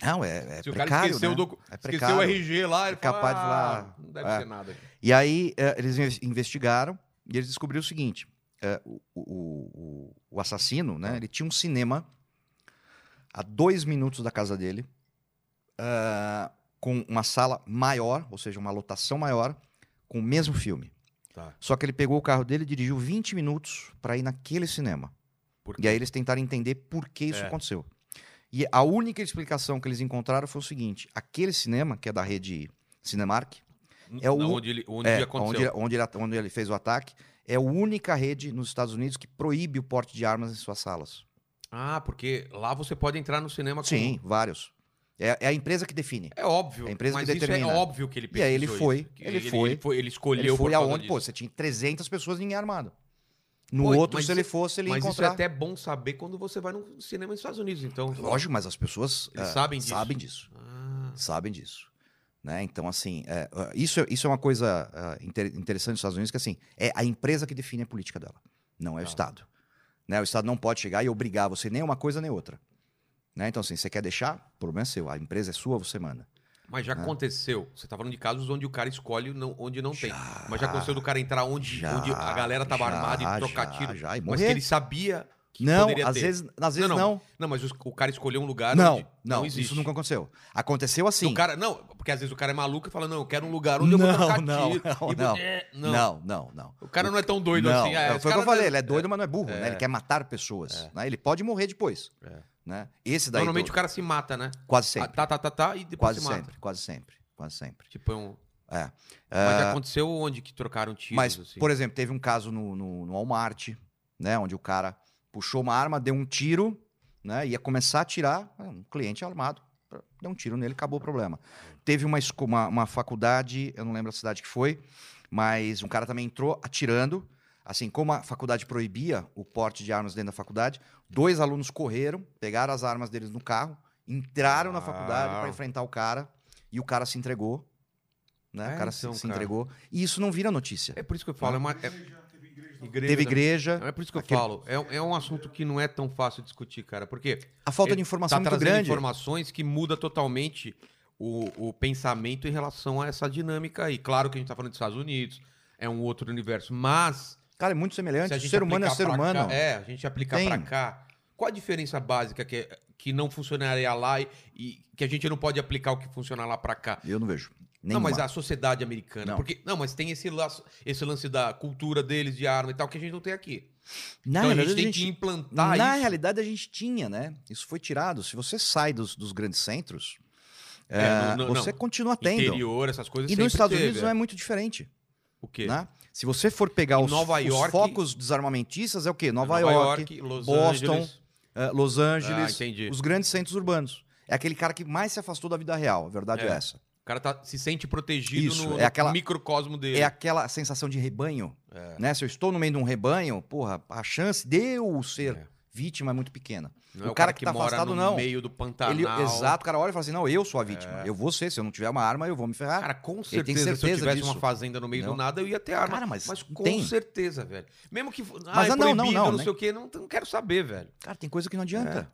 Não, é, é
Se o cara
precário,
esqueceu,
né?
o docu-
É
esqueceu
precário.
o RG lá, ele
É capaz de
fala,
lá-
"Ah, Não deve
é.
ser nada.
E aí eh, eles inves- investigaram e eles descobriram o seguinte: eh, o, o- o- o assassino, né? Ele tinha um cinema a dois minutos da casa dele, ah, com uma sala maior, ou seja, uma lotação maior, com o mesmo filme.
Tá.
Só que ele pegou o carro dele e dirigiu 20 minutos para ir naquele cinema.
Por
E aí eles tentaram entender por que isso
É.
aconteceu. E a única explicação que eles encontraram foi o seguinte: aquele cinema, que é da rede Cinemark, é o-
Na onde ele, onde
é,
aconteceu.
onde, onde ele, onde ele fez o ataque, é a única rede nos Estados Unidos que proíbe o porte de armas em suas salas.
Ah, porque lá você pode entrar no cinema com...
Sim, vários. É, é a empresa que define.
É óbvio.
A empresa
mas
que
isso
determina.
é óbvio que ele
E aí ele
pesquisou
foi,
isso, que
ele foi,
Ele, ele escolheu
ele
por
foi
causa
aonde? Pô,
disso.
você tinha 300 pessoas ninguém armado. No
Pô,
outro,
mas
se ele
isso-
fosse, ele ia
Mas isso é
encontrar.
até bom saber quando você vai num cinema nos Estados Unidos, então.
Lógico, mas as pessoas
Eles
ah,
sabem disso.
sabem disso.
Ah,
sabem disso. Né? Então, assim, é, ah, isso, é- isso é uma coisa ah, inter- interessante nos Estados Unidos, que assim, é a empresa que define a política dela, não é o
Tá.
Estado. Né? O Estado não pode chegar e obrigar você nem uma coisa nem outra. Né? Então, assim, você quer deixar? O problema é seu. A empresa é sua, você manda.
mas já
Ah.
aconteceu. Você tá falando de casos onde o cara escolhe não- onde não tem.
Já,
Mas já aconteceu do cara entrar onde, onde a galera tava
já,
armada e trocar
já,
tiro.
Já, e
Mas
morrer.
que ele sabia que
não,
poderia
às
ter.
vezes, às vezes
não.
não. Não,
Não, mas os- o cara escolheu um lugar
não,
onde existe.
isso nunca aconteceu. Aconteceu assim.
O cara, não, porque às vezes o cara é maluco e fala, não, eu quero um lugar onde eu
Não,
vou trocar
não,
tiro.
não,
e
não.
É, não.
Não, não, não.
O cara não é tão doido
não,
assim. é,
não,
esse
foi o que
cara
eu falei,
deve-
ele é doido, mas não é burro, né?
É.
Ele quer matar pessoas. né? Ele pode morrer depois.
É.
Né? Esse daí.
Normalmente
do-
o cara se mata, né?
Quase
Ah,
sempre.
Tá, tá, tá, tá, e depois
quase
se mata.
sempre, quase sempre. Quase sempre.
Tipo, é um...
É.
Mas aconteceu onde que trocaram tiros,
Mas,
assim?
por exemplo, teve um caso no, no, no Walmart, né? Onde o cara puxou uma arma, deu um tiro, né? Ia começar a atirar, um cliente armado, deu um tiro nele, acabou o problema. Teve uma, esco- uma, uma faculdade, eu não lembro a cidade que foi, mas um cara também entrou atirando. Assim, como a faculdade proibia o porte de armas dentro da faculdade, dois alunos correram, pegaram as armas deles no carro, entraram
Ah.
na faculdade
Uau.
para enfrentar o cara, e o cara se entregou. Né?
É,
o cara se-
então,
se
cara.
entregou. E isso não vira notícia.
É por isso que eu falo, é uma... é-
Igreja, teve igreja. também.
Igreja,
Teve
né?
igreja.
É por isso que eu
Aquele-
falo. É, é um assunto que não é tão fácil de discutir, cara. Porque
A falta
Ele
de
tá
informação é muito
trazendo
grande.
informações que muda totalmente o, o pensamento em relação a essa dinâmica. E claro que a gente tá falando dos Estados Unidos, é um outro universo, mas...
Cara, é muito semelhante.
Se a gente
ser humano é
aplicar
ser
pra
humano.
cá- é, a gente aplicar
Tem.
pra cá. Qual a diferença básica que, que não funcionaria lá e, e que a gente não pode aplicar o que funciona lá pra cá?
Eu não vejo.
Não,
Nenhuma.
mas a sociedade americana.
Não.
Porque, não, mas tem esse, laço, esse lance da cultura deles, de arma e tal, que a gente não tem aqui.
Na
então a
realidade,
gente tem
a gente-
que implantar
na
isso.
realidade, a gente tinha, né? Isso foi tirado. Se você sai dos, dos grandes centros,
É,
eh,
não- não-
você
não.
continua tendo.
Interior, essas coisas
E
sempre
nos Estados
teve,
Unidos não é muito diferente.
O quê?
né? Se você for pegar
Em
os,
Nova
os
York-
focos desarmamentistas, é o quê? Nova, York,
Los
Boston,
Angeles.
eh, Los
Ah,
Angeles,
entendi.
os grandes centros urbanos. É aquele cara que mais se afastou da vida real. A verdade
É.
é essa.
O cara tá, se sente protegido
Isso,
no,
é
no
aquela-
microcosmo dele.
É aquela sensação de rebanho.
É.
Né? Se eu estou no meio de um rebanho, porra, a chance de eu ser
É.
vítima é muito pequena.
Não
o
é
cara que tá
mora
afastado,
no
não.
meio do Pantanal.
Ele, exato, o cara olha e fala assim: não, eu
É.
sou a vítima. Eu vou ser, se eu não tiver uma arma, eu vou me ferrar.
Cara, com
Ele
certeza,
tem
se eu
certeza
tivesse
disso.
uma fazenda no meio
Não.
do nada, eu ia ter arma.
Cara, mas
com
tem.
certeza, velho. Mesmo que.
Mas, ah,
é
não, não,
proibido,
não,
não
né?
sei o quê, não, não quero saber, velho.
Cara, tem coisa que não
É.
adianta.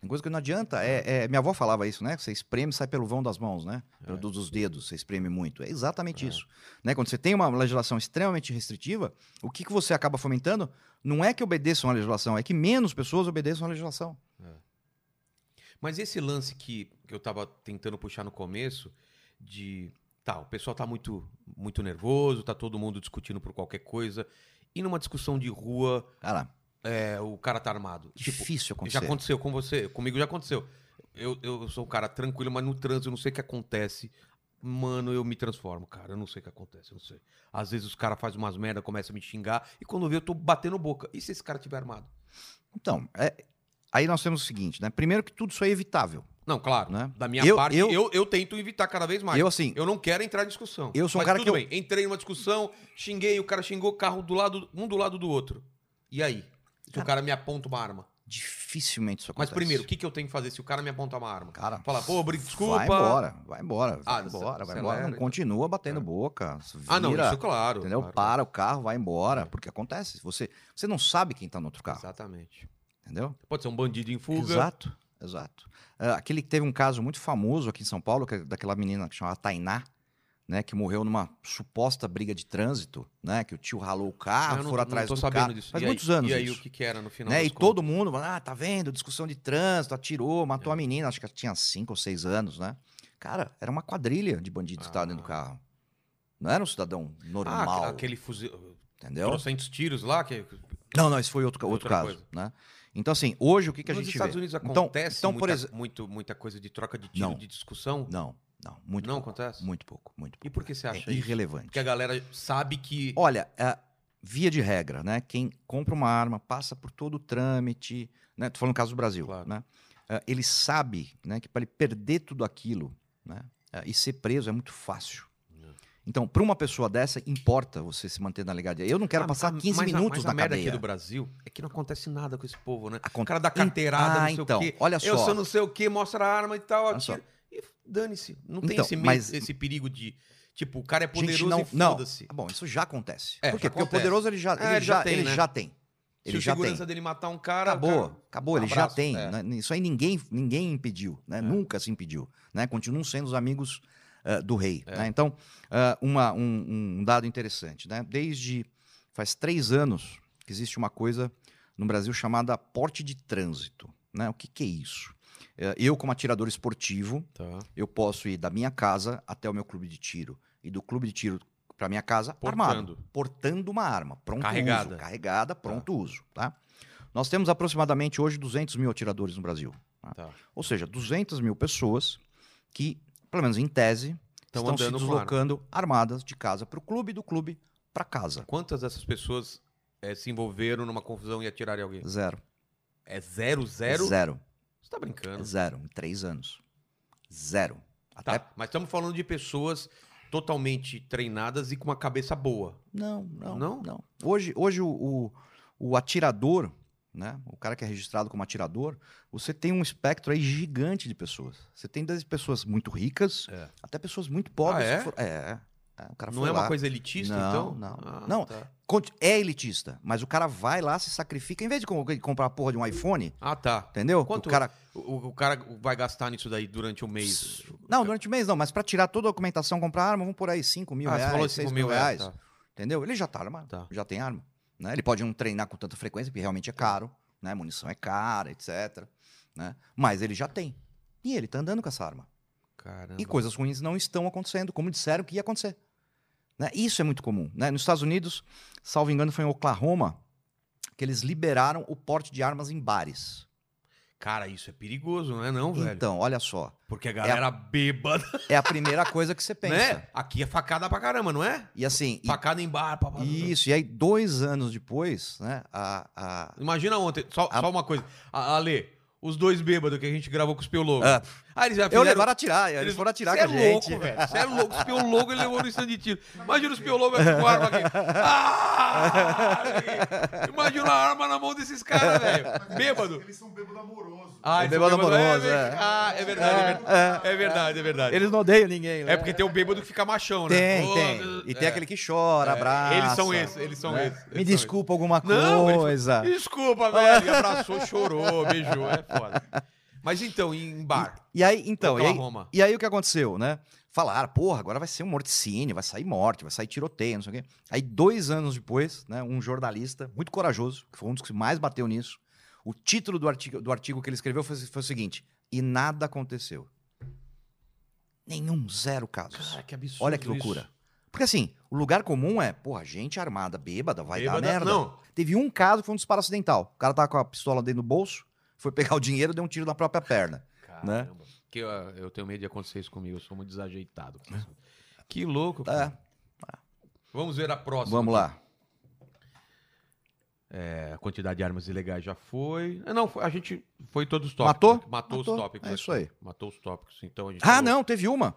Tem coisa que não adianta. É, é, minha avó falava isso, né? Você espreme, sai pelo vão das mãos, né?
É.
Pelo do- dos dedos, você espreme muito. É exatamente isso. Né? Quando você tem uma legislação extremamente restritiva, o que, que você acaba fomentando não é que obedeçam à legislação, é que menos pessoas obedeçam à legislação.
Mas esse lance que, que eu tava tentando puxar no começo, de. Tá, o pessoal tá muito, muito nervoso, tá todo mundo discutindo por qualquer coisa. E numa discussão de rua,
Cara,
é, o cara tá armado. Tipo,
difícil
Já
acontecer.
aconteceu com você, comigo já aconteceu. Eu, eu sou um cara tranquilo, mas no trânsito eu não sei o que acontece. Mano, eu me transformo, cara. Eu não sei o que acontece, eu não sei. Às vezes os caras fazem umas merda, começam a me xingar, e quando eu vejo, eu tô batendo boca. E se esse cara tiver armado?
Então, é- aí nós temos o seguinte, né? Primeiro que tudo isso é evitável.
Não, claro.
Né?
Da minha
Eu-
parte,
eu-
eu, eu, tento evitar cada vez mais.
eu
Eu,
assim,
não quero entrar em discussão.
Eu sou um
Mas
cara
tudo
que eu-
bem. Entrei numa discussão, xinguei, o cara xingou o carro do lado, um do lado do outro. E aí? Se o cara me aponta uma arma.
dificilmente isso
Mas
acontece.
primeiro, o que, que eu tenho que fazer se o cara me aponta uma arma?
cara,
Fala, pô, bri- desculpa.
vai embora, vai embora, vai
Ah,
embora, vai
acelera,
embora, não
então.
continua batendo
É.
boca,
Ah, não,
vira,
isso claro.
entendeu?
claro.
Para o carro, vai embora, porque acontece. Você, você não sabe quem tá no outro carro,
Exatamente.
entendeu?
Pode ser um bandido em fuga.
Exato, exato. Ah, aquele que teve um caso muito famoso aqui em São Paulo, que é daquela menina que chamava Tainá, né, que morreu numa suposta briga de trânsito, né, que o tio ralou o carro,
Eu não-
Ah, foram
não
atrás
tô
do
sabendo
carro.
disso.
Faz
E aí-
muitos anos
E aí
isso.
o que que era no final
né?
das
E todo mundo, ah, tá vendo? Discussão de trânsito, atirou, matou
É.
a menina, acho que ela tinha cinco ou seis anos, né? Cara, era uma quadrilha de bandidos que estavam dentro do carro. Não era um cidadão
Ah,
normal,
aque- aquele fuzil.
entendeu?
Trocentos tiros lá. Que...
Não, não, isso foi outro, ca-
Outra
outro caso,
coisa.
né? Então, assim, hoje o que, que a
Nos
gente
Estados
vê?
Unidos
Então-
acontece
então, por
muita,
exe-
muito- muita coisa de troca de tiro,
Não.
de discussão?
Não, não, muito
Não
pouco.
acontece?
Muito pouco, muito pouco.
E por que você acha
é
isso?
irrelevante.
Porque a galera sabe que.
Olha, é, via de regra, né? Quem compra uma arma passa por todo o trâmite, né? Tô falando do caso do Brasil,
Claro.
né? É, ele sabe, né, que para ele perder tudo aquilo, né, é, e ser preso é muito fácil.
É.
Então, para uma pessoa dessa, importa você se manter na legalidade. Eu não quero
Ah,
passar
ah,
15
mas a-
minutos
mas
na
a merda
cadeia.
aqui do Brasil é que não acontece nada com esse povo, né? O
Aconte-
cara dá carteirada,
ah,
não sei
então,
o quê.
olha
Eu
só.
sou não sei o quê, mostra a arma e tal,
Olha só.
atira. E dane-se. Não tem
Então,
esse, medo,
mas-
esse perigo de. Tipo, o cara é
Gente,
poderoso
não,
e
não.
foda-se.
Ah, Bom, isso já acontece.
É,
Por quê?
já
Porque
acontece.
o poderoso ele já,
Ah,
ele
ele já
já,
tem,
ele
né?
já tem. Ele
Se
já
o
tem.
segurança dele matar um cara.
Acabou,
o cara-
acabou, ele já
abraço,
tem.
é.
né? Isso aí ninguém, ninguém impediu, né? Nunca se impediu. Né? Continuam sendo os amigos ah, do rei.
É.
né? Então, ah, uma- um, um dado interessante, né? Desde faz três anos que existe uma coisa no Brasil chamada porte de trânsito. Né? O que, que é isso? Eh, Eu, como atirador esportivo, eu posso ir da minha casa até o meu clube de tiro e do clube de tiro para minha casa armado,
Portando.
portando uma arma, pronto
Carregada.
uso, carregada, pronto uso, tá? Nós temos aproximadamente hoje 200 mil atiradores no Brasil, tá?
Tá.
ou seja, 200 mil pessoas que, pelo menos em tese,
Tão
estão se
andando com
deslocando armadas de casa para o clube, do clube para casa.
Quantas dessas pessoas eh, se envolveram numa confusão e atiraram em alguém?
Zero.
É zero, zero?
Zero.
Você tá brincando.
Zero. Em três anos. Zero.
Tá,
Até.
mas estamos falando de pessoas totalmente treinadas e com uma cabeça boa.
Não, não.
Não?
Não? Hoje, hoje o, o, o atirador, né? O cara que é registrado como atirador, você tem um espectro aí gigante de pessoas. Você tem das pessoas muito ricas
É.
até pessoas muito pobres.
Ah, é?
que foram- é, é. O cara
Não
foi
é uma
lá.
coisa elitista,
Não,
então?
não.
Ah,
Não.
Tá.
Conte- É elitista, mas o cara vai lá, se sacrifica. Em vez de com- comprar a porra de um iPhone,
Ah, tá.
entendeu?
Quanto-
O cara.
O, o cara vai gastar nisso daí durante um mês.
Não, durante o mês não, mas pra tirar toda a documentação, comprar arma, vamos por aí 5 mil
Ah, você
reais.
falou
6
5 mil reais. tá.
Entendeu? Ele já tá armado,
Tá.
já tem arma. Né? Ele pode não treinar com tanta frequência, porque realmente é caro, né? Munição é cara, etc. Né? Mas ele já tem. E ele tá andando com essa arma.
Caramba.
E coisas ruins não estão acontecendo, como disseram que ia acontecer. Né? Isso é muito comum. Né? Nos Estados Unidos, salvo engano, foi em Oklahoma que eles liberaram o porte de armas em bares.
Cara, isso é perigoso, não é não, velho?
Então, olha só.
Porque a galera bêbada,
É a primeira coisa que você pensa.
né? Aqui é facada pra caramba, não é?
E assim. e-
Facada em bar, pá, pá, pá.
isso, e aí, dois anos depois, né? A, a,
Imagina ontem, só,
A-
só uma coisa. A- Ale, os dois bêbados que a gente gravou com os Pio Logo.
Ah.
Ah, eles já
Eu
fizeram-
levaram a tirar, eles foram atirar
Cê
com a
é
gente.
louco, velho. Você é louco. Os Pio Logo ele levou no stand de tiro. Imagina os Pio Logo aqui com a arma aqui. Ah! Imagina a arma na mão desses caras, velho. Bêbado.
Eles são bêbado amoroso.
Ah, esse
Bêbado amoroso,
é,
é.
Ah, é verdade. É, verdade, é verdade.
Eles não odeiam ninguém, né?
É porque tem o bêbado que fica machão, né?
Tem,
Oh,
tem. E tem
é.
aquele que chora, abraça.
Eles são esses, eles são
né?
esses. eles
Me
são
desculpa alguma
Não, ele
coisa.
esses. Desculpa, [laughs] velho. Abraçou, chorou, beijou. É foda. Mas então, em bar.
E aí, então, e aí,
Oklahoma.
e aí o que aconteceu, né? Falaram, porra, agora vai ser um morticínio, vai sair morte, vai sair tiroteio, não sei o quê. Aí, dois anos depois, né, um jornalista muito corajoso, que foi um dos que mais bateu nisso, o título do artigo, do artigo que ele escreveu foi, foi o seguinte: E nada aconteceu. Nenhum, zero casos.
Cara, que absurdo.
Olha que
isso.
loucura. Porque assim, o lugar comum é, porra, gente armada, bêbada, vai
Bêbada-
dar merda.
Não.
Teve um caso que foi um disparo acidental. O cara tava com a pistola dentro do bolso, foi pegar [laughs] o dinheiro, deu um tiro na própria perna. né?
Caramba. Que eu, eu tenho medo de acontecer isso comigo. Eu sou muito desajeitado. com isso. Que louco.
É,
cara. Vamos ver a próxima.
vamos lá.
É, A quantidade de armas ilegais já foi. Ah, Não, foi- a gente foi todos os tópicos.
Matou?
né? Matou,
Matou.
os tópicos.
É isso aí.
Matou os tópicos. Então a gente
Ah,
falou-
não, teve uma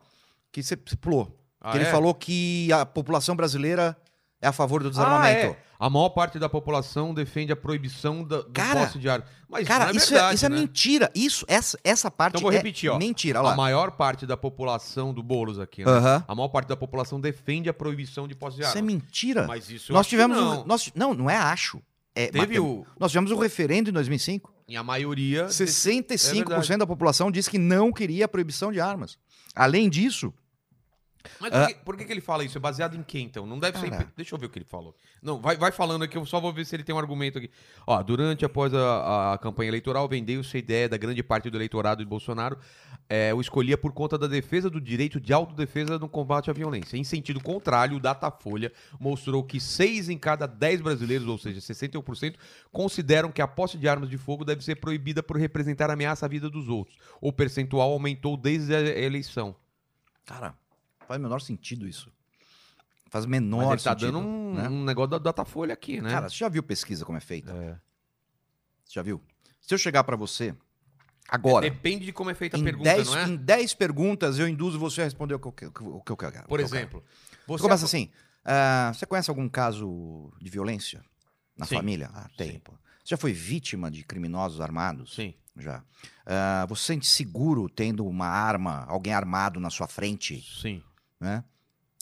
que você você pulou.
Ah,
que ele
é?
falou que a população brasileira é a favor do
Ah,
desarmamento.
é. A maior parte da população defende a proibição da, do
Cara,
posse de arma. Mas
Cara,
não é
isso,
verdade,
é, isso é
né?
mentira. Isso, essa, essa parte
Então vou
é
repetir, ó.
mentira.
A
Olha lá.
maior parte da população do Boulos aqui, né?
Aham.
A maior parte da população defende a proibição de posse de arma.
Isso é mentira.
Mas isso eu
nós
acho que
tivemos
não.
um, nós, não, não é acho. É
Teve
matem-
o...
Nós tivemos um referendo em 2005.
E a maioria... desse-
65%
É verdade.
da população disse que não queria a proibição de armas. Além disso,
Mas
Ah.
por, que, por que, que ele fala isso? É baseado em quem, então? Não deve ser.
Cara.
em- Deixa eu ver o que ele falou. Não, vai, vai falando aqui, eu só vou ver se ele tem um argumento aqui. Ó, durante e após a, a campanha eleitoral, vendeu-se a ideia da grande parte do eleitorado de Bolsonaro é, o escolhia por conta da defesa do direito de autodefesa no combate à violência. Em sentido contrário, o Datafolha mostrou que 6 em cada 10 brasileiros, ou seja, 61%, consideram que a posse de armas de fogo deve ser proibida por representar ameaça à vida dos outros. O percentual aumentou desde a eleição.
Cara, faz o menor sentido isso. Faz o
Mas
menor
ele tá
sentido.
dando um,
né?
um negócio da Datafolha aqui, né?
Cara, você já viu pesquisa como é feita? Você já viu? Se eu chegar pra você agora,
Depende de como é feita a
em,
pergunta,
10,
não é?
em 10 perguntas, eu induzo você a responder o que eu quero. o que eu quero, o
Por
que eu
exemplo,
quero.
você é
começa assim. ah, você conhece algum caso de violência na
Sim.
família? Ah, tem.
Sim.
pô. Você já foi vítima de criminosos armados?
Sim.
Já. Ah, você se sente seguro tendo uma arma, alguém armado na sua frente?
Sim.
Né?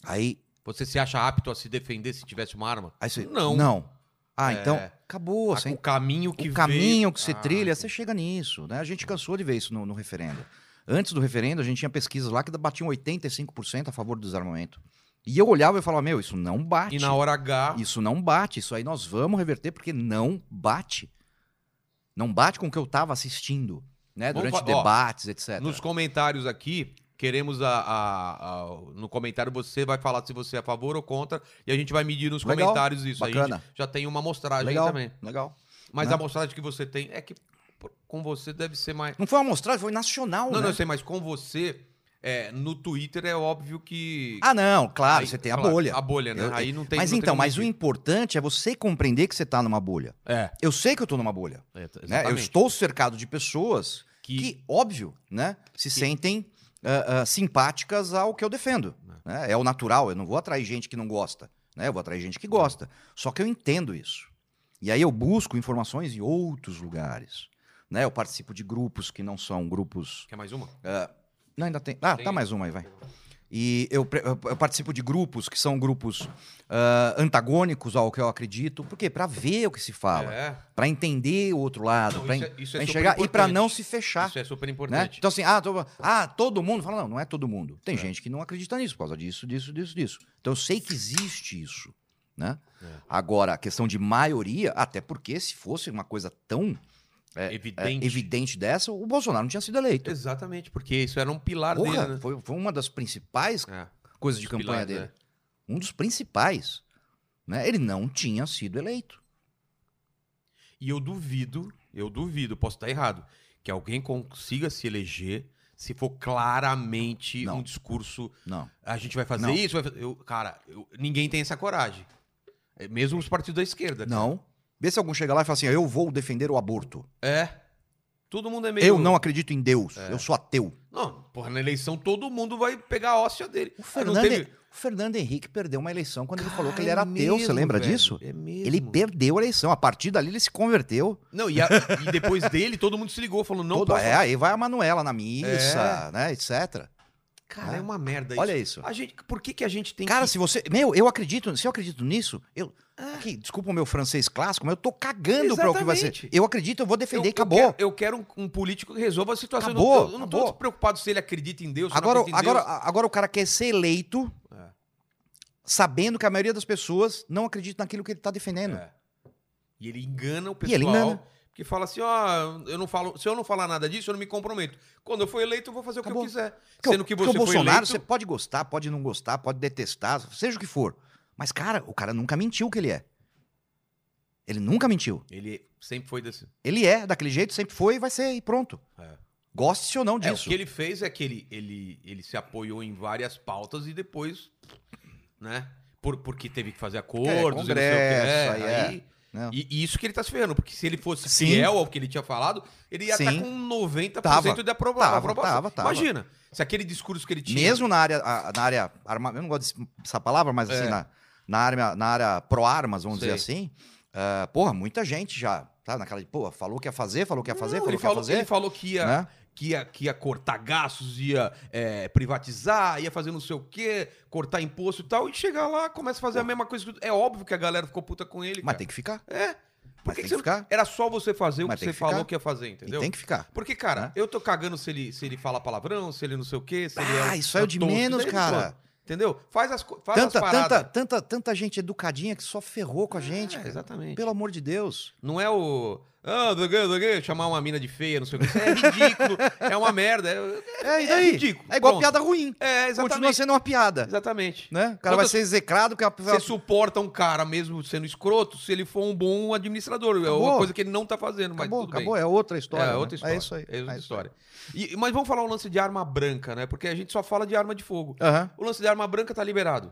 Aí,
Você se acha apto a se defender se tivesse uma arma?
aí você.
Não.
Não. Ah,
É.
então. Acabou.
Ah,
você
O caminho que
o caminho
vê-
que você
Ah, Hum.
trilha, é você chega nisso, né? A gente cansou de ver isso no, no referendo. Antes do referendo, a gente tinha pesquisas lá que batiam 85% a favor do desarmamento. E eu olhava e falava, meu, isso não bate.
E na hora H,
Isso não bate, isso aí nós vamos reverter porque não bate. Não bate com o que eu tava assistindo, né?
Vamos
Durante
fa- ó,
debates, etc.
nos comentários aqui, queremos a, a- a- No comentário você vai falar se você é a favor ou contra. E a gente vai medir nos
Legal,
comentários isso. aí.
bacana.
já tem uma amostragem aí
Legal,
também.
legal.
Mas a
Né?
amostragem que você tem é que por- com você deve ser mais.
Não foi uma amostragem, foi nacional,
Não,
né?
não, eu sei, mas com você, é, no Twitter é óbvio que.
Ah, não, claro,
Aí,
você tem a
claro,
bolha.
A bolha, né?
Eu-
aí não tem.
mas
não tem
então,
como
mas o
medir.
importante é você compreender que você tá numa bolha.
É,
Eu sei que eu tô numa bolha.
é
né? Eu
exatamente.
estou cercado de pessoas que,
Que-
óbvio, né, se sentem ah, ah, simpáticas ao que eu defendo. né? É o natural, eu não vou atrair gente que não gosta. né? Eu vou atrair gente que gosta. Só que eu entendo isso. E aí eu busco informações em outros lugares. né? Eu participo de grupos que não são grupos
Quer mais uma?
não, ainda tem. Ah,
Tem.
tá mais uma aí, vai. E eu, pre- eu- eu participo de grupos que são grupos ah, antagônicos ao que eu acredito. Por quê? Pra ver o que se fala.
É.
pra entender o outro lado.
Não,
pra
isso
en-
é- isso é
pra
super
enxergar e pra
importante.
não se fechar.
Isso é super
né?
importante.
Então, assim, ah, tô- ah, todo mundo. Fala, não, não é todo mundo. Tem
É.
gente que não acredita nisso por causa disso, disso, disso, disso. Então, eu sei que existe isso. Né?
É.
Agora, a questão de maioria, até porque se fosse uma coisa tão é, é,
Evidente.
evidente dessa, o Bolsonaro não tinha sido eleito.
Exatamente, porque isso era um pilar
Porra,
dele, né?
foi, foi uma das principais
É.
coisas de
Os
campanha
pilares,
dele.
né?
Um dos principais. Né? Ele não tinha sido eleito.
E eu duvido, eu duvido, posso estar errado, que alguém consiga se eleger se for claramente
Não.
um discurso.
Não.
A gente vai fazer
Não.
isso, vai fazer. eu- cara, eu- ninguém tem essa coragem. É, Mesmo os partidos da esquerda. né? cara.
Não. Vê se algum chega lá e fala assim: eu vou defender o aborto.
É. Todo mundo é meio.
Eu não acredito em Deus.
É.
Eu sou ateu.
Não, porra, na eleição todo mundo vai pegar a óssea dele.
O
Ah, não
Fernando,
teve-
o Fernando Henrique perdeu uma eleição quando ele falou que
Cara,
ele era
é
ateu. você
mesmo,
lembra
velho,
disso?
É mesmo.
Ele perdeu a eleição. A partir dali ele se converteu.
Não, e, a- e depois dele todo mundo se ligou, falou, não
Todo-
posso. É.
É, aí vai a Manuela na missa, né? Etc.
Cara, é uma merda
Ah, Olha isso.
A gente, por que, que a gente tem
Cara,
que... Ah.
se você. Meu, eu acredito. Se eu acredito nisso, eu. Aqui, desculpa o meu francês clássico, mas eu tô cagando pra o que vai ser.
Exatamente.
Eu acredito, eu vou defender,
eu,
acabou.
Eu quero, eu quero um, um político que resolva a situação. Eu não-
Acabou,
eu, não
acabou.
tô preocupado se ele acredita em Deus, se
agora,
não acredita em
agora,
Deus.
agora o cara quer ser eleito,
É.
sabendo que a maioria das pessoas não acredita naquilo que ele tá defendendo.
É. E ele engana o
E
pessoal.
ele engana.
Que fala assim, ó, eu não falo, se eu não falar nada disso, eu não me comprometo. Quando eu for eleito, eu vou fazer
Acabou.
o que eu quiser.
Porque
Sendo
o-
que
porque
você
o
foi
Bolsonaro,
eleito...
você pode gostar, pode não gostar, pode detestar, seja o que for. Mas, cara, o cara nunca mentiu que ele é. Ele nunca mentiu.
Ele sempre foi desse...
Ele é daquele jeito, sempre foi e vai ser, e pronto.
É.
Goste ou não
É, o
disso.
que ele fez é que ele, ele, ele se apoiou em várias pautas e depois, né? por- porque teve que fazer acordos, e não sei o quê.
É, congresso, aí é.
aí-
Né?
E, e isso que ele tá se ferrando, porque se ele fosse
Sim.
fiel ao que ele tinha falado, ele ia estar
Sim.
com 90%
Tava,
de aprova
tava,
aprovação.
tava, tava.
Imagina, se aquele discurso que ele tinha...
Mesmo na área, a- na área arma, eu não gosto desse- dessa palavra, mas assim,
É.
na, na área, na área pró-armas, vamos dizer
Sei.
assim, ah, porra, muita gente já, tá naquela de, pô, falou que ia fazer, falou que ia fazer,
Não,
falou
ele,
que ia
falou, ele
fazer,
falou que ia,
né?
que ia, que ia cortar gastos, ia é, privatizar, ia fazer não sei o quê, cortar imposto e tal, e chegar lá, começa a fazer a mesma coisa. que- É óbvio que a galera ficou puta com ele,
Mas
cara.
tem que ficar,
É. Por
Mas
que
tem
que
que
você...
ficar.
Era só você fazer o
Mas
que você
tem que
falou
ficar.
que ia fazer,
E
entendeu?
tem que ficar.
Porque, cara,
Né?
eu tô cagando se ele, se ele fala palavrão, se ele não sei o quê, se ele é
Ah,
um-
isso aí é o de
um tonto,
menos,
daí eu
cara.
falo. Entendeu? Faz as, co- faz
Tanta,
as
tanta,
paradas.
tanta, tanta gente educadinha que só ferrou com a gente.
É,
cara.
exatamente.
Pelo amor de Deus.
Não é o. Ah, do que, do que, chamar uma mina de feia, não sei o que. Isso é ridículo, é uma merda. É,
É, e
é
daí?
ridículo.
É igual
Pronto.
piada ruim.
é
Continua assim.
exatamente.
sendo uma piada.
Exatamente.
Né? O cara vai
Quantas-
ser execrado porque a
Você suporta um cara mesmo sendo escroto se ele for um bom administrador. É uma
Acabou.
coisa que ele não tá fazendo, mas
Acabou,
tudo bem.
acabou. É outra história.
É
né?
outra história.
É isso aí.
É outra
isso aí.
história. E- mas vamos falar o lance de arma branca, né? Porque a gente só fala de arma de fogo.
Aham.
O lance de arma branca tá liberado.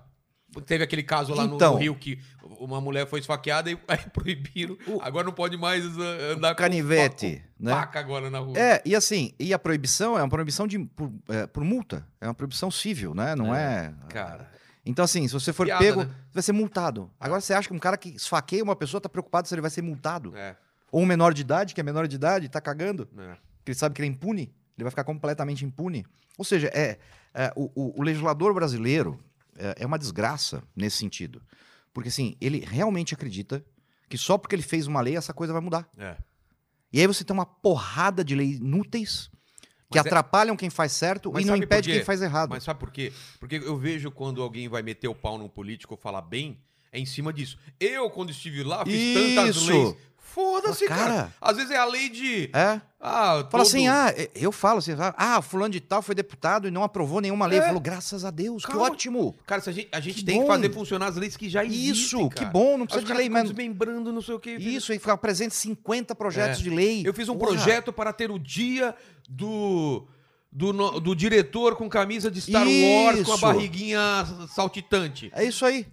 Teve aquele caso lá no-
Então.
no, Rio que uma mulher foi esfaqueada e [laughs] aí proibiram.
O-
Agora não pode mais uh, andar com
Canivete,
com
né?
faca agora na rua.
É, e assim, e a proibição é uma proibição de, por, é, por multa. É uma proibição civil, né? Não é.
Cara,
Então, assim, se você for
Piada,
pego,
né?
você vai ser multado. Agora você acha que um cara que esfaqueia uma pessoa tá preocupado se ele vai ser multado?
é,
Ou um menor de idade, que é menor de idade, tá cagando,
né?
que ele sabe que ele é impune, ele vai ficar completamente impune. Ou seja, é, é, o, o- o legislador brasileiro é, é uma desgraça nesse sentido. Porque, assim, ele realmente acredita que só porque ele fez uma lei essa coisa vai mudar.
É.
E aí você tem uma porrada de leis inúteis que
Mas é-
atrapalham quem faz certo
Mas
e não
sabe por
impede
quê?
quem faz errado.
Mas sabe por quê? Porque eu vejo quando alguém vai meter o pau num político ou falar bem, é em cima disso. Eu, quando estive lá, fiz tantas
Isso!
leis. Foda-se,
Cara.
cara. Às vezes é a lei de.
É?
Ah, todo-
Fala assim, ah, é- eu falo assim, ah, fulano de tal foi deputado e não aprovou nenhuma lei.
É.
Eu falo, graças a Deus,
Calma.
que ótimo.
Cara, se a gente, a gente
Que
tem que
bom.
fazer funcionar as leis que já existem.
Isso, que
cara.
bom, não
Aí os
precisa de
caras
lei,
ficam
mas
desmembrando, não sei o quê.
Isso, e ficar presente 50 projetos
É.
de lei.
Eu fiz um
Porra.
projeto para ter o dia do. Do, no- do diretor com camisa de Star Wars com a
Isso.
barriguinha saltitante.
É
[laughs]
isso aí.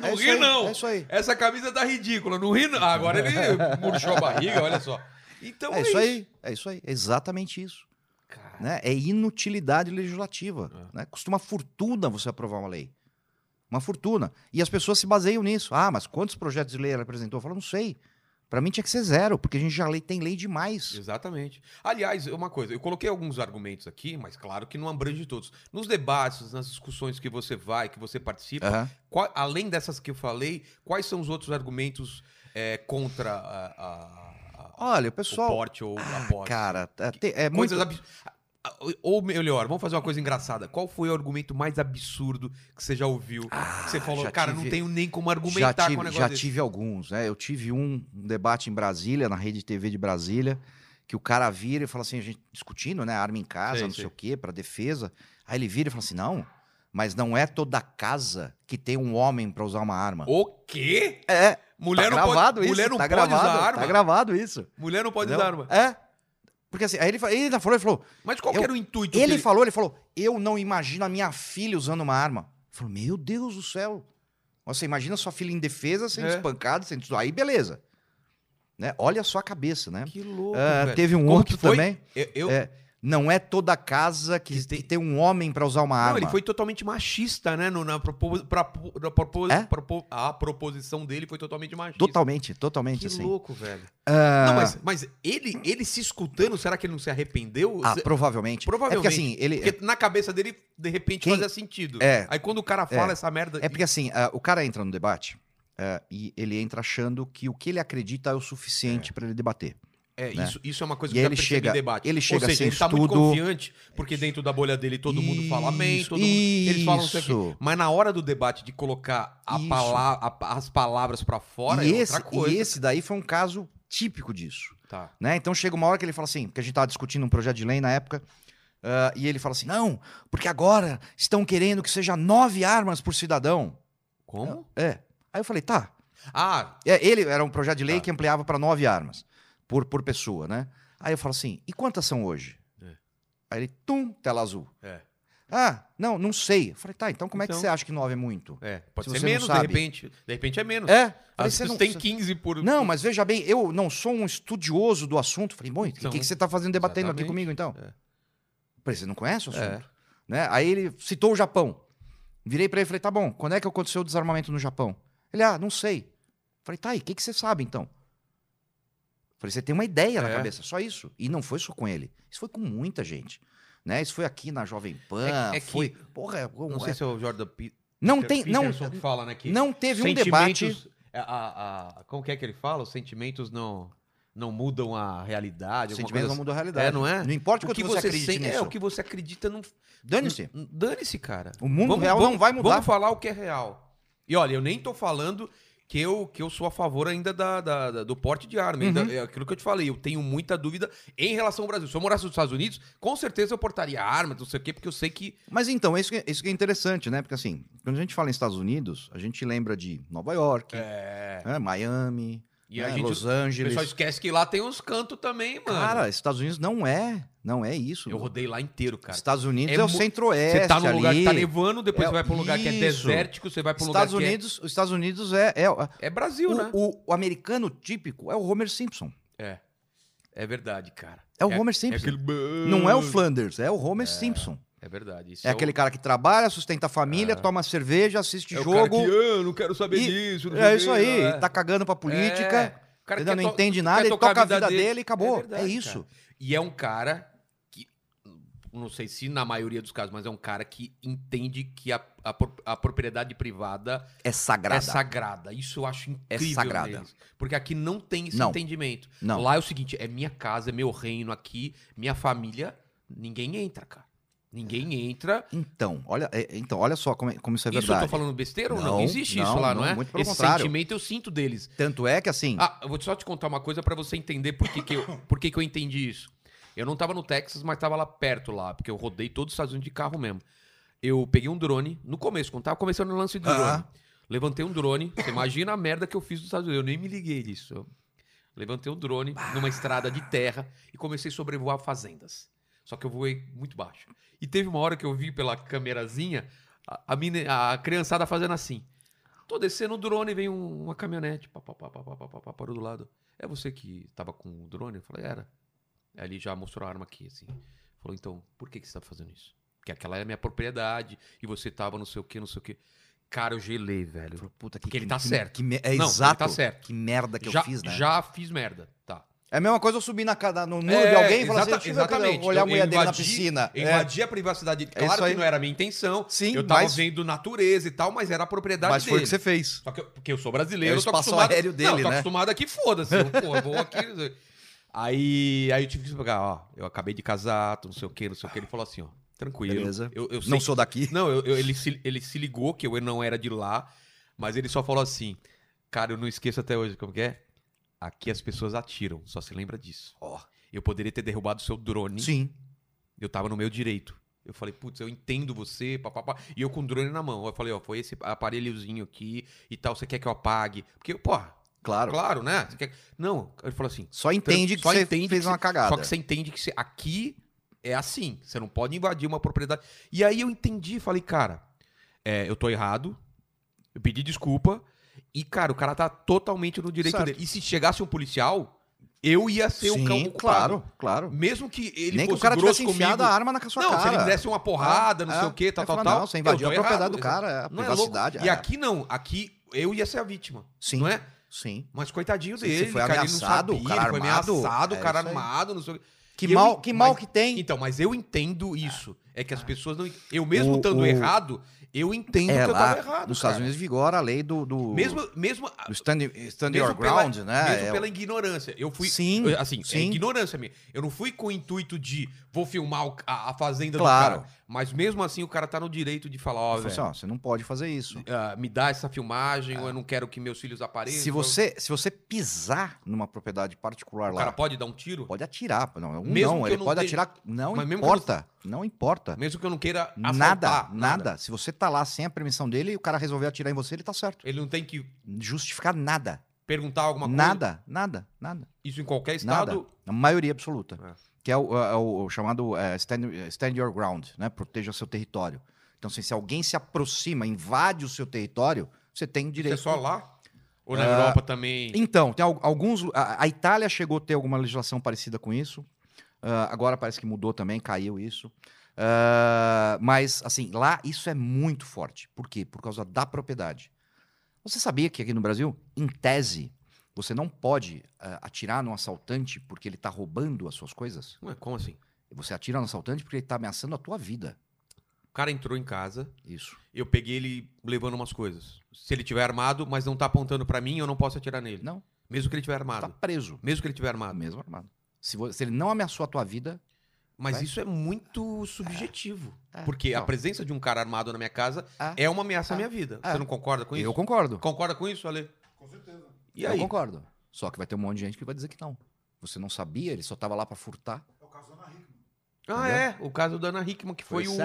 Não
é isso
ri,
aí,
não.
É isso aí.
Essa camisa tá ridícula, não ri não. Ah, Agora ele murchou a barriga, olha só. Então
é isso aí. É isso aí. É exatamente isso.
Cara,
Né? É inutilidade legislativa.
É.
Né? Custa uma fortuna você aprovar uma lei. Uma fortuna. E as pessoas se baseiam nisso. Ah, mas quantos projetos de lei ela apresentou? Eu falo, não sei. Pra mim tinha que ser zero, porque a gente já lei, tem lei demais.
Exatamente. Aliás, uma coisa, eu coloquei alguns argumentos aqui, mas claro que não abrange todos. Nos debates, nas discussões que você vai, que você participa,
Aham.
qual- além dessas que eu falei, quais são os outros argumentos eh, contra a, a- a-
Olha, o
o
pessoal.
porte ou a
Ah,
posse?
cara, é, te- é muito.
Coisas abs- Ah, Ou melhor, vamos fazer uma coisa engraçada. Qual foi o argumento mais absurdo que você já ouviu?
Ah,
que você falou,
já
cara, não
tive-
tenho nem como argumentar
já tive,
com o negócio
já
desse.
tive alguns, né? Eu tive um, um debate em Brasília, na rede TV de Brasília, que o cara vira e fala assim, a gente discutindo, né, arma em casa,
Sei,
não
sei.
sei o quê, para defesa. Aí ele vira e fala assim: "Não, mas não é toda casa que tem um homem para usar uma arma".
O quê?
É,
Mulher não
tá gravado
pode,
isso,
mulher não
tá
pode
gravado,
usar arma.
tá gravado isso.
Mulher não pode
entendeu?
usar arma.
É. Porque assim, aí ele, fa- ele ainda falou, ele falou,
Mas qual que
Eu-
era o intuito
ele
dele?
falou, ele falou, eu não imagino a minha filha usando uma arma. Eu falo, meu Deus do céu. Você imagina sua filha indefesa, sendo
É.
espancada, sendo... aí beleza. Né? Olha só a cabeça, né?
É. Que louco,
Ah,
velho.
teve um
Como
outro
que foi?
também.
Eu, eu-
É, não é toda casa que,
Que tem-
que tem um homem pra usar uma
Não,
arma.
ele foi totalmente machista, né? No, na propo, pra, pra- propo-
É?
propo- a proposição dele foi totalmente machista.
Totalmente, totalmente
Que
assim.
louco, velho.
Ah,
Não, mas, mas ele, ele se escutando, será que ele não se arrependeu?
ah,
Se-
provavelmente. É
Provavelmente.
porque assim, ele...
Porque na cabeça dele, de repente,
Quem-
fazia sentido.
É.
Aí quando o cara fala essa merda.
É porque assim, ah, o cara entra no debate ah, e ele entra achando que o que ele acredita é o suficiente pra ele debater.
É,
né?
isso, isso é uma coisa
E
que eu já
ele
percebi
chega-
em debate.
ele chega
Ou seja,
sem
ele tá muito
estudo.
confiante, porque dentro da bolha dele todo mundo fala amém, todo mundo. Eles falam isso aqui.
Isso.
Mas na hora do debate de colocar a
Isso.
pala- a- as palavras pra fora
e,
é
esse,
outra coisa.
e esse daí foi um caso típico disso.
Tá.
Né? Então chega uma hora que ele fala assim, porque a gente estava discutindo um projeto de lei na época, ah, e ele fala assim, não, porque agora estão querendo que seja nove armas por cidadão.
Como?
É. Aí eu falei, tá.
Ah,
É, ele era um projeto de lei
Tá.
que ampliava para nove armas por, por pessoa, né? Aí eu falo assim, e quantas são hoje?
É.
Aí ele, tum, tela azul.
É.
Ah, não, não sei. Eu falei, tá, então como é
Então-
que você acha que nove é muito?
é. Pode
Se
ser
você não
menos, de
sabe.
repente. De repente é menos.
É. Falei,
Às
você
vezes
não,
tem 15 por.
Não, mas veja bem, eu não sou um estudioso do assunto. Falei, bom, e o que
Então,
que, você está fazendo debatendo
exatamente.
aqui comigo, então?
É.
Falei, você não conhece o assunto?
É.
Né? Aí ele citou o Japão. Virei para ele e falei, tá bom, quando é que aconteceu o desarmamento no Japão? Ele, ah, não sei. Falei, tá, e o que, que você sabe, então? Falei, você tem uma ideia na
É.
cabeça, só isso. E não foi só com ele. Isso foi com muita gente. Né? Isso foi aqui na Jovem Pan,
É- é que-
foi... Porra, é-
Não sei se é o Jordan Pe-
não
Peter-
tem... Não,
Peterson que fala, né? Que
não teve um debate...
é sentimentos- a- a- a- como que é que ele fala? Os sentimentos não. não mudam a realidade. alguma
Sentimentos
coisa
não mudam a realidade.
É, não é?
Não importa
assim.
o que você acredita
sente-
nisso.
É, o que você acredita não.
Dane-se.
N- Dane-se, cara.
O mundo real não vai mudar.
Vamos falar o que é real. E olha, eu nem tô falando que eu, que eu sou a favor ainda da, da- da- do porte de arma. Ainda,
Uhum.
é aquilo que eu te falei, eu tenho muita dúvida em relação ao Brasil. Se eu morasse nos Estados Unidos, com certeza eu portaria arma, não sei o quê, porque eu sei que.
Mas então, é isso que, isso que é interessante, né? Porque assim, quando a gente fala em Estados Unidos, a gente lembra de Nova York,
É.
né, Miami,
E
né,
a gente.
Los
o
Angeles.
pessoal esquece que lá tem uns cantos também, mano.
Cara, Estados Unidos não é, não é isso.
eu rodei lá inteiro, cara.
Estados Unidos
É
é, o
mu-
centro-oeste
Você tá num
ali.
lugar que tá nevando, depois
É,
você vai pra um lugar que é
isso.
desértico, você vai pra um
Estados
lugar
Unidos, os Estados Unidos é, é o,
que é... é Brasil, né?
o- o americano típico é o Homer Simpson.
É verdade, cara.
É o Homer Simpson. Não é o Flanders, é o Homer Simpson.
É verdade. Isso
É aquele cara que trabalha, sustenta a família, toma cerveja, assiste
é o cara
jogo.
que, "Ah, não quero saber
E-
disso. não sei
É
o
isso
quê",
aí,
né?
tá cagando pra
É.
política,
O cara
entendeu?
quer
não
to-
entende
quer
nada, ele
tocar
toca a vida dele, e acabou.
É
É,
verdade,
isso.
E é um cara que, não sei se na maioria dos casos, mas é um cara que entende que a, a pro- a propriedade privada
É sagrado.
é sagrada. Isso eu acho
É
incrível.
sagrada.
neles. porque aqui não tem esse
Não.
entendimento.
Não.
Lá é o seguinte: é minha casa, é meu reino aqui, minha família, ninguém entra, cara. Ninguém entra.
Então, olha, é- então, olha só como, é- como isso é
isso eu
verdade.
tô falando besteira ou não?
Não,
Existe isso
não,
lá, não,
não,
é?
muito pelo
Esse
contrário.
sentimento eu sinto deles.
Tanto é que assim,
Ah, eu vou só te contar uma coisa pra você entender por que, que, eu, por que, que eu entendi isso. Eu não tava no Texas, mas tava lá perto lá, porque eu rodei todos os Estados Unidos de carro mesmo. Eu peguei um drone, no começo, quando tava começando o lance do
Aham.
drone. Levantei um drone, você imagina a merda que eu fiz nos Estados Unidos, eu nem me liguei disso. Eu levantei um drone numa estrada de terra e comecei a sobrevoar fazendas. Só que eu voei muito baixo. E teve uma hora que eu vi pela câmerazinha a, a mine- a criançada fazendo assim. Tô descendo o drone, vem um- uma caminhonete, pá, pá, pá, pá, pá, pá, pá, pá, parou do lado. É você que tava com o drone? Eu falei, era. Aí ele já mostrou a arma aqui, assim. Falou, então, por que, que você tá fazendo isso? Porque aquela era minha propriedade e você tava não sei o que, não sei o que. Cara, eu gelei, velho.
Falou, Puta, que,
Porque ele tá certo.
que me- é
Não, ele
exato.
tá certo.
Que merda que
já,
eu fiz, né?
já fiz merda, tá.
É a mesma coisa eu subir na cada, no muro
É,
de alguém e falar
exata-
assim, eu tive aquela-
exatamente.
olhar a
Eu- eu
mulher dele na
invadi-
piscina.
Eu
É.
invadi a privacidade dele.
É isso
Claro que
aí.
não era a minha intenção.
Sim,
eu tava
mas-
vendo natureza e tal, mas era a propriedade
Mas foi
dele.
o que você fez.
Só que eu, porque eu sou brasileiro,
É o
eu tô
espaço
acostumado...
aéreo dele,
não, eu tô
né?
acostumado aqui, foda-se. Eu, pô, eu vou aqui... [laughs] Aí, aí eu tive que explicar, ó, eu acabei de casar, tô não sei o que, não sei o que. Ele falou assim, ó, tranquilo.
Beleza.
Eu, eu sei
Não
que-
sou daqui.
Não, eu- eu- ele, se, ele se ligou que eu não era de lá, mas ele só falou assim, cara, eu não esqueço até hoje, como que é? Aqui as pessoas atiram, só se lembra disso. Ó, eu poderia ter derrubado seu drone,
Sim.
eu tava no meu direito. Eu falei, putz, eu entendo você, papapá. E eu com o drone na mão. Eu falei, ó, foi esse aparelhozinho aqui e tal, você quer que eu apague? Porque, pô,
Claro.
claro, né? Você quer- Não, ele falou assim,
Só entende que
Só
você
entende
fez
que
uma cagada.
só que você entende que você- aqui é assim. Você não pode invadir uma propriedade. E aí eu entendi, falei, cara, é, eu tô errado. Eu pedi desculpa. E, cara, o cara tá totalmente no direito
Certo.
dele. E se chegasse um policial, eu ia ser o cão
Sim,
culpado.
claro, claro.
Mesmo que ele
Nem que
fosse
o cara
grosso
tivesse enfiado
comigo.
a arma na sua
não,
cara.
se ele me desse uma porrada, não
É,
sei o que, tal,
Vai
tal,
falar,
tal.
Não, você
eu
invadiu a
tô errado,
propriedade do
exato.
cara, é a
Não é louco?
privacidade.
E
é.
aqui não. Aqui eu ia ser a vítima.
Sim,
Não é?
sim.
Mas coitadinho
Sim,
dele,
você foi
cara,
ameaçado,
ele não sabia,
o cara
ele foi
armado.
ameaçado, o
É
cara
isso aí.
armado, não sei o quê.
Que
Eu-
mal, que, mal
mas-
que tem.
Então, mas eu entendo isso. É que as pessoas não. Eu mesmo
O-
estando
o-
errado, eu entendo
é
que eu
lá,
tava errado.
nos
cara.
Estados Unidos vigora a lei do, do,
Mesmo, mesmo,
do stand, stand
mesmo
your ground,
pela,
né?
mesmo
É,
pela ignorância. Eu fui.
Sim,
eu- assim, é
sim.
ignorância minha. Eu não fui com o intuito de vou filmar o- a, a fazenda do
Claro.
cara. Mas mesmo assim o cara tá no direito de falar, ó,
Falou assim,
velho,
ó, você não pode fazer isso.
ah, me dá essa filmagem, ou eu não quero que meus filhos apareçam.
É. Se você, se você pisar numa propriedade particular
O
lá,
cara pode dar um tiro?
pode atirar. Não, um
Mesmo
não,
que eu
ele
não
pode
tenha-
atirar. Não
Mas mesmo que eu não-
importa. Não importa.
Mesmo que eu não queira
Nada,
assaltar,
nada. Se você tá lá sem a permissão dele e o cara resolver atirar em você, ele tá certo.
Ele não tem que
Justificar nada.
perguntar alguma coisa.
Nada, nada, nada.
Isso em qualquer
Nada.
estado.
A maioria absoluta.
É.
Que é o, é o- o chamado é, stand, stand your ground, né? Proteja seu território. Então, assim, se alguém se aproxima, invade o seu território, você tem
Isso é
direito.
só lá? Ou na
Ah,
Europa também?
Então, tem al- alguns. lu- A, a Itália chegou a ter alguma legislação parecida com isso. Ah, agora parece que mudou também, caiu isso. Ah, mas, assim, lá isso é muito forte. Por quê? Por causa da propriedade. Você sabia que aqui no Brasil, em tese, você não pode ah, atirar num assaltante porque ele está roubando as suas coisas?
Ué, como assim?
Você atira no assaltante porque ele está ameaçando a tua vida.
O cara entrou em casa,
Isso.
eu peguei ele levando umas coisas. Se ele tiver armado, mas não tá apontando pra mim, eu não posso atirar nele.
Não.
Mesmo que ele tiver
Você tá
armado.
preso.
Mesmo que ele tiver armado.
Mesmo armado. Se, vo- se ele não ameaçou a tua vida,
Mas
Vai.
isso é muito subjetivo.
É.
Porque a
Não.
presença de um cara armado na minha casa
É.
é, uma ameaça à minha vida.
É.
Você não concorda com isso?
eu concordo.
Concorda com isso, Ale?
Com certeza.
E
Eu
aí?
concordo. Só que vai ter um monte de gente que vai dizer que não. Você não sabia, ele só tava lá pra furtar.
É o caso da Ana Hickman.
Ah, é. O caso da Ana Hickman, que foi, o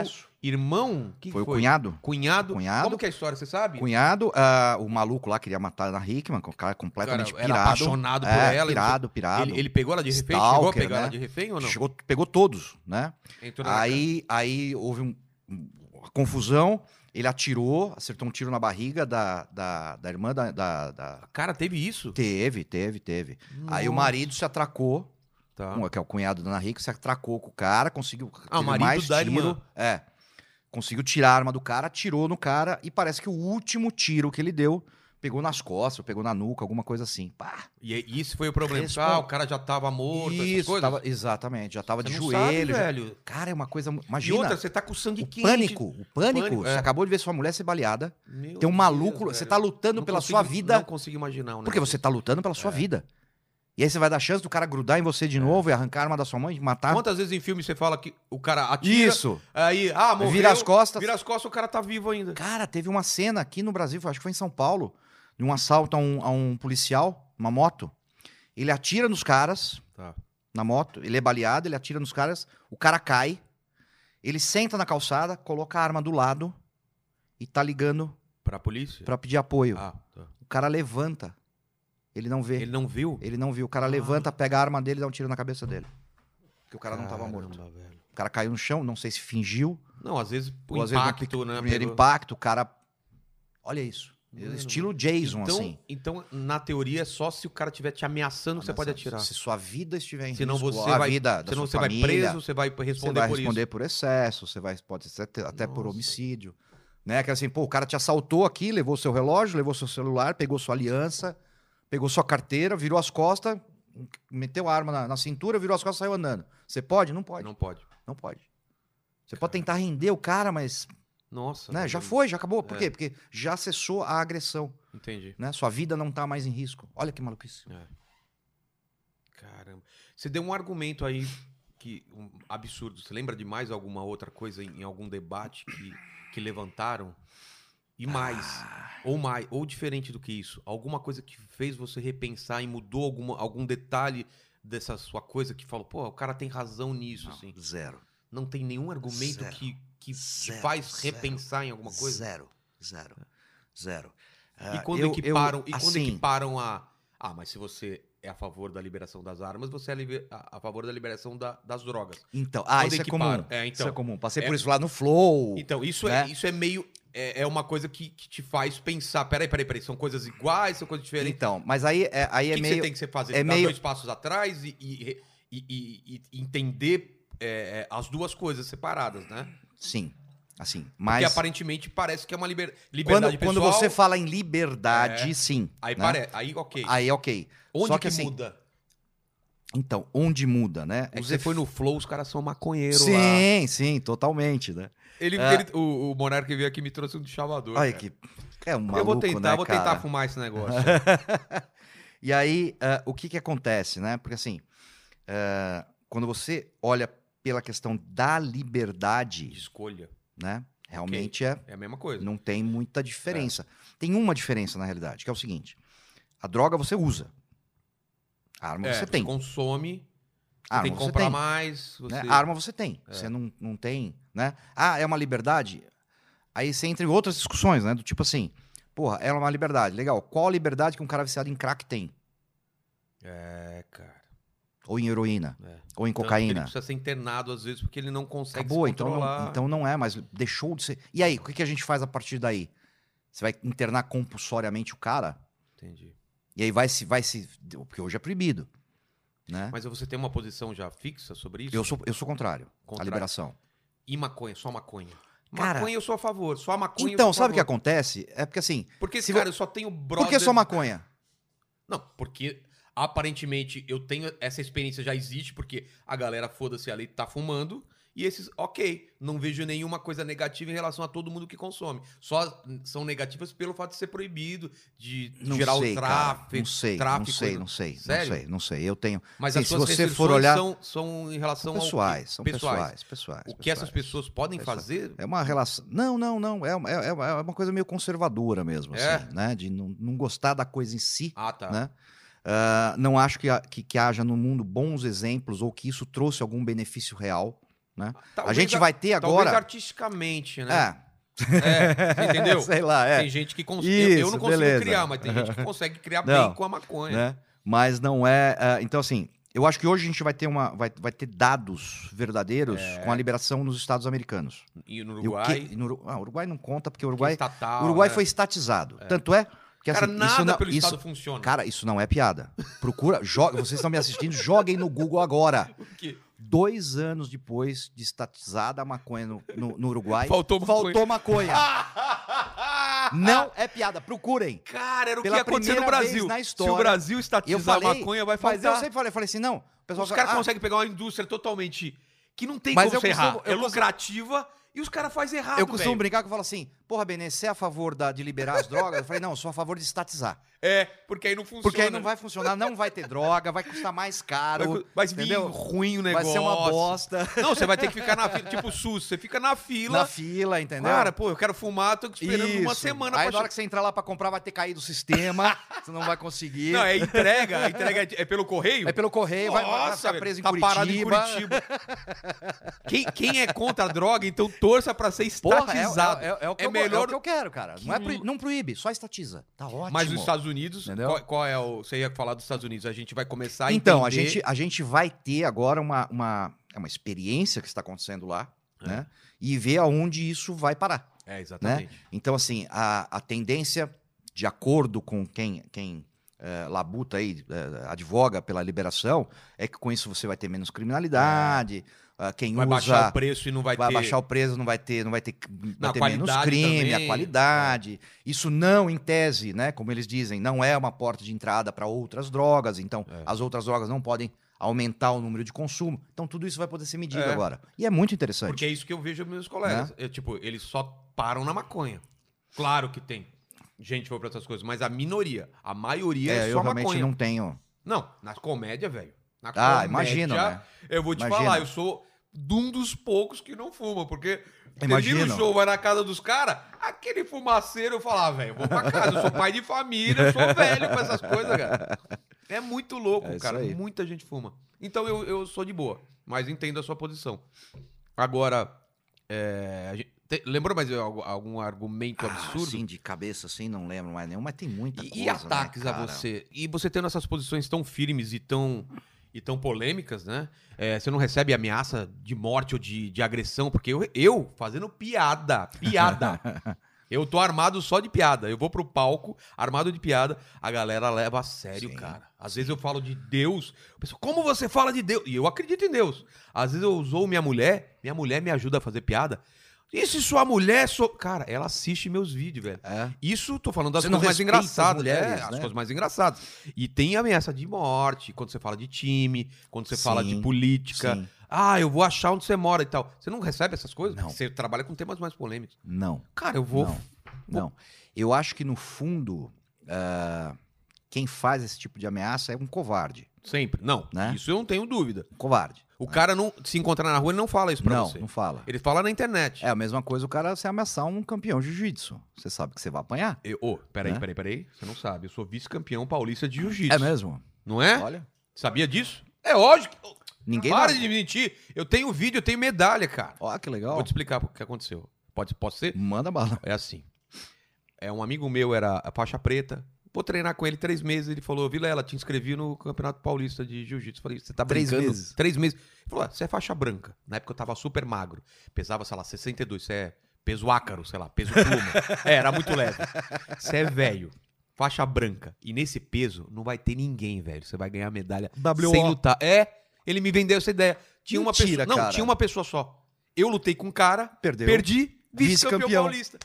irmão. Que
Foi, o cunhado.
Cunhado.
Cunhado.
Como que é a história, você sabe?
Cunhado, ah, o maluco lá queria matar a Ana Hickman, com o cara
O cara
completamente
era
pirado.
apaixonado por ela. e
É,
não sei-
pirado, pirado.
Ele, ele pegou ela de refém? chegou a
Stalker,
pegar
né?
ela de refém ou não?
Chegou, pegou todos, né?
Entrou na
Aí, aí houve um- uma confusão, ele atirou, acertou um tiro na barriga da, da, da irmã da, da- da-
Cara, teve isso?
Teve, teve, teve. Aí o
Nossa,
marido se atracou,
tá.
um- que é o cunhado da Ana Rica, se atracou com o cara, conseguiu
Ah, o
teve
marido da irmã.
É. Conseguiu tirar a arma do cara, atirou no cara e parece que o último tiro que ele deu pegou nas costas, pegou na nuca, alguma coisa assim. Pá.
E e isso foi o problema.
Respo-
Ah, o cara já tava morto, essas
Isso,
coisas.
tava, exatamente, já tava
Você
de
não sabe,
joelho. já-
velho.
Cara, é uma coisa. mu-
E
Imagina.
outra, você tá com sangue
o
quente.
pânico, o pânico.
Pânico,
você
é.
acabou de ver sua mulher ser baleada.
Meu
tem um
Deus,
maluco.
velho.
você tá lutando
Não
pela
consigo-
sua vida.
Não consigo imaginar. um
Porque
negócio
você tá lutando pela sua
É.
vida. E aí você vai dar chance do cara grudar em você de novo e arrancar a arma da sua mãe e matar.
desse. Quantas vezes em filme você fala que o cara atira,
Isso.
aí, ah, morreu,
Vira as costas.
vira as costas, o cara tá vivo ainda.
Cara, teve uma cena aqui no Brasil, acho que foi em São Paulo, de um assalto a um, a um policial, uma moto. Ele atira nos caras
Tá.
na moto, ele é baleado, ele atira nos caras, o cara cai, ele senta na calçada, coloca a arma do lado e tá ligando
Pra polícia?
pra pedir apoio.
Ah, tá.
O cara levanta, ele não vê, ele,
Ele não viu?
não viu. O cara
Ah.
levanta, pega a arma dele e dá um tiro na cabeça dele. Porque o cara não tava
Caramba,
morto.
velho.
O cara caiu no chão, não sei se fingiu,
Não, às vezes o
Ou às vezes no
impacto, né?
primeiro
pegou-
impacto, o cara. Olha isso.
Mano,
Estilo Jason,
então,
assim.
Então, na teoria, é só se o cara estiver te ameaçando que você pode atirar.
Se sua vida estiver em
Senão
risco,
você
a
vai-
vida da
Senão
sua
você
família,
vai preso, você vai
você
responder
vai
por
responder por excesso, você vai, pode ser até, até por
Nossa.
homicídio. Né? Que assim, pô, o cara te assaltou aqui, levou seu relógio, levou seu celular, pegou sua aliança, pegou sua carteira, virou as costas, meteu a arma na, na cintura, virou as costas e saiu andando. Você pode? Não
isso.
pode. Não,
Não pode.
pode. Você pode tentar render o cara, mas
Nossa.
né,
velho.
já foi, já acabou. Por
É.
quê? Porque já cessou a agressão
Entendi.
né? Sua vida não tá mais em risco. Olha que maluquice.
Caramba. Você deu um argumento aí que um, absurdo. Você lembra de mais alguma outra coisa em, em algum debate que, que levantaram? E mais, ou mais, ou diferente do que isso, alguma coisa que fez você repensar e mudou alguma, algum detalhe dessa sua coisa que falou, pô, o cara tem razão nisso, assim.
Zero.
Não tem nenhum argumento
Zero.
que, que te
Zero,
faz
zero,
repensar em alguma coisa?
Zero. Zero. Zero.
E
Ah,
quando
eu-
equiparam,
eu-
e quando
assim,
equiparam a. Ah, mas se você é a favor da liberação das armas, você é liber- a, a favor da liberação da- das drogas.
Então, ah,
quando
isso é
equiparam-
comum.
é,
Isso é
então.
comum. Passei
É-
por isso lá no Flow.
Então, isso é,
Né?
isso é meio. É, é uma coisa que, que te faz pensar. Peraí, peraí, peraí. São coisas iguais, são coisas diferentes.
Então, mas aí é,
O
aí é
que, que
meio.
você tem que você fazer?
é
Dar
meio-
dois passos atrás e, e- e- e- e entender é, é, as duas coisas separadas, né?
Sim. Assim.
Porque
Mas.
aparentemente parece que é uma liber... liberdade
Quando, quando
pessoal. É.
você fala em liberdade, sim.
Aí,
né?
pare... aí ok.
Aí, ok.
Onde
só
que,
que assim,
muda?
Então, onde muda, né?
É que
Os
você
efe-
foi no Flow, os caras são maconheiros lá.
Sim, sim, totalmente, né?
Ele,
É.
ele- o, o Monarca que veio aqui me trouxe um de chavador.
Ai,
cara.
que. É um maluco,
eu vou tentar,
né,
vou tentar
cara?
fumar esse
[laughs]
negócio.
E aí, ah, o que que acontece, né? Porque assim, ah, quando você olha pela questão da
De
liberdade,
Escolha.
né? Realmente é,
É a mesma coisa.
não tem muita
É.
diferença. Tem uma diferença na realidade, que é o seguinte: a droga você usa, a arma
É,
você tem,
Consome,
a
tem
arma
que
você
comprar
tem,
mais. Você... É.
né? A arma você tem, você não, não tem, né? Ah, é uma liberdade. Aí você entra em outras discussões, né? Do tipo assim, porra, é uma liberdade, legal. Qual a liberdade que um cara viciado em crack tem?
É, cara.
Ou em heroína?
É.
Ou em
Tanto que Ele
cocaína?
precisa ser internado às vezes porque ele não consegue
Acabou,
se
então
controlar.
não, então não é, mas deixou de ser. E aí, o que, que a gente faz a partir daí? Você vai internar compulsoriamente o cara?
Entendi.
E aí vai se. Vai se porque hoje é proibido. Né?
Mas você tem uma posição já fixa sobre isso?
Eu, sou, eu sou contrário à
Contrário.
liberação.
E maconha, só maconha.
Cara-
maconha eu sou a favor, só a maconha
então,
eu sou a
sabe o que
favor.
acontece? É porque assim.
Porque,
Se
cara, eu só tenho brother...
Por que só maconha?
Não, porque aparentemente eu tenho essa experiência já existe, porque a galera foda-se ali tá fumando e esses, ok, não vejo nenhuma coisa negativa em relação a todo mundo que consome. Só são negativas pelo fato de ser proibido, de
Não
gerar
sei,
o
cara.
tráfico.
Não sei,
tráfico
não sei,
e-
não sei, não
Sério?
sei, não sei. Eu tenho
Mas
Sim,
as
se
suas
você for
restrições
olhar-
são, são em relação
são
ao
pessoais,
que-
são pessoais, pessoais.
O que essas
pessoais.
pessoas podem
Pessoais.
fazer
É uma relação. Não, não, não. É, é, é uma coisa meio conservadora mesmo,
É.
assim, né? De não, não gostar da coisa em si,
Ah, tá.
né? Ah, não acho que, ha- que, que haja no mundo bons exemplos ou que isso trouxe algum benefício real.
Talvez
a gente
a-
vai ter
Talvez
agora.
artisticamente, né?
É.
É, você entendeu?
Sei lá, [laughs] é.
Tem gente que consegue. Eu
Isso,
não consigo
beleza.
criar, mas tem
[laughs]
gente que consegue criar
Não.
bem com a maconha.
né? Mas não é. ah, então, assim, eu acho que hoje a gente vai ter uma. Vai, vai ter dados verdadeiros com a liberação nos Estados americanos.
E no
E o que-
É. Uruguai.
e no Uru- ah, o Uruguai não conta, porque o
que é
Uruguai,
estatal,
o Uruguai
né?
foi estatizado. Tanto é que
Cara,
assim,
nada
isso não,
pelo
isso,
Estado funciona.
Cara, isso não é piada. Procura, joga, vocês estão me assistindo, joguem no Google agora. [laughs]
quê?
Dois anos depois de estatizada a maconha no, no- no Uruguai,
Faltou maconha.
faltou maconha. Não é piada, procurem.
Ah, Cara, era o
Pela
que ia acontecer no
primeira vez
Brasil.
na
Se o
história,
Brasil
Eu
estatizar
falei,
a maconha, vai
mas eu
faltar.
sempre falei, falei assim, não. O pessoal
Os
fala,
caras
"Ah,
conseguem pegar uma indústria totalmente que não tem
Mas
como
eu
você errar.
costumo-
é
eu costumo-
lucrativa e os caras fazem errado,
Eu costumo
velho.
brincar que eu falo assim, porra, Benê, você é a favor da- de liberar as drogas? Eu falei, não, eu sou a favor de estatizar.
É, porque aí não funciona.
Porque aí não vai funcionar, não vai ter droga, vai custar mais
Vai
caro.
cu- vai vir
entendeu?
ruim o
Vai
negócio.
ser uma bosta
Não, você vai ter que ficar na fila, tipo o SUS, você fica na fila.
na fila, entendeu?
Cara, pô, eu quero fumar, tô esperando uma
Isso.
semana
Aí
pra
na hora que você entrar lá pra comprar, vai ter caído o
[laughs]
sistema, você não vai conseguir.
Não, é entrega, a entrega é é pelo correio.
É pelo correio, vai- vai ficar
velho,
preso em
tá
Curitiba.
parado em Curitiba. quem, quem é contra a droga, então torça pra ser
Porra, é,
estatizado.
é, é, é o que
É
eu, melhor...
melhor-
o que eu quero, cara. Não, é
Que
proí-
lu-
não proíbe, só estatiza. Tá ótimo.
Mas nos Estados Unidos,
Entendeu?
qual, qual é o... Você ia falar dos Estados Unidos, a gente vai começar a
Então, a
entender-
gente, a gente vai ter agora uma, uma, é uma experiência que está acontecendo lá, né? E ver aonde isso vai parar.
É, exatamente.
Então, assim, a, a tendência, de acordo com quem, quem eh, labuta aí, eh, advoga pela liberação, é que com isso você vai ter menos criminalidade, ah, quem
É. Vai
usa
baixar o preço e não vai,
vai
ter...
baixar o preço, não vai ter, não vai ter, vai
Na
ter menos
qualidade
crime,
também, é.
a qualidade. Isso não, em tese, né? Como eles dizem, não é uma porta de entrada para outras drogas. Então,
É.
as outras drogas não podem aumentar o número de consumo. Então, tudo isso vai poder ser medido
É.
agora. E é muito interessante.
Porque é isso que eu vejo meus colegas.
Né?
É, tipo, eles só param na maconha. Claro que tem gente que foi pra outras coisas, mas a minoria, a maioria é,
É, eu
só
realmente
maconha.
não tenho.
Não, na comédia, é um velho. Na
Ah, imagino, né?
Eu vou te
Imagino.
falar, eu sou de um dos poucos que não fuma, porque termina
Imagino.
o show, vai na casa dos caras, aquele fumaceiro, eu falo, ah, velho, eu vou pra casa, eu sou pai de família, eu sou velho com essas coisas, cara. É muito louco,
É isso
cara.
aí.
Muita gente fuma. Então eu, eu sou de boa, mas entendo a sua posição. Agora, é, a gente- te- lembrou mais de algu- algum argumento absurdo?
Assim, de cabeça, assim, não lembro mais nenhum, mas tem muita coisa.
E, e ataques
né,
a
cara?
você. E você tendo essas posições tão firmes e tão, e tão polêmicas, né? É, você não recebe ameaça de morte ou de, de agressão, porque eu, eu fazendo piada,
[laughs]
piada. eu tô armado só de piada. Eu vou pro palco armado de piada. A galera leva a sério,
Sim.
cara. Às vezes eu falo de Deus. O pessoal, como você fala de Deus? E eu acredito em Deus. Às vezes eu usou minha mulher, minha mulher me ajuda a fazer piada. E se sua mulher. sou Cara, ela assiste meus vídeos, velho.
É.
Isso, tô falando das
Você não
coisas mais
respeita as
engraçadas.
mulheres,
é, as
né?
coisas mais engraçadas. E tem ameaça de morte, quando você fala de time, quando você fala de
Sim,
política.
Sim.
Ah, eu vou achar onde você mora e tal. Você não recebe essas coisas?
Não.
Você trabalha com temas mais polêmicos.
Não.
Cara, eu vou.
Não, não. Eu acho que, no fundo, ah, quem faz esse tipo de ameaça é um covarde.
Sempre. Não.
Né?
Isso eu não tenho dúvida.
Um covarde.
O cara não se encontrar na rua, ele não fala isso pra
Não,
você.
não fala.
Ele fala na internet.
É a mesma coisa o cara se ameaçar um campeão de jiu-jitsu. Você sabe que você vai apanhar.
Eu, ô, peraí,
Né?
peraí, peraí. Você não sabe. Eu sou vice-campeão paulista de jiu-jitsu.
É mesmo?
Não é?
Olha.
Sabia disso? É lógico.
Ninguém.
Para
larga.
de mentir. Eu tenho vídeo, eu tenho medalha, cara.
Ó, que legal.
Vou te explicar o que aconteceu. Pode, pode ser?
Manda bala.
É assim. É um amigo meu, era a faixa preta. Vou treinar com ele três meses. Ele falou, Vilela, te inscrevi no Campeonato Paulista de Jiu-Jitsu. Falei, você tá
Três
brincando?
meses?
Três meses. Ele falou, "Ah, você é faixa branca. Na época eu tava super magro. Pesava, sei lá, 62. Você é peso ácaro, sei lá, peso
[laughs]
pluma. é, era muito leve. Você é velho. Faixa branca. E nesse peso não vai ter ninguém, velho. Você vai ganhar medalha sem lutar. É, ele me vendeu essa ideia. Tinha uma
Mentira,
pessoa, não,
cara.
tinha uma pessoa só. Eu lutei com um cara,
Perdeu.
perdi, vice-campeão
Vice-campeão.
paulista.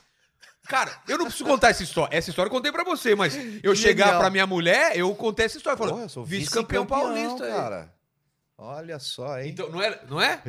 Cara, eu não preciso contar essa história. Essa história eu contei pra você, mas eu chegar
Legal.
pra minha mulher, eu contei essa história.
Ó, eu
Falando,
sou
vice-campeão paulista. é.
cara. Ó, Olha só, hein?
Então, não é? Não é?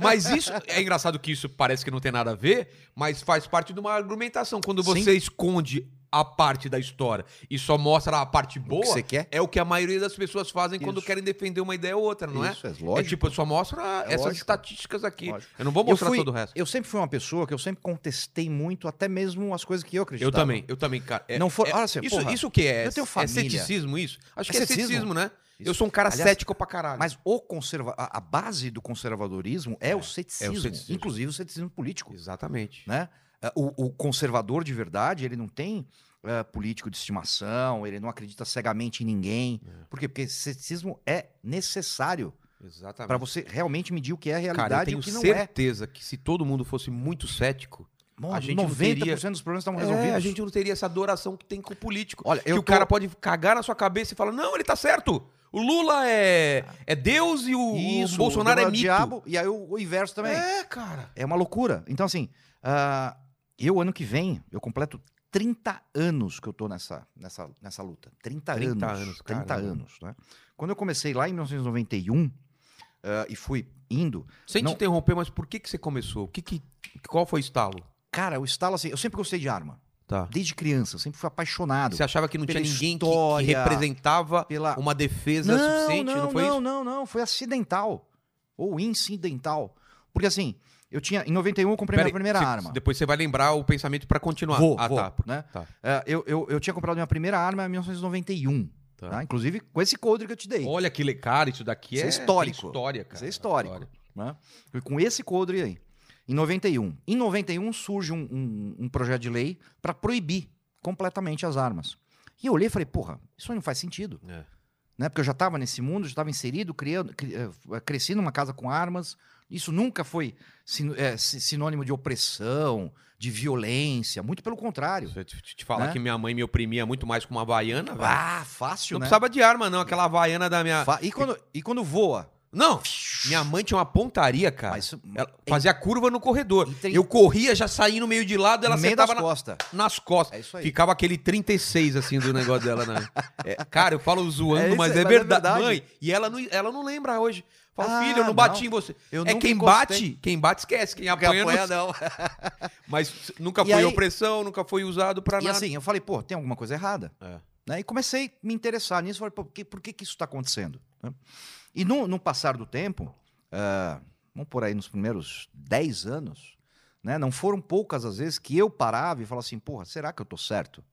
mas isso é engraçado que isso parece que não tem nada a ver, mas faz parte de uma argumentação. Quando você esconde a parte da história e só mostra a parte
o
boa,
que você quer?
é o que a maioria das pessoas fazem quando
Isso.
querem defender uma ideia ou outra, não
Isso, é
é? É
lógico.
tipo, eu só mostro ah,
É
essas
lógico.
estatísticas aqui.
Lógico.
Eu não vou
Eu
mostrar
fui-
todo o resto.
Eu sempre fui uma pessoa que eu sempre contestei muito, até mesmo as coisas que eu
Eu
acreditava.
também, eu também, cara. É-
Não foi.
é-
Olha, assim,
isso,
porra,
isso o que é?
eu tenho
é
família.
ceticismo isso? Acho
É
que é
ceticismo.
ceticismo, né?
Isso.
Eu sou um cara
Aliás,
cético pra caralho.
Mas o conserva a, a base do conservadorismo é, o ceticismo,
ceticismo.
inclusive o ceticismo político,
Exatamente.
né? Eh, O, o conservador de verdade, ele não tem eh, político de estimação, ele não acredita cegamente em ninguém.
É.
Por quê? Porque esse ceticismo é necessário
Exatamente.
para você realmente medir o que é a
cara, eu
realidade e
tenho
o que não é.
certeza que se todo mundo fosse muito cético,
Mano,
a gente não
90%
teria-
dos problemas estavam resolvidos.
é, a gente não teria essa adoração que tem com o político.
Olha,
que
eu
o cara pode cagar na sua cabeça e falar, não, ele tá certo. O Lula é, é Deus e o, o
Ah. Isso,
Bolsonaro é
Deus
mito.
diabo, e aí o, o inverso também. É,
É, cara.
uma loucura. Então, assim, ah, eu, ano que vem, eu completo 30 anos que eu tô nessa, nessa, nessa luta. 30,
30
anos.
anos,
30
caramba.
anos, né? Quando eu comecei lá em 1991 ah, e fui indo,
Sem
Não-
te interromper, mas por que, que você começou? O que que, qual foi o estalo?
cara, eu estalo assim, eu sempre gostei de arma.
Tá.
Desde criança, eu sempre fui apaixonado
Você achava que não
Pela
tinha ninguém que- que,
história,
representava
pela
uma defesa suficiente? Não, foi
não,
isso?
não, não, foi acidental ou incidental. Porque assim, eu tinha em 91 eu comprei
Pera aí,
minha primeira
cê-
arma.
Depois você vai lembrar o pensamento pra continuar.
Vou,
ah,
vou,
tá. Por-
né?
tá.
É, eu, eu, eu tinha comprado minha primeira arma em 1991.
Tá.
tá? Inclusive com esse coldre que eu te dei.
Olha que le- cara, isso daqui
Isso
é,
é histórico.
tem história, cara.
Isso é histórico.
História.
né? Foi com esse coldre aí. Em 91. Em 91 surge um, um- um projeto de lei para proibir completamente as armas. E eu olhei e falei, porra, isso aí não faz sentido.
É.
Né? Porque eu já estava nesse mundo, já estava inserido, criando, cri- eh, cresci numa casa com armas. Isso nunca foi sin- eh, si- sinônimo de opressão, de violência. Muito pelo contrário.
Se eu te, te falar
Né?
que minha mãe me oprimia muito mais com uma havaiana, velho.
Ah, fácil,
não
né?
precisava de arma, não. Aquela havaiana da minha.
Fa- e, quando, e quando voa?
Não! Minha mãe tinha uma pontaria, cara.
Mas isso-
Ela fazia curva no corredor.
E tem-
Eu corria, já saía no meio de lado, ela
no meio das
sentava na-
costas.
nas costas.
É isso aí.
Ficava aquele 36, assim, do negócio dela, né? É, cara, eu falo
É
zoando,
isso
mas,
aí,
é,
mas é
verdade.
verdade.
Mãe, e ela não, ela não lembra hoje. Fala,
Ah,
filho, eu não
não.
bati em você.
Eu
é
nunca
quem
encostei.
bate, quem bate esquece, quem
Porque
apanha,
apanha,
não...
não.
[laughs] Mas nunca
E
foi
aí-
opressão, nunca foi usado pra
E
nada.
assim, eu falei, pô, tem alguma coisa errada.
É.
Né? E comecei a me interessar nisso. Falei, pô, por que, por que, que isso está acontecendo? né? E no, no passar do tempo, ah, vamos por aí nos primeiros 10 anos, né? não foram poucas as vezes que eu parava e falava assim, porra, será que eu tô certo?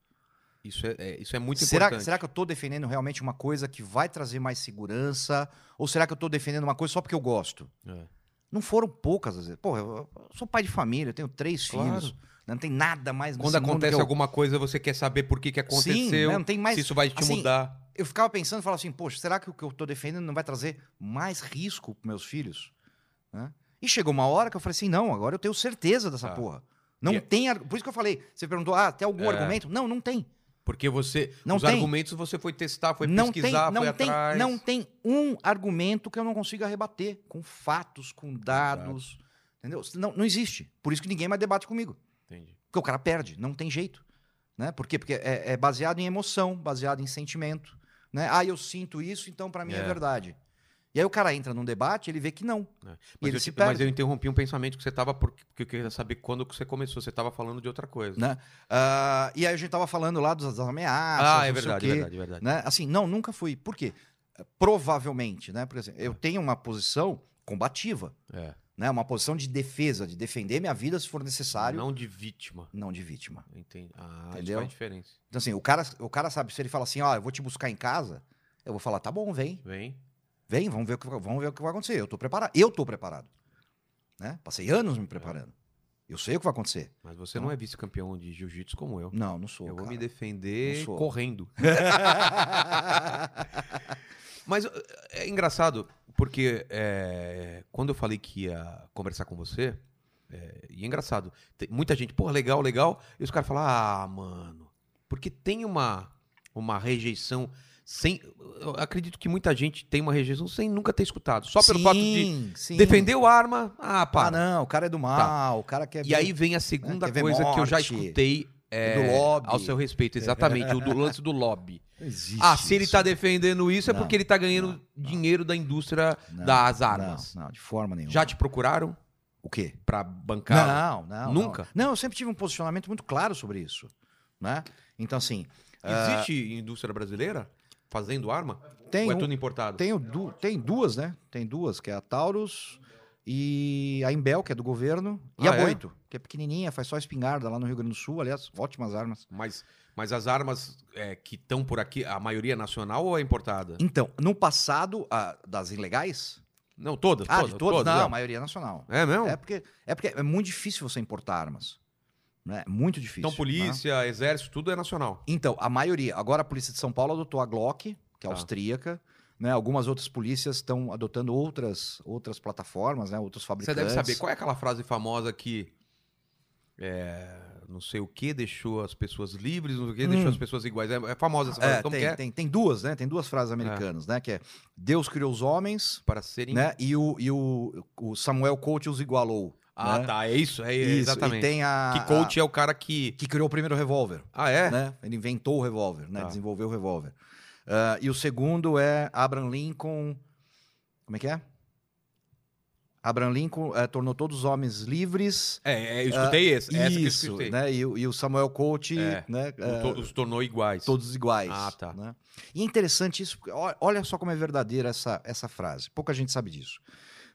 Isso, é, é- isso é muito
Será,
importante.
será que eu tô defendendo realmente uma coisa que vai trazer mais segurança? Ou será que eu tô defendendo uma coisa só porque eu gosto?
É.
Não foram poucas as vezes. Porra, eu, eu sou pai de família, eu tenho três
Claro.
filhos. né? Não tem nada mais
Quando
nesse mundo
acontece
que eu-
alguma coisa, você quer saber por que, que aconteceu.
Sim, né? não tem mais.
se isso vai te
assim,
mudar.
Eu ficava pensando e falava assim, poxa, será que o que eu tô defendendo não vai trazer mais risco para meus filhos? Né? E chegou uma hora que eu falei assim, não, agora eu tenho certeza dessa
Tá.
porra. Não
E- É.
tem. ar- Por isso que eu falei, você perguntou, ah, tem algum argumento? Não, não tem.
Porque você.
Não
os
tem.
argumentos você foi testar, foi
não
pesquisar,
tem, não
foi
tem,
atrás.
não tem um argumento que eu não consiga rebater com fatos, com dados, entendeu? Não, não existe. Por isso que ninguém mais debate comigo.
Entendi.
Porque o cara perde, não tem jeito. Né? Por quê? Porque é, é baseado em emoção, baseado em sentimento. Né? Ah, eu sinto isso, então pra mim é.
É.
verdade. E aí o cara entra num debate, ele vê que não. E
É. Mas,
ele
eu,
se
te- mas
perde.
eu interrompi um pensamento que você tava. Porque, porque eu queria saber quando que você começou. Você tava falando de outra coisa.
Né? Ah, e aí a gente tava falando lá das, das ameaças.
Ah,
não
é
sei
verdade,
o quê,
verdade, verdade.
Né? Assim, não, nunca fui. Por quê? Provavelmente, né? Por exemplo, eu tenho uma posição combativa,
É.
né? Uma posição de defesa, de defender minha vida se for necessário, não,
Não de vítima.
de vítima.
Entendi. Ah, isso
Entendeu?
faz diferença.
Então assim, o cara, o cara sabe se ele fala assim, ó, eu vou te buscar em casa, eu vou falar, tá bom, vem.
Vem.
Vem, vamos ver, o que, vai- vamos ver o que vai acontecer. Eu tô preparado. Eu tô preparado. Né? Passei anos me preparando.
É.
Eu sei o que vai acontecer.
Mas você não é vice-campeão de jiu-jitsu como eu.
Então. Não, não sou.
eu vou me
cara. [laughs] Não
defender
sou.
correndo. Mas uh, é engraçado, porque é, quando eu falei que ia conversar com você, é, e é engraçado, tem muita gente, pô, legal, legal, e os caras falam, ah, mano, porque tem uma, uma rejeição sem. Eu acredito que muita gente tem uma rejeição sem nunca ter escutado, só pelo fato de
Sim, sim.
defender o arma, ah,
Ah,
para.
não, o cara é do mal, o cara quer.
e
ver-
aí vem a segunda
Quer ver
coisa que eu já
morte.
escutei é,
do lobby.
Ao seu respeito, exatamente. o
[laughs]
do lance do lobby.
Existe
ah, se ele
isso.
tá defendendo isso é
Não,
porque ele tá ganhando
não, não.
dinheiro da indústria
Não,
das armas.
Não, não, de forma nenhuma.
Já te procuraram
O quê?
pra bancar?
Não, não.
Nunca?
Não. Não, eu sempre tive um posicionamento muito claro sobre isso. Né? Então, assim,
Existe indústria brasileira fazendo arma?
tem,
Ou é
um-
tudo importado?
tem, o du- tem duas, né? Tem duas, que é a Taurus e a Imbel, que é do governo, e
Ah,
a
é?
Boito, que é pequenininha, faz só espingarda lá no Rio Grande do Sul, aliás, ótimas armas.
Mas, mas as armas é, que estão por aqui, a maioria é nacional ou é importada?
Então, no passado, a- das ilegais,
Não, todas.
ah,
todas,
de todos,
todas,
não,
é.
a maioria é nacional.
É mesmo?
É porque, é porque é muito difícil você importar armas. Né? Muito difícil.
então,
né?
polícia, exército, tudo é nacional.
Então, a maioria. Agora a polícia de São Paulo adotou a Glock, que é
Tá.
austríaca. Né? Algumas outras polícias estão adotando outras, outras plataformas, né? outros
Você
fabricantes.
deve saber qual é aquela frase famosa que. é, não sei o que, deixou as pessoas livres, não sei o que, deixou
Hum.
as pessoas iguais. É, é famosa essa frase.
É,
como
tem,
que é?
tem, tem duas, né? Tem duas frases americanas, né? Que é Deus criou os homens,
Para serem.
né? E o, e o, o Samuel Coach os igualou.
Ah,
né?
tá. É isso, é
Isso,
exatamente.
E tem a.
Que coach é o cara que.
a- que criou o primeiro revólver.
Ah, é?
né? Ele inventou o revólver, né?
Tá.
Desenvolveu o revólver. Ah, e o segundo é Abraham Lincoln. Como é que é? Abraham Lincoln eh, tornou todos os homens livres.
É, é, eu escutei esse. essa que eu
Ah, Isso,
escutei.
né? E, o- e o Samuel Colt,
É.
né?
O
eh,
to- Os tornou iguais.
todos iguais.
Ah, tá.
né? E é interessante isso, porque ó- olha só como é verdadeira essa, essa frase. Pouca gente sabe disso.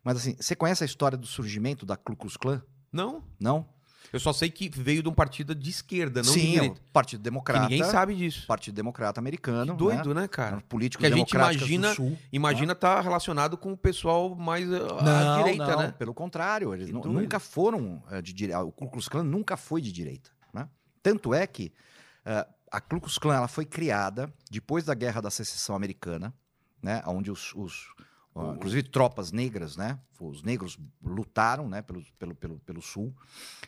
Mas assim, você conhece a história do surgimento da Ku Klux Klan?
Não?
Não?
Eu só sei que veio de um partido de esquerda, não de
Sim, é o
direita.
Partido
Que
Democrata.
ninguém sabe disso.
Partido Democrata americano.
Que
né?
doido, né, cara?
políticos
que a gente
democráticos
imagina-
do sul.
Imagina tá relacionado com o pessoal mais ah, à
Não,
direita,
não,
né?
Pelo contrário, eles
Que
nu-
doido.
nunca foram eh, de direita. O Ku Klux Klan nunca foi de direita. né? Tanto é que eh, a Ku Klux Klan ela foi criada depois da Guerra da Secessão Americana, né? onde os, os, ó, inclusive tropas negras, né? os negros lutaram né? pelo, pelo, pelo, pelo sul.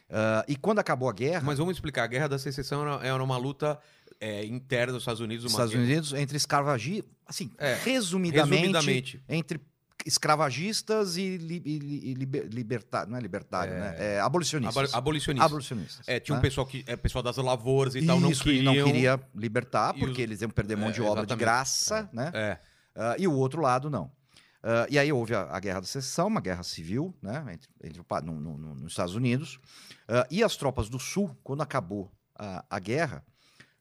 Ah, e quando acabou a guerra,
Mas vamos explicar. A Guerra da Secessão era, era uma luta é, interna dos Estados Unidos.
os
Uma
Estados Unidos, entre escravagi... assim,
É,
resumidamente,
Resumidamente.
entre escravagistas e, li, e li- e liber- liberta- não é libertário, né? É abolicionistas.
abo- Abolicionista.
abolicionistas.
É, tinha um
né?
pessoal que é pessoal das lavouras e tal, não
Isso, e
queriam.
não queria libertar,
E
porque
os-
eles iam perder mão
É,
de obra de
exatamente.
graça, né?
É.
Ah, e o outro lado, não. Ah, e aí houve a, a Guerra da Secessão, uma guerra civil, né? Entre, entre o pa- no- no- no- nos Estados Unidos. Ah, e as tropas do Sul, quando acabou a, a guerra,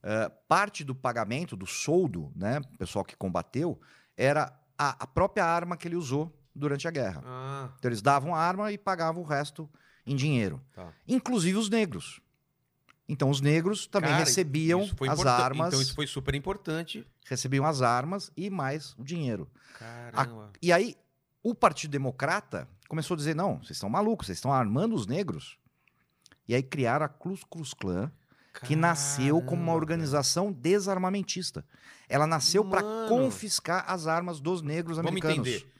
ah, parte do pagamento, do soldo, né? O pessoal que combateu, era a, a própria arma que ele usou durante a guerra.
Ah,
Então eles davam a arma e pagavam o resto em dinheiro.
Tá.
Inclusive os negros. Então os negros também
Cara,
recebiam
isso foi
as
importan-
armas,
Então isso foi super importante.
recebiam as armas e mais o dinheiro.
Caramba.
E aí o Partido Democrata começou a dizer: não, vocês estão malucos, vocês estão armando os negros. E aí criaram a Klux Klux Klan, que nasceu como uma
Caramba.
organização desarmamentista. Ela nasceu para
Mano.
confiscar as armas dos negros
Vamos
americanos.
entender.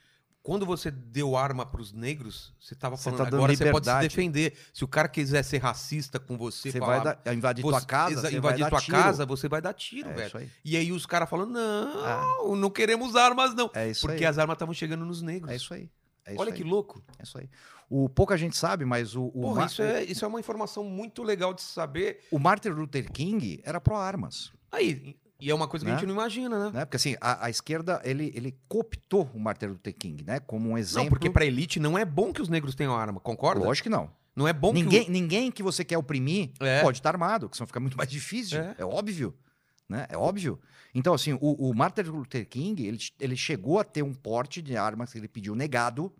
Quando você deu arma para os negros, você estava
Você
falando
tá dando
agora você pode se
liberdade.
defender. Se o cara quiser ser racista com você,
Você
falar,
vai dar- é invadir tua
você-
casa,
exa-
você
invadir
vai dar
tua
tiro.
casa, você vai dar tiro,
É
velho.
isso aí.
E aí os caras falam: "Não, não queremos armas não".
É isso
Porque
aí.
as armas estavam chegando nos negros.
É isso aí. É isso
Olha
aí.
que louco.
É isso aí. O, pouca gente sabe, mas o, o,
Porra,
Ma-
isso é, isso é uma informação muito legal de se saber.
o Martin Luther King era pró-armas.
Aí, e é uma coisa que a gente não imagina, né?
Né? Porque assim, a, a esquerda ele, ele cooptou o Martin Luther King, né? Como um exemplo.
Não, porque pra elite não é bom que os negros tenham arma, concorda?
Lógico que não.
Não é bom
ninguém,
que.
ninguém que você quer oprimir
É.
pode estar armado, que senão fica muito mais difícil.
É.
É, óbvio. Né? É óbvio. Então, assim, o, o Martin Luther King ele, ele chegou a ter um porte de armas que ele pediu negado,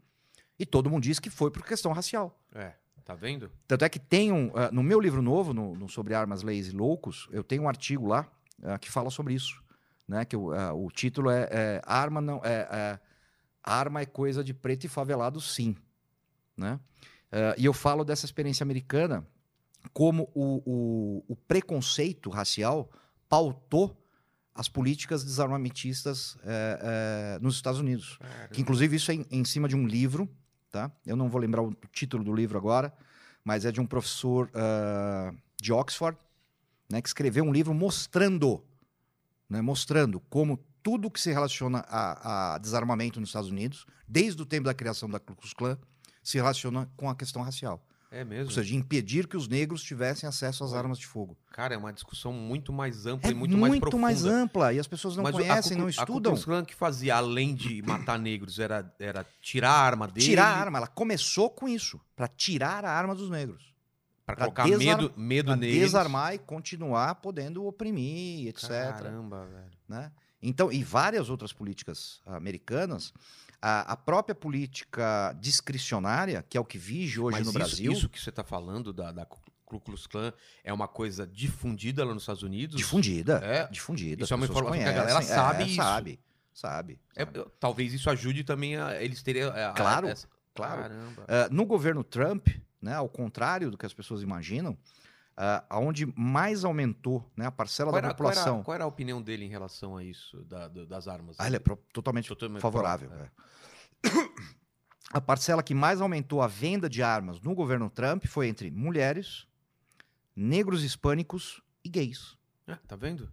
e todo mundo disse que foi por questão racial.
O... É, tá vendo?
Tanto é que tem um. ah, no meu livro novo, no, no Sobre Armas, Leis e Loucos, eu tenho um artigo lá ah, que fala sobre isso. Né? Que o, ah, o título é, é, Arma não. É, é, Arma é coisa de preto e favelado, sim. Né? Ah, e eu falo dessa experiência americana como o, o- o preconceito racial pautou as políticas desarmamentistas eh, eh, nos Estados Unidos. Que, inclusive, isso é em, em cima de um livro, tá? Eu não vou lembrar o título do livro agora, mas é de um professor ah, de Oxford, né? Que escreveu um livro mostrando, né? Mostrando como tudo que se relaciona a, a desarmamento nos Estados Unidos, desde o tempo da criação da Ku Klux Klan, se relaciona com a questão racial.
É mesmo.
Ou seja, de impedir que os negros tivessem acesso às armas de fogo.
Cara, é uma discussão muito mais ampla
É
e muito, mais profunda.
ampla e as pessoas não
Mas o- a
conhecem,
Ku-
não
A
estudam.
Ku Klux Klan que fazia, além de matar negros, era, era tirar a arma dele.
Tirar a arma, ela começou com isso, para tirar a arma dos negros,
Pra
pra
colocar
desar-
medo, medo
para
neles.
desarmar e continuar podendo oprimir, etc.
Caramba, velho.
né? Então, e várias outras políticas americanas, a, a própria política discricionária, que é o que vige hoje
Mas
no
isso,
Brasil,
isso que você tá falando da, da Ku Ku Klux Klan é uma coisa difundida lá nos Estados Unidos?
difundida,
É.
difundida.
Isso é
as
uma
pessoas
informação que a galera
conhecem,
sabe
é,
isso.
sabe, sabe,
É,
sabe.
eu- talvez isso ajude também a eles terem. a- a-
Claro,
essa-
claro.
Caramba.
Ah, no governo Trump, né, ao contrário do que as pessoas imaginam, ah, aonde mais aumentou né, a parcela
Qual
da
era, qual, era,
população.
qual era a opinião dele em relação a isso, da- do- das armas?
Ah, ele é pro- totalmente
Totalmente
favorável.
pró,
é. [coughs] A parcela que mais aumentou a venda de armas no governo Trump foi entre mulheres, negros hispânicos e gays.
Ah, tá vendo?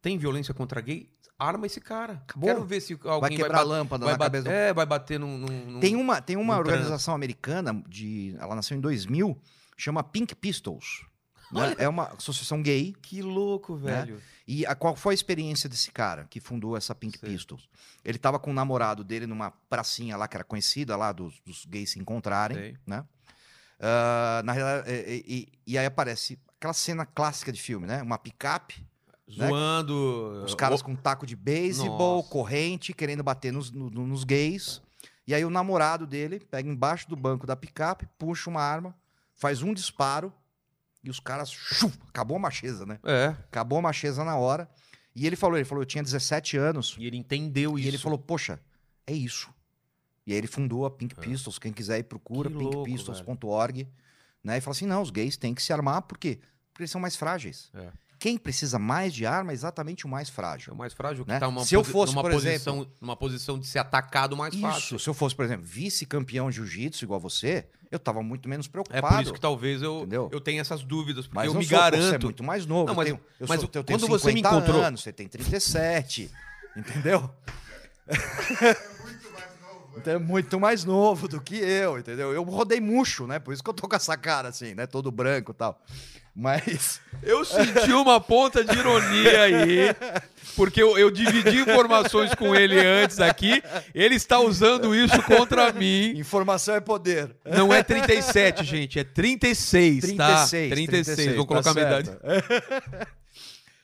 Tem violência contra gay? Arma esse cara.
Acabou.
Quero ver se alguém
Vai quebrar a lâmpada
vai
na
bater,
cabeça do
É, vai bater num. num- num-
Tem um uma, tem uma
no trânsito.
organização americana, de, ela nasceu em 2000, chama Pink Pistols. né? É uma associação gay.
Que louco,
né?
velho.
E a, qual foi a experiência desse cara que fundou essa Pink
Sei.
Pistols? Ele estava com o namorado dele numa pracinha lá que era conhecida, lá dos, dos gays se encontrarem. né?
Sei.
Ah, na realidade, é, é, e, e aí aparece aquela cena clássica de filme, né? Uma picape,
Zoando.
Né? os caras com taco de beisebol,
Ah, Nossa.
corrente, querendo bater nos, no- no- nos gays. E aí o namorado dele pega embaixo do banco da picape, puxa uma arma, faz um disparo e os caras. Shuf, acabou a macheza, né?
É.
Acabou a macheza na hora. E ele falou: ele falou, eu tinha 17 anos.
E ele entendeu
E
isso.
ele falou, poxa, é isso. E aí ele fundou a Pink
É.
Pistols, quem quiser ir procura,
Que louco,
pinkpistols.org, né? E fala assim, não, os gays têm que se armar, por quê? Porque eles são mais frágeis.
É.
Quem precisa mais de arma é exatamente o mais
É o
frágil.
mais frágil que
Né?
tá uma
Se eu
posi-
fosse,
numa
por
posição, numa posição de ser atacado mais
Isso,
fácil.
se eu fosse, por exemplo, vice-campeão de jiu-jitsu igual você, eu tava muito menos
É
preocupado.
por isso que talvez eu,
Entendeu?
eu tenho essas dúvidas, porque
Mas
eu
não
me
sou, Você é
garanto.
muito mais novo.
Não, mas-
eu tenho, eu
mas
sou- eu tenho
quando você me
50
encontrou-
anos, você tem 37, [laughs]
[laughs]
entendeu?
Muito mais novo.
Então é muito mais novo do que eu, entendeu? Eu rodei murcho, né? Por isso que eu tô com essa cara assim, né? Todo branco e tal.
[laughs]
Mas.
Eu senti uma ponta de ironia aí, porque eu, eu dividi informações com ele antes aqui. Ele está usando isso contra mim.
Informação é poder.
Não é 37, gente, é 36, tá? 36, vou colocar a minha idade.
tá É. [laughs]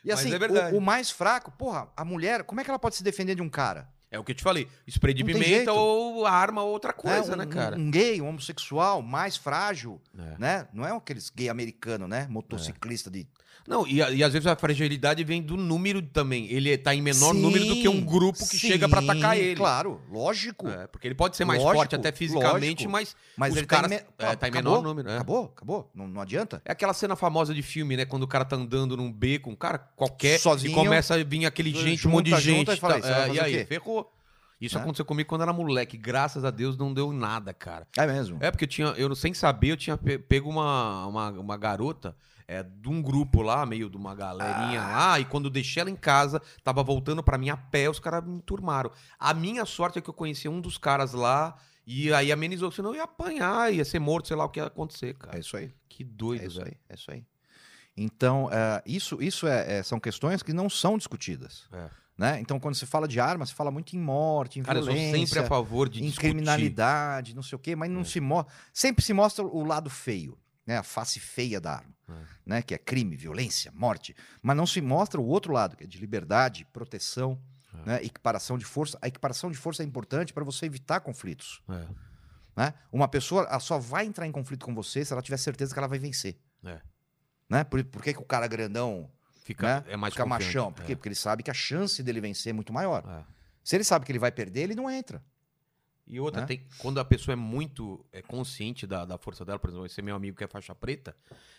E assim,
Mas é verdade.
o, o mais fraco, porra, a mulher, como é que ela pode se defender de um cara?
É o que eu te falei, spray de
Não tem
pimenta
jeito.
ou arma ou outra coisa,
É, um,
né, cara?
Um, um gay, um homossexual, mais frágil,
É.
né? Não é aqueles gay americano, né? Motociclista de.
Não, e, a- e às vezes a fragilidade vem do número também. Ele tá em menor
Sim,
número do que um grupo que
sim,
chega pra atacar ele.
Claro, lógico.
É, porque ele pode ser mais
Lógico,
forte até fisicamente,
lógico.
mas
Mas
Os
ele
caras-
tá em, me-
é,
Ah,
tá em
acabou?
menor número, é.
Acabou, acabou. Não, não adianta.
É aquela cena famosa de filme, né? Quando o cara tá andando num beco, um cara qualquer,
Sozinho.
e começa a vir aquele gente, um
Junta,
monte de
junta
gente.
e
tá-
fala, "Isso vai
é, e
fazer o
aí,
quê?"
ferrou. Isso
Né?
aconteceu comigo quando eu era moleque. Graças a Deus não deu nada, cara.
É mesmo.
É porque eu tinha, eu sem saber, eu tinha pe- pego uma, uma, uma garota é, de um grupo lá, meio de uma galerinha
Ah.
lá, e quando eu deixei ela em casa, tava voltando pra mim a pé, os caras me turmaram. A minha sorte é que eu conhecia um dos caras lá, e aí amenizou, senão eu ia apanhar, ia ser morto, sei lá o que ia acontecer,
É
cara.
isso aí.
Que doido,
É isso
velho.
aí, é isso aí. Então, é, isso, isso é, é- são questões que não são discutidas.
É.
Né? Então, quando se fala de arma, se fala muito em morte, em
Cara, eu sou
violência,
sempre a favor de
em
discutir.
criminalidade, não sei o quê, mas não
É.
se mostra. Sempre se mostra o lado feio, né? a face feia da arma,
É.
né? que é crime, violência, morte. Mas não se mostra o outro lado, que é de liberdade, proteção,
É.
né? equiparação de força. A equiparação de força é importante para você evitar conflitos.
É.
né? Uma pessoa ela só vai entrar em conflito com você se ela tiver certeza que ela vai vencer.
É.
Né? Por, por que, que o cara grandão
Fica,
né?
é mais
fica
confiante.
machão? Por quê?
É.
Porque ele sabe que a chance dele vencer é muito maior.
É.
Se ele sabe que ele vai perder, ele não entra.
E outra,
Né?
tem, quando a pessoa é muito é, consciente da, da força dela, por exemplo, esse meu amigo que é faixa preta,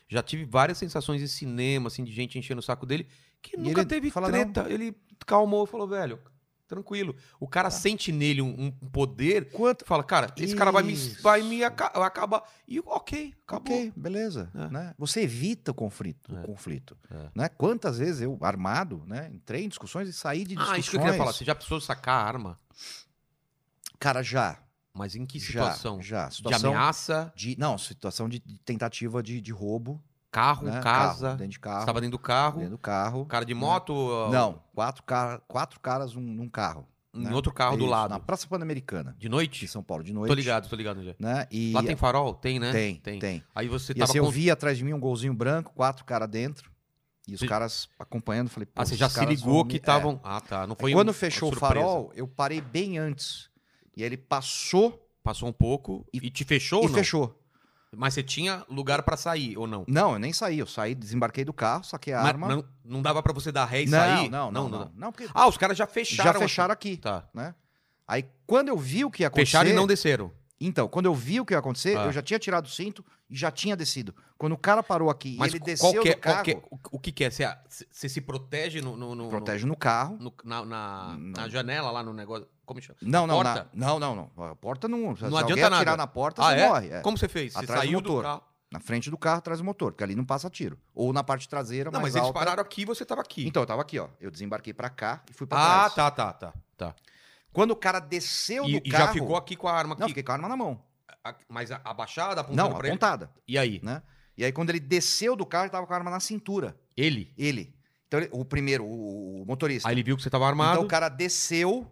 já tive várias sensações em cinema, assim, de gente enchendo o saco dele, que
E
nunca
ele
teve
fala,
treta. Ele calmou e falou, velho, tranquilo. O
Tá.
cara sente nele um, um poder
Quanto?
que fala, cara, esse cara vai me,
Isso.
vai me aca- vai acabar. E ok, acabou.
Ok, beleza.
É.
né? Você evita o conflito. o
É.
conflito
É.
né? Quantas vezes eu, armado, né, entrei em
assim.
discussões e saí de discussões.
Ah, isso que eu queria falar. Você já precisou sacar a arma?
Cara, já.
Mas em que situação?
Já, já.
De
Situação
ameaça,
de, não, situação de, de tentativa de, de roubo.
carro,
né?
casa.
Carro, dentro de carro.
Estava dentro do carro.
Dentro do carro.
Cara de moto? ó,
Não, quatro, cara, quatro caras num, num carro.
Em
né?
outro carro do
Isso,
lado.
Na Praça Pan-Americana,
De
de
noite?
São Paulo, de noite.
Tô ligado, tô ligado já.
Né? E
Lá tem farol? Tem, né?
Tem,
Tem.
tem.
Aí você
E
tava
assim, eu
com-
vi atrás de mim um golzinho branco, quatro caras dentro, e os
Você-
caras acompanhando. Falei, pô,
Ah, você
esses
já se
caras
ligou
vão me-
que
é.
estavam. Ah, tá. Não foi
Quando
um-
fechou
uma
o
surpresa.
farol, eu parei bem antes. E ele passou
Passou um pouco e,
E-
te fechou ou
e
não?
fechou.
Mas você tinha lugar pra sair ou não?
Não, eu nem saí. Eu saí, desembarquei do carro, saquei a
Mas
arma.
Não, não dava pra você dar ré e
não,
sair?
não, não, não, não, porque
Ah, os caras já fecharam.
já fecharam aqui,
Tá.
né? Aí quando eu vi o que ia acontecer...
Fecharam e não desceram.
Então, quando eu vi o que ia acontecer,
Ah.
eu já tinha tirado o cinto e já tinha descido. Quando o cara parou aqui
Mas
e ele
qual
desceu
que é-
do
qual
carro,
que é- o- o que que é? Você, você se protege no... no, no
protege no carro.
no- no- na, na-
Não.
na janela lá no negócio. Como chama?
Não, não,
porta?
na- não, não, não. A porta não. Se
Não
alguém
adianta
atirar
nada.
na porta,
Ah,
você
é?
morre. é.
Como você fez? Você
Atrás do
saiu do
motor.
carro.
Na frente do carro, atrás do motor, porque ali não passa tiro. Ou na parte traseira,
Não,
mais
mas eles
alta.
pararam aqui e você tava aqui.
Então, eu tava aqui, ó. Eu desembarquei pra cá e fui pra
ah,
trás.
tá, tá, tá. tá.
Quando o cara desceu
E,
do
e
carro...
já ficou aqui com a arma aqui.
Não, fiquei com a arma na mão.
a- mas a- abaixada, apontando
Não,
pra ele.
apontada.
E aí?
Né? E aí, quando ele desceu do carro, ele tava com a arma na cintura.
Ele.
Ele. Então, ele- o primeiro, o, o motorista.
Aí ele viu que você tava armado.
então, o cara desceu,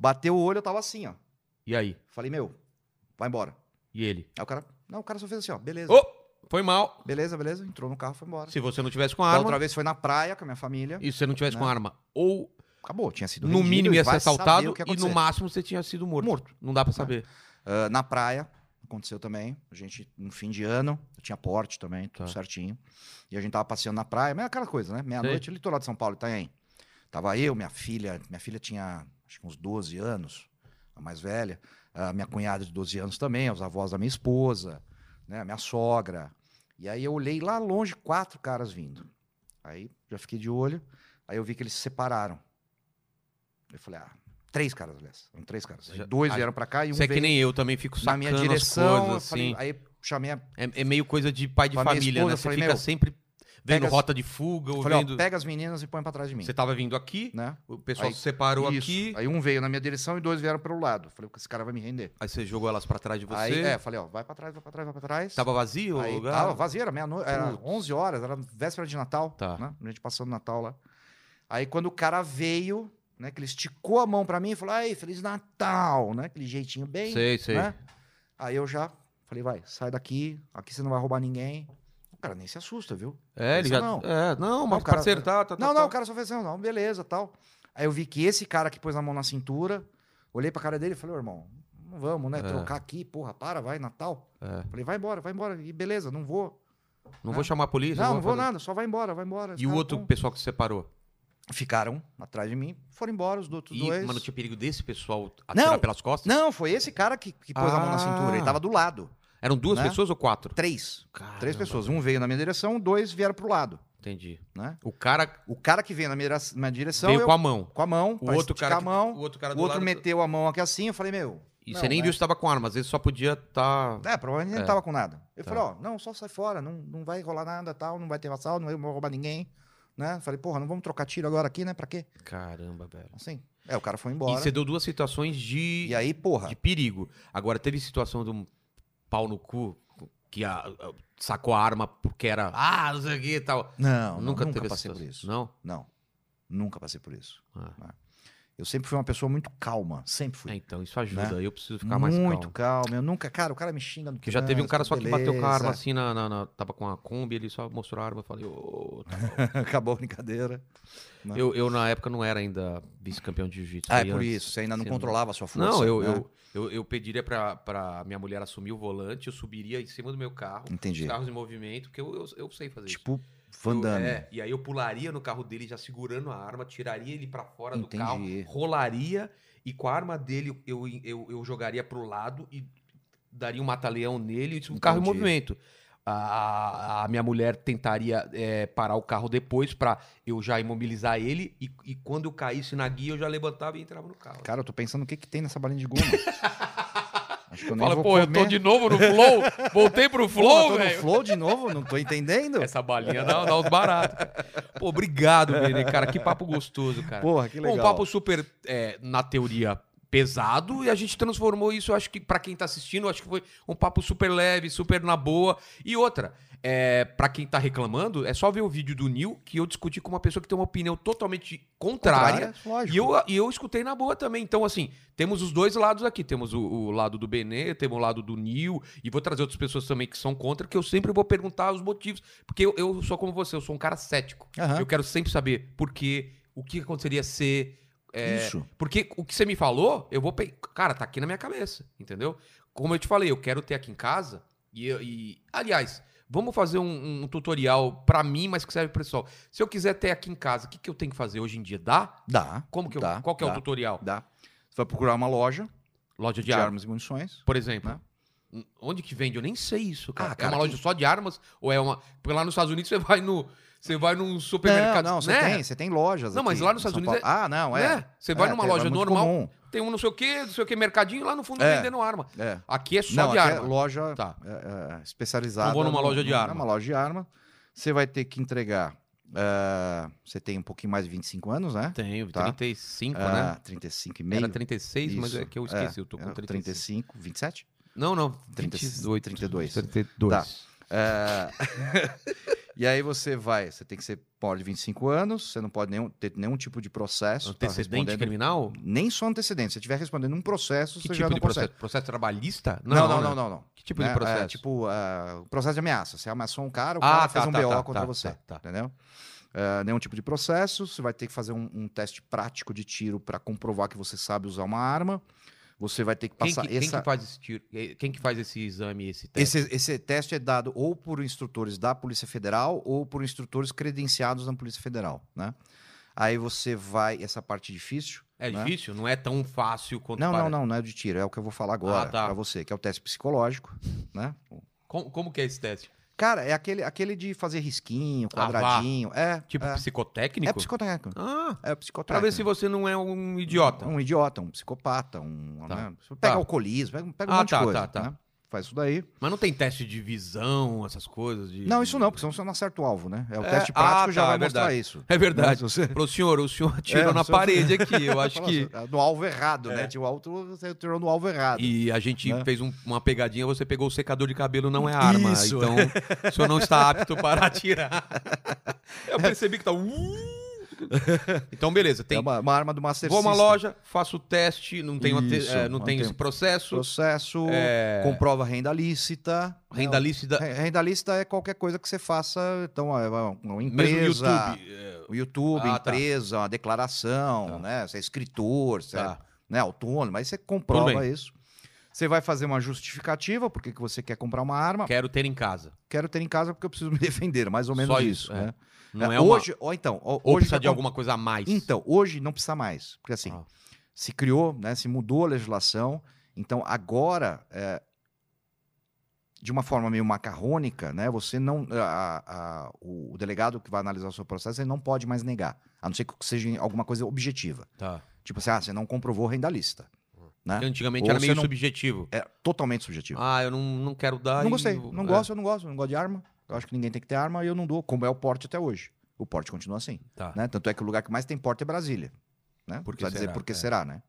bateu o olho, eu tava assim, ó.
E aí?
Falei, meu, vai embora.
E ele?
Aí o cara... Não, o cara só fez assim, ó. Beleza.
Ô, foi mal.
Beleza, beleza. Entrou no carro, foi embora.
Se você não tivesse com a
Da
arma,
outra vez foi na praia com a minha família.
e se você não tivesse
Né?
com a arma, ou
Acabou, tinha sido
no
rendido
mínimo
e
ia ser
vai saber
assaltado,
o que
e no
aconteceu.
máximo você tinha sido morto.
Morto.
Não dá pra saber.
Ah, na praia, aconteceu também. A gente, no fim de ano, eu tinha porte também, tudo
Tá.
certinho. E a gente tava passeando na praia, mas é aquela coisa, né? Meia-noite, litoral de São Paulo, Itanhaém. Tava eu, minha filha, minha filha tinha acho que uns 12 anos, a mais velha. A minha cunhada de 12 anos também, os avós da minha esposa, né? A minha sogra. E aí eu olhei lá longe, quatro caras vindo. Aí já fiquei de olho. Aí eu vi que eles se separaram. Eu falei, ah, três caras, aliás. Eram três caras. Aí
Já-
Dois
ah,
vieram pra cá e um
Você é que
veio
nem eu também fico
na
sacando
minha
as
direção.
coisas,
eu falei-
assim.
aí chamei a.
É, é meio coisa de pai de
Com a minha
família,
esposa,
né?
eu
Você
falei,
fica
meu,
sempre vendo
pega as-
rota de fuga, ou
Falei,
vendo...
ó, pega as meninas e põe pra trás de mim.
Você tava vindo aqui,
Né?
o pessoal
Aí-
se separou
Isso.
aqui, aí...
Aí um veio na minha direção e dois vieram pelo lado. Falei, esse cara vai me render.
você jogou elas pra trás de você.
Aí, é, falei, ó, vai pra trás, vai pra trás, vai pra trás.
Tava vazio o
Aí
lugar?
tava vazio, era meia-noite, era
Putz.
11 horas, era véspera de Natal.
Tá.
né? A gente passando Natal lá. Aí quando o cara veio, né, que ele esticou a mão pra mim e falou, aí, Feliz Natal, né? Aquele jeitinho bem.
Sei, sei.
né? Aí eu já falei, vai, sai daqui, aqui você não vai roubar ninguém. O cara nem se assusta, viu?
É, ele
Isso
já...
não.
É, não, mas
o cara-
parceiro, tá, tá, tá,
Não, não,
tá.
o cara só fez assim, não, beleza, tal. Aí eu vi que esse cara que pôs a mão na cintura, olhei pra cara dele e falei, ô, irmão, não vamos, né?
É.
Trocar aqui, porra, para, vai, Natal.
É.
Falei, vai embora, vai embora. E beleza, não vou.
Não vou chamar a polícia.
não, não vou
fazer-
nada, só vai embora, vai embora. Os
E o
caras
outro
tão-
pessoal que se separou?
Ficaram atrás de mim, foram embora os outros
E,
dois.
mas não tinha perigo desse pessoal atirar
Não.
pelas costas?
Não, foi esse cara que, que pôs a mão na cintura.
Ah.
Ele tava do lado.
Eram duas
Né?
pessoas ou quatro?
Três. Três
Caramba,
pessoas. Um veio na minha direção, dois vieram pro lado.
Entendi.
Né?
O cara
O cara que veio na minha, na minha direção,
veio
eu
com a mão.
com a mão,
O
pra
outro
esticar
cara.
a mão.
que- o outro cara
O
do
outro
lado-
meteu a mão aqui assim, eu falei, meu.
E
não,
você nem
né?
viu se tava com arma, às vezes só podia estar.
É, provavelmente
É.
não tava com nada. Eu
Tá.
falei, ó, não, só sai fora, não, não vai rolar nada, tal, não vai ter assalto, não vai roubar ninguém, né? Falei, porra, não vamos trocar tiro agora aqui, né? Pra quê?
Caramba, velho.
Assim. É, o cara foi
E
embora.
você deu duas situações de,
E, aí, tá. porra,
de perigo. Agora, teve situação de um pau no cu que a- a- sacou a arma porque era. Ah, não sei o que e tal.
não,
nunca,
nunca, nunca
teve essa
passei por
situação.
isso.
Não?
Não, nunca passei por isso.
Ah.
Eu sempre fui uma pessoa muito calma, sempre fui. Né?
É, então, isso ajuda. Eu preciso ficar mais calmo.
muito calmo. Eu nunca, cara, o cara me xinga no
Que já teve um cara só que bateu com a arma
beleza.
assim na, na- na- Tava com a Kombi, ele só mostrou a arma e falei, ô. tá bom."
[laughs] Acabou a brincadeira. Não.
eu, eu, na época, não era ainda vice-campeão de jiu-jitsu.
Ah, é
foi
por
antes.
isso. Você ainda não
Sim,
controlava a sua força.
Não, eu,
né?
eu, eu, eu pediria pra, pra minha mulher assumir o volante, eu subiria em cima do meu carro,
Entendi.
os carros em movimento, porque eu, eu, eu sei fazer isso.
Tipo, Van
Eu-
Damme.
é, e aí eu pularia no carro dele já segurando a arma, tiraria ele pra fora do
Entendi.
carro, rolaria e com a arma dele eu, eu, eu jogaria pro lado e daria um mata-leão nele e isso, o carro em
Entendi.
movimento. A, a minha mulher tentaria é, parar o carro depois pra eu já imobilizar ele e, e quando eu caísse na guia eu já levantava e entrava no carro.
Cara, eu tô pensando o que, que tem nessa balinha
[laughs]
de goma. Acho que eu nem
Fala,
vou
pô,
comer.
eu tô de novo no flow, voltei pro
Pô, eu
flow,
tô no
velho.
flow de novo? Não tô entendendo.
Essa balinha dá, dá uns baratos. cara. Pô, obrigado, Benê, cara. Que papo gostoso, cara.
Porra, que
Bom,
legal.
um papo super, é, na teoria, pesado e a gente transformou isso, eu acho que para quem tá assistindo, eu acho que foi um papo super leve, super na boa. E outra, é, para quem tá reclamando, é só ver o vídeo do Nil que eu discuti com uma pessoa que tem uma opinião totalmente contrária.
é lógico.
E eu, e eu escutei na boa também. Então, assim, temos os dois lados aqui. Temos o, o lado do Benê, temos o lado do Nil. E vou trazer outras pessoas também que são contra, que eu sempre vou perguntar os motivos. Porque eu, eu sou como você, eu sou um cara cético.
Aham.
Eu quero sempre saber por quê, o que aconteceria se. é,
Isso.
Porque o que você me falou, eu vou. pe- Cara, tá aqui na minha cabeça, entendeu? Como eu te falei, eu quero ter aqui em casa. E, eu- e- aliás, vamos fazer um, um tutorial pra mim, mas que serve pro pessoal. Se eu quiser ter aqui em casa, o que, que eu tenho que fazer hoje em dia? Dá?
Dá.
Como que eu,
Dá,
qual que é o
dá.
tutorial?
Dá. Você vai procurar uma loja
Loja de,
de
armas,
armas e munições.
por exemplo. Hum, Onde que vende? Eu nem sei isso, cara.
Ah,
é
cara,
uma
que-
loja só de armas ou é uma? Porque lá nos Estados Unidos você vai no, você vai num
Não,
supermercado,
não, você
né?
tem, você tem lojas.
Não, mas
aqui
lá nos
em
Estados
São
Unidos
Paulo. Ah, não, é.
Né? Você vai
É,
numa
tem-
loja
é muito
normal,
comum,
tem um não sei o que, não sei o que mercadinho lá no fundo
É.
vendendo arma.
é.
Aqui é só
Não,
de
aqui é
arma.
loja
Tá.
é, é, especializada.
Não vou numa loja de
numa-
arma.
Numa loja de arma. Você vai ter que entregar. é, você tem um pouquinho mais de 25 anos, né?
Tenho,
Tá.
35,
Ah,
né?
35 e meio.
Era 36, mas
Isso.
é que eu esqueci, eu tô com
Era
35.
35, 27?
Não, não,
36,
28.
32.
32.
Tá. É, e aí você vai, você tem que ser maior de 25 anos, você não pode nenhum- ter nenhum tipo de processo. tá
Antecedente
respondendo-
criminal?
Nem só antecedente. Se você estiver respondendo um processo,
Que
você já
tipo
não
de processo?
consegue.
Processo trabalhista?
Não, não,
né?
não, não, não.
Que tipo
Né?
de processo? Ah,
É, tipo, ah, processo de ameaça. Você ameaçou um cara, o cara fez um BO contra
tá,
você.
tá, tá.
Entendeu? É, nenhum tipo de processo. Você vai ter que fazer um, um teste prático de tiro para comprovar que você sabe usar uma arma. Você vai ter que
Quem,
passar
que, quem
essa-
que faz esse tiro? Quem que faz esse exame, esse teste?
esse, esse teste é dado ou por instrutores da Polícia Federal ou por instrutores credenciados na Polícia Federal, né? Aí você vai essa parte difícil.
é
né?
difícil? Não é tão fácil quanto
Não,
parece.
não, não, não é de tiro. É o que eu vou falar agora
Ah, tá.
pra você, que é o teste psicológico, né?
Como, como que é esse teste?
Cara, é aquele, aquele de fazer risquinho,
Ah, vá.
quadradinho. é.
Tipo
é.
psicotécnico?
É psicotécnico.
Ah,
É
pra
psicotécnico.
ver se você não é um idiota.
Um idiota, um psicopata, um.
Tá.
né? Você Pega
Tá.
alcoolismo, pega, pega um
Ah,
monte
tá,
de coisa.
tá, tá.
né? Faz isso daí.
Mas não tem teste de visão, essas coisas? De...
Não, isso não, porque senão você não acerta o alvo, né? É o
É,
teste
ah,
prático já
tá,
vai
é
mostrar
verdade.
isso.
É verdade.
Né? Se você-
Falou, senhor, o senhor [laughs] atirou
É,
na
o senhor-
parede aqui.
[laughs]
Eu acho que. É.
Fala, No alvo errado, né? Tinha o alvo, você tirou no alvo errado.
E a gente
Né?
fez um- uma pegadinha, você pegou o secador de cabelo, não é arma.
Isso. [laughs]
Então, o senhor não está apto para atirar. Eu percebi que tá. "Uh". Então, beleza, tem.
É uma, uma arma do Master
Vou a uma
System.
loja, faço o teste, não tem, uma te-
Isso,
é, não
não
tem
tem.
esse processo.
Processo,
É,
comprova renda lícita.
renda lícita,
Re- Renda lícita é qualquer coisa que você faça, então, é uma uma
mesmo
empresa,
YouTube. é,
o YouTube,
Ah, tá.
empresa, uma declaração,
Tá.
né? Você é escritor, você é
tá.
né, autônomo, aí você
Tudo
comprova isso. Você vai fazer uma justificativa, porque que você quer comprar uma arma,
Quero ter em casa.
quero ter em casa porque eu preciso me [laughs] defender, mais ou menos
Só
isso.
isso,
né?
Não
É,
é, uma...
hoje, ou então, ó,
Ou
hoje
precisa
tá
de
com-
alguma coisa a mais.
Então, hoje não precisa mais, porque assim,
Ah.
se criou, né, se mudou a legislação, então agora, é, de uma forma meio macarrônica, né, você não, a- a- o, o delegado que vai analisar o seu processo, ele não pode mais negar, a não ser que seja alguma coisa objetiva,
Tá.
tipo assim, ah, você não comprovou renda lista, né?
Porque Antigamente
Ou
era
você
meio
não-
subjetivo.
É totalmente subjetivo.
Ah, eu não, não quero dar.
não
e-
gostei, não
é.
gosto, eu não gosto, eu não gosto de arma, eu acho que ninguém tem que ter arma e eu não dou, como é o porte até hoje. O porte continua assim.
Tá.
né? Tanto é que o lugar que mais tem porta é Brasília. Né?
Por que
Precisa dizer
será?
por que
É.
será, né?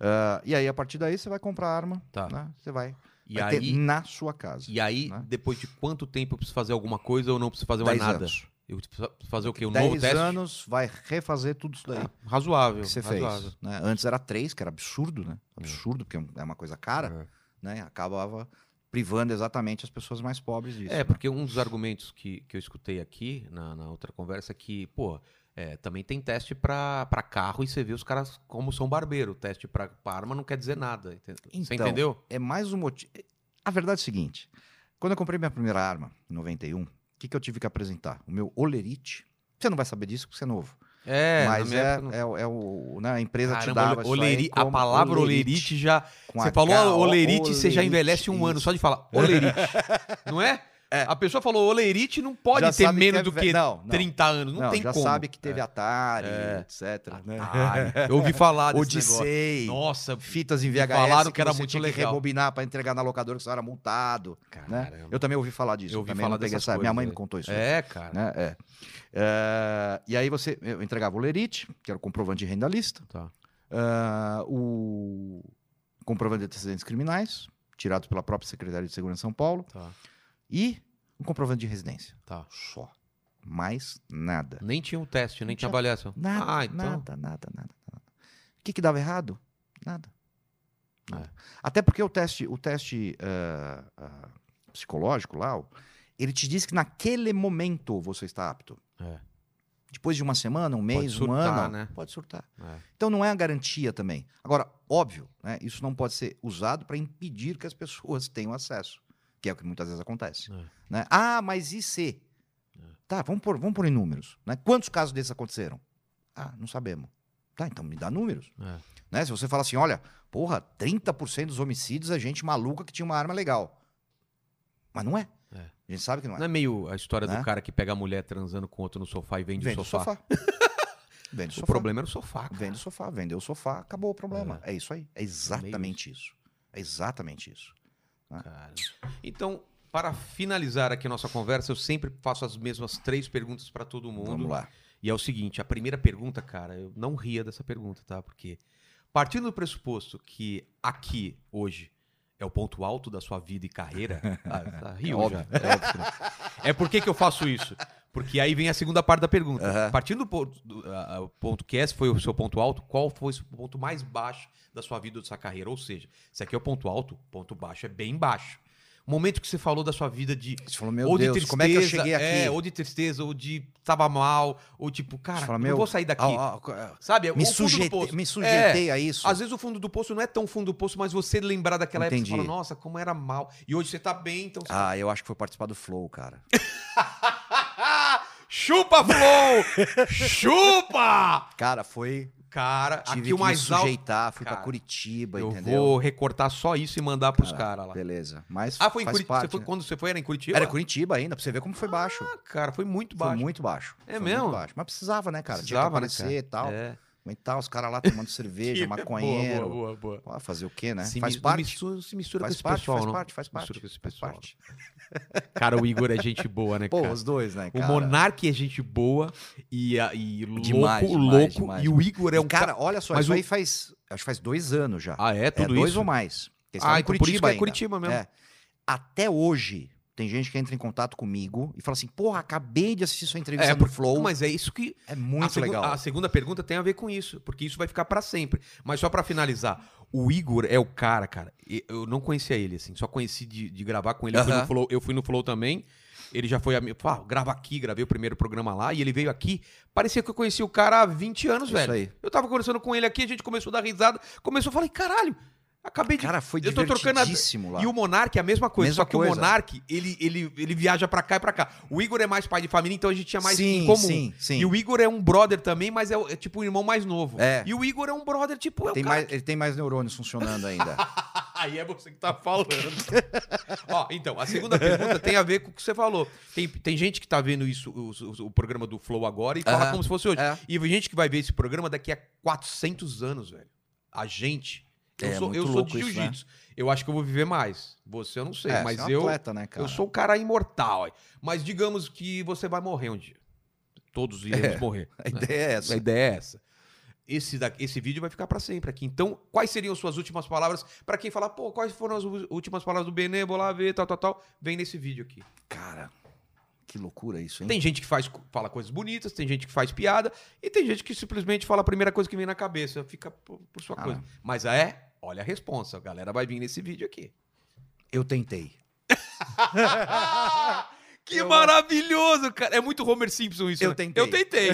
Ah, e aí, a partir daí, você vai comprar a arma,
Tá.
né? Você vai,
E
vai ter
aí,
na sua casa.
e aí
né?
depois de quanto tempo eu preciso fazer alguma coisa ou não preciso fazer mais
Dez
nada?
anos.
Eu preciso fazer o quê? Um novo
10
teste? Ah,
anos, vai refazer tudo isso daí
Razoável.
que você
razoável.
fez. né? Antes era três, que era absurdo, né? Absurdo, porque é uma coisa cara,
É.
né? Acabava privando exatamente as pessoas mais pobres disso.
É,
né?
porque um dos argumentos que, que eu escutei aqui na, na outra conversa é que, pô, é, também tem teste pra, pra carro e você vê os caras como são barbeiro. Teste pra, pra arma não quer dizer nada. ente- você
Então,
entendeu?
é mais um motivo. A verdade é o seguinte: quando eu comprei minha primeira arma, em 91, o que, que eu tive que apresentar? O meu Olerite. Você não vai saber disso porque você é novo.
É, na
mas
minha
é,
época não-
é, o- é o, né, a empresa te
Caramba,
dava isso aí
oleri, a
como
palavra olerite já
com
Você
H,
falou
O,
olerite, você já
olerite,
envelhece um ano
isso.
só de falar
[laughs]
olerite. não é? A pessoa falou olerite, não pode
Já
ter
sabe
menos
é
do
ve-
que
não, não,
30 anos. Não,
não,
tem
já
como.
sabe que teve Atari,
É.
etc. [laughs] né?
Atari. Eu ouvi falar desse negócio.
Odyssey.
Nossa,
Fitas em VHS
falaram que era
você
muito
tinha que
legal.
rebobinar para entregar na locadora que você era multado, né? Eu também ouvi falar disso.
Eu ouvi
também
falar
não peguei
dessas
essa- Minha
coisas,
mãe
é.
me contou isso.
É, cara.
né? É. É, e aí você eu entregava o Lerite, que era o comprovante de renda à lista.
Tá.
Ah, o comprovante de antecedentes criminais, tirado pela própria Secretaria de Segurança de São Paulo,
Tá.
e um comprovante de residência.
Tá.
Só. Mais nada.
Nem tinha um teste, nem
Não
tinha
tinha
avaliação.
Nada,
ah, então.
nada, nada, nada, nada. O que, que dava errado? Nada. Nada.
É.
Até porque o teste, o teste ah, ah, psicológico lá, o- ele te diz que naquele momento você está apto.
É.
Depois de uma semana, um mês, um
surtar,
ano,
né?
pode surtar.
É.
Então não é a garantia também. Agora, óbvio, né, isso não pode ser usado para impedir que as pessoas [laughs] tenham acesso, que é o que muitas vezes acontece.
É.
né? Ah, mas e se? Tá, vamos pôr, vamos pôr em números. Né? Quantos casos desses aconteceram? Ah, não sabemos. Tá, então me dá números.
É.
Né? Se você fala assim, olha, porra, 30% dos homicídios é gente maluca que tinha uma arma legal. Mas não é.
É.
A gente sabe que não é.
Não é meio a história do
Né?
cara que pega a mulher transando com outro no sofá e vende,
Vende
o sofá? [laughs]
Vende o
O
sofá.
problema era o sofá. cara.
Vende o sofá, vendeu o sofá, acabou o problema. É, isso aí. É exatamente isso. É exatamente isso.
Cara. Então, para finalizar aqui a nossa conversa, eu sempre faço as mesmas três perguntas para todo mundo.
Vamos lá.
E é o seguinte, a primeira pergunta, cara, eu não ria dessa pergunta, tá? Porque partindo do pressuposto que aqui hoje é o ponto alto da sua vida e
[laughs]
carreira, ah, tá, riu
óbvio.
já. É, óbvio que não. É por que que eu faço isso? Porque aí vem a segunda parte da pergunta.
Aham.
Partindo do ponto, do, ah, ah, o ponto que esse foi o seu ponto alto, qual foi o ponto mais baixo da sua vida ou da sua carreira? Ou seja, se aqui é o ponto alto, ponto baixo é bem baixo. O momento que você falou da sua vida de
Você falou, meu
ou de
Deus,
tristeza,
como é que eu cheguei aqui?
é, ou de tristeza, ou de tava mal, ou tipo, cara,
Você fala,
eu não
meu,
vou sair daqui.
Ah, ah,
Sabe? É
me,
o fundo do
sujeitei,
poço.
me sujeitei a isso.
Às vezes o fundo do poço não é tão fundo do poço, mas você lembrar daquela época, você
Entendi.
fala, nossa, como era mal. E hoje você tá bem, então você
Ah, eu acho que foi participar do Flow, cara. Ah.
[laughs] Chupa, Flow! Chupa!
Cara, foi.
Cara,
Tive
aqui
que
o mais
me
alto.
sujeitar, fui
Cara,
pra Curitiba,
Eu
entendeu?
vou recortar só isso e mandar pros caras lá.
Beleza. Mas
Ah, foi em
faz
Curitiba.
parte,
Você foi-
né?
Quando você foi, era em Curitiba?
Era Curitiba ainda, pra você ver como foi baixo.
Ah, cara, foi muito
Foi
baixo.
muito baixo.
É
Foi
mesmo?
Muito baixo. Mas precisava, né, cara?
Precisava, né,
Tinha que aparecer e tal.
É.
Mas tá, os caras lá
[laughs]
tomando cerveja,
Boa,
maconheiro.
boa, boa, boa.
Ah, fazer o quê, né?
Se
faz
mi- não
parte.
mistura- se mistura com
Faz
esse
parte,
pessoal,
faz
não.
parte, faz parte,
Mistura com esse
faz
pessoal.
parte.
Cara, o Igor é gente boa,
[laughs]
né,
Pô,
cara?
os dois, né,
O
cara?
Monark é gente boa e, a- e louco,
Demais, demais,
louco.
demais,
e o Igor é um
cara,
cara...
olha só,
mas
isso
o-
aí faz. Acho que faz dois anos já.
Ah, é?
é
Tudo
dois
isso?
ou mais. Porque eles
Ah,
estavam em
então por isso que é
ainda.
Curitiba mesmo.
É. Até hoje, tem gente que entra em contato comigo e fala assim: porra, acabei de assistir sua entrevista
É,
no
porque-
Flow.
Mas é isso que...
É
a
muito
segu-
legal.
A segunda pergunta tem a ver com isso, porque isso vai ficar pra sempre. Mas só pra finalizar, o Igor é o cara, cara. e- Eu não conhecia ele, assim, só conheci de, de gravar com ele. Eu, fui no
Aham.
Flow, eu fui no Flow também. Ele já foi amigo. Ah, grava aqui, gravei o primeiro programa lá, e ele veio aqui. Parecia que eu conhecia o cara há 20 anos,
Isso
velho.
aí.
Eu tava conversando com ele aqui, a gente começou a dar risada. Começou, eu falei, caralho, acabei de.
Cara, foi
Eu tô trocando a-
divertidíssimo lá.
E o Monark é a mesma coisa,
Mesma
só que o
coisa.
Monark, ele, ele, ele viaja pra cá e pra cá. O Igor é mais pai de família, então a gente tinha mais em
sim,
comum.
sim, sim.
E o Igor é um brother também, mas é, o- é tipo um irmão mais novo.
É.
E o Igor é um brother, tipo, é o
tem
cara
mais, ele tem mais neurônios funcionando ainda.
[laughs] Aí é você que tá
[laughs]
falando. Ó, então, a segunda pergunta tem a ver com o que você falou. Tem, tem gente que tá vendo isso, o, o- o programa do Flow agora e fala
Aham.
como se fosse hoje.
É.
E tem gente que vai ver esse programa daqui a 400 anos, velho. A gente. Eu
É,
sou,
muito
eu sou
louco
de
isso, né?
jiu-jitsu. Eu acho que eu vou viver mais. Você eu não sei,
É,
mas
você é um
eu,
atleta, né, cara?
eu sou o cara imortal. aí. Mas digamos que você vai morrer um dia.
[laughs]
Todos iremos
É.
morrer.
A ideia é essa.
A ideia é essa. Esse, da- esse vídeo vai ficar pra sempre aqui. Então, quais seriam suas últimas palavras Pra quem falar, pô, quais foram as u- últimas palavras do Benê, vou lá ver, tal, tal, tal. Vem nesse vídeo aqui.
Cara, que loucura isso, hein?
Tem gente que faz, co- fala coisas bonitas, tem gente que faz piada, e tem gente que simplesmente fala a primeira coisa que vem na cabeça, fica por, por sua
Ah,
coisa. Mas é, olha a responsa, a galera vai vir nesse vídeo aqui.
Eu
[laughs]
tentei.
que maravilhoso, cara. É muito Homer Simpson isso.
Eu
né?
tentei.
Eu [laughs] tentei.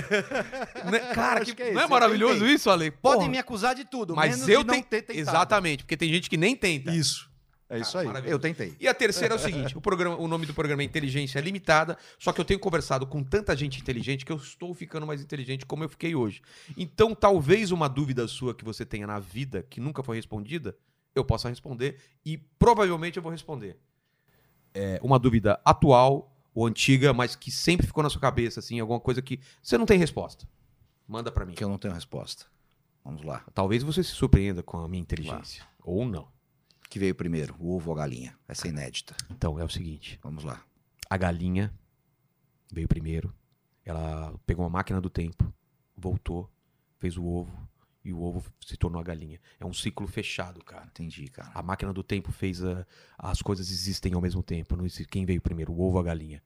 Né? Cara,
acho
que,
que é
não é
isso, eu
maravilhoso
tentei.
isso, Ale?
Podem
Porra.
me acusar de tudo,
Mas
menos
eu
de não
tentei.
ter tentado.
Exatamente, porque tem gente que nem tenta.
Isso. É isso
Cara,
aí.
maravilhoso.
Eu tentei.
E a terceira é o seguinte: o, programa, o nome do programa é Inteligência Limitada, só que eu tenho conversado com tanta gente inteligente que eu estou ficando mais inteligente como eu fiquei hoje. Então, talvez uma dúvida sua que você tenha na vida que nunca foi respondida, eu possa responder e provavelmente eu vou responder. É uma dúvida atual ou antiga, mas que sempre ficou na sua cabeça, assim, alguma coisa que você não tem resposta. Manda pra mim.
Que eu não tenho resposta. Vamos lá.
Talvez você se surpreenda com a minha inteligência. Ou não.
O que veio primeiro? O ovo ou a galinha? Essa é inédita.
Então, é o seguinte:
Vamos lá.
a galinha veio primeiro, ela pegou uma máquina do tempo, voltou, fez o ovo, e
e o ovo se tornou a galinha. É um ciclo fechado, cara.
Entendi, cara.
A máquina do tempo fez a- as coisas existem ao mesmo tempo. Não existe quem veio primeiro, o ovo ou a galinha.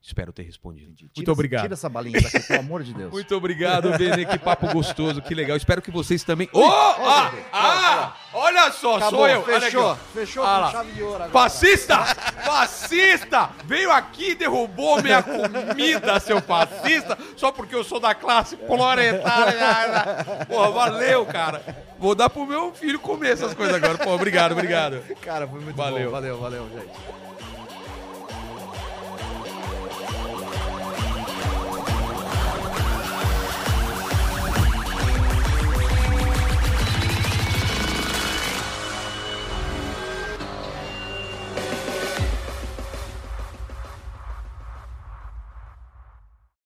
Espero ter respondido.
Entendi. Tira
Muito
essa-
obrigado.
Tira essa balinha daqui, pelo amor de Deus.
Muito obrigado, Benê. Que papo gostoso, que legal. Espero que vocês também. Ô! ah, ah, olha só,
Acabou,
sou eu. Olha aqui, ó.
Fechou, fechou
Ah
com
lá.
chave de ouro agora.
Fascista! Fascista! Veio aqui e derrubou minha comida, seu fascista, só porque eu sou da classe proletária. Pô, valeu, cara. Vou dar pro meu filho comer essas coisas agora. Pô, obrigado, obrigado.
Cara, foi muito
Valeu.
bom. Valeu, valeu, gente.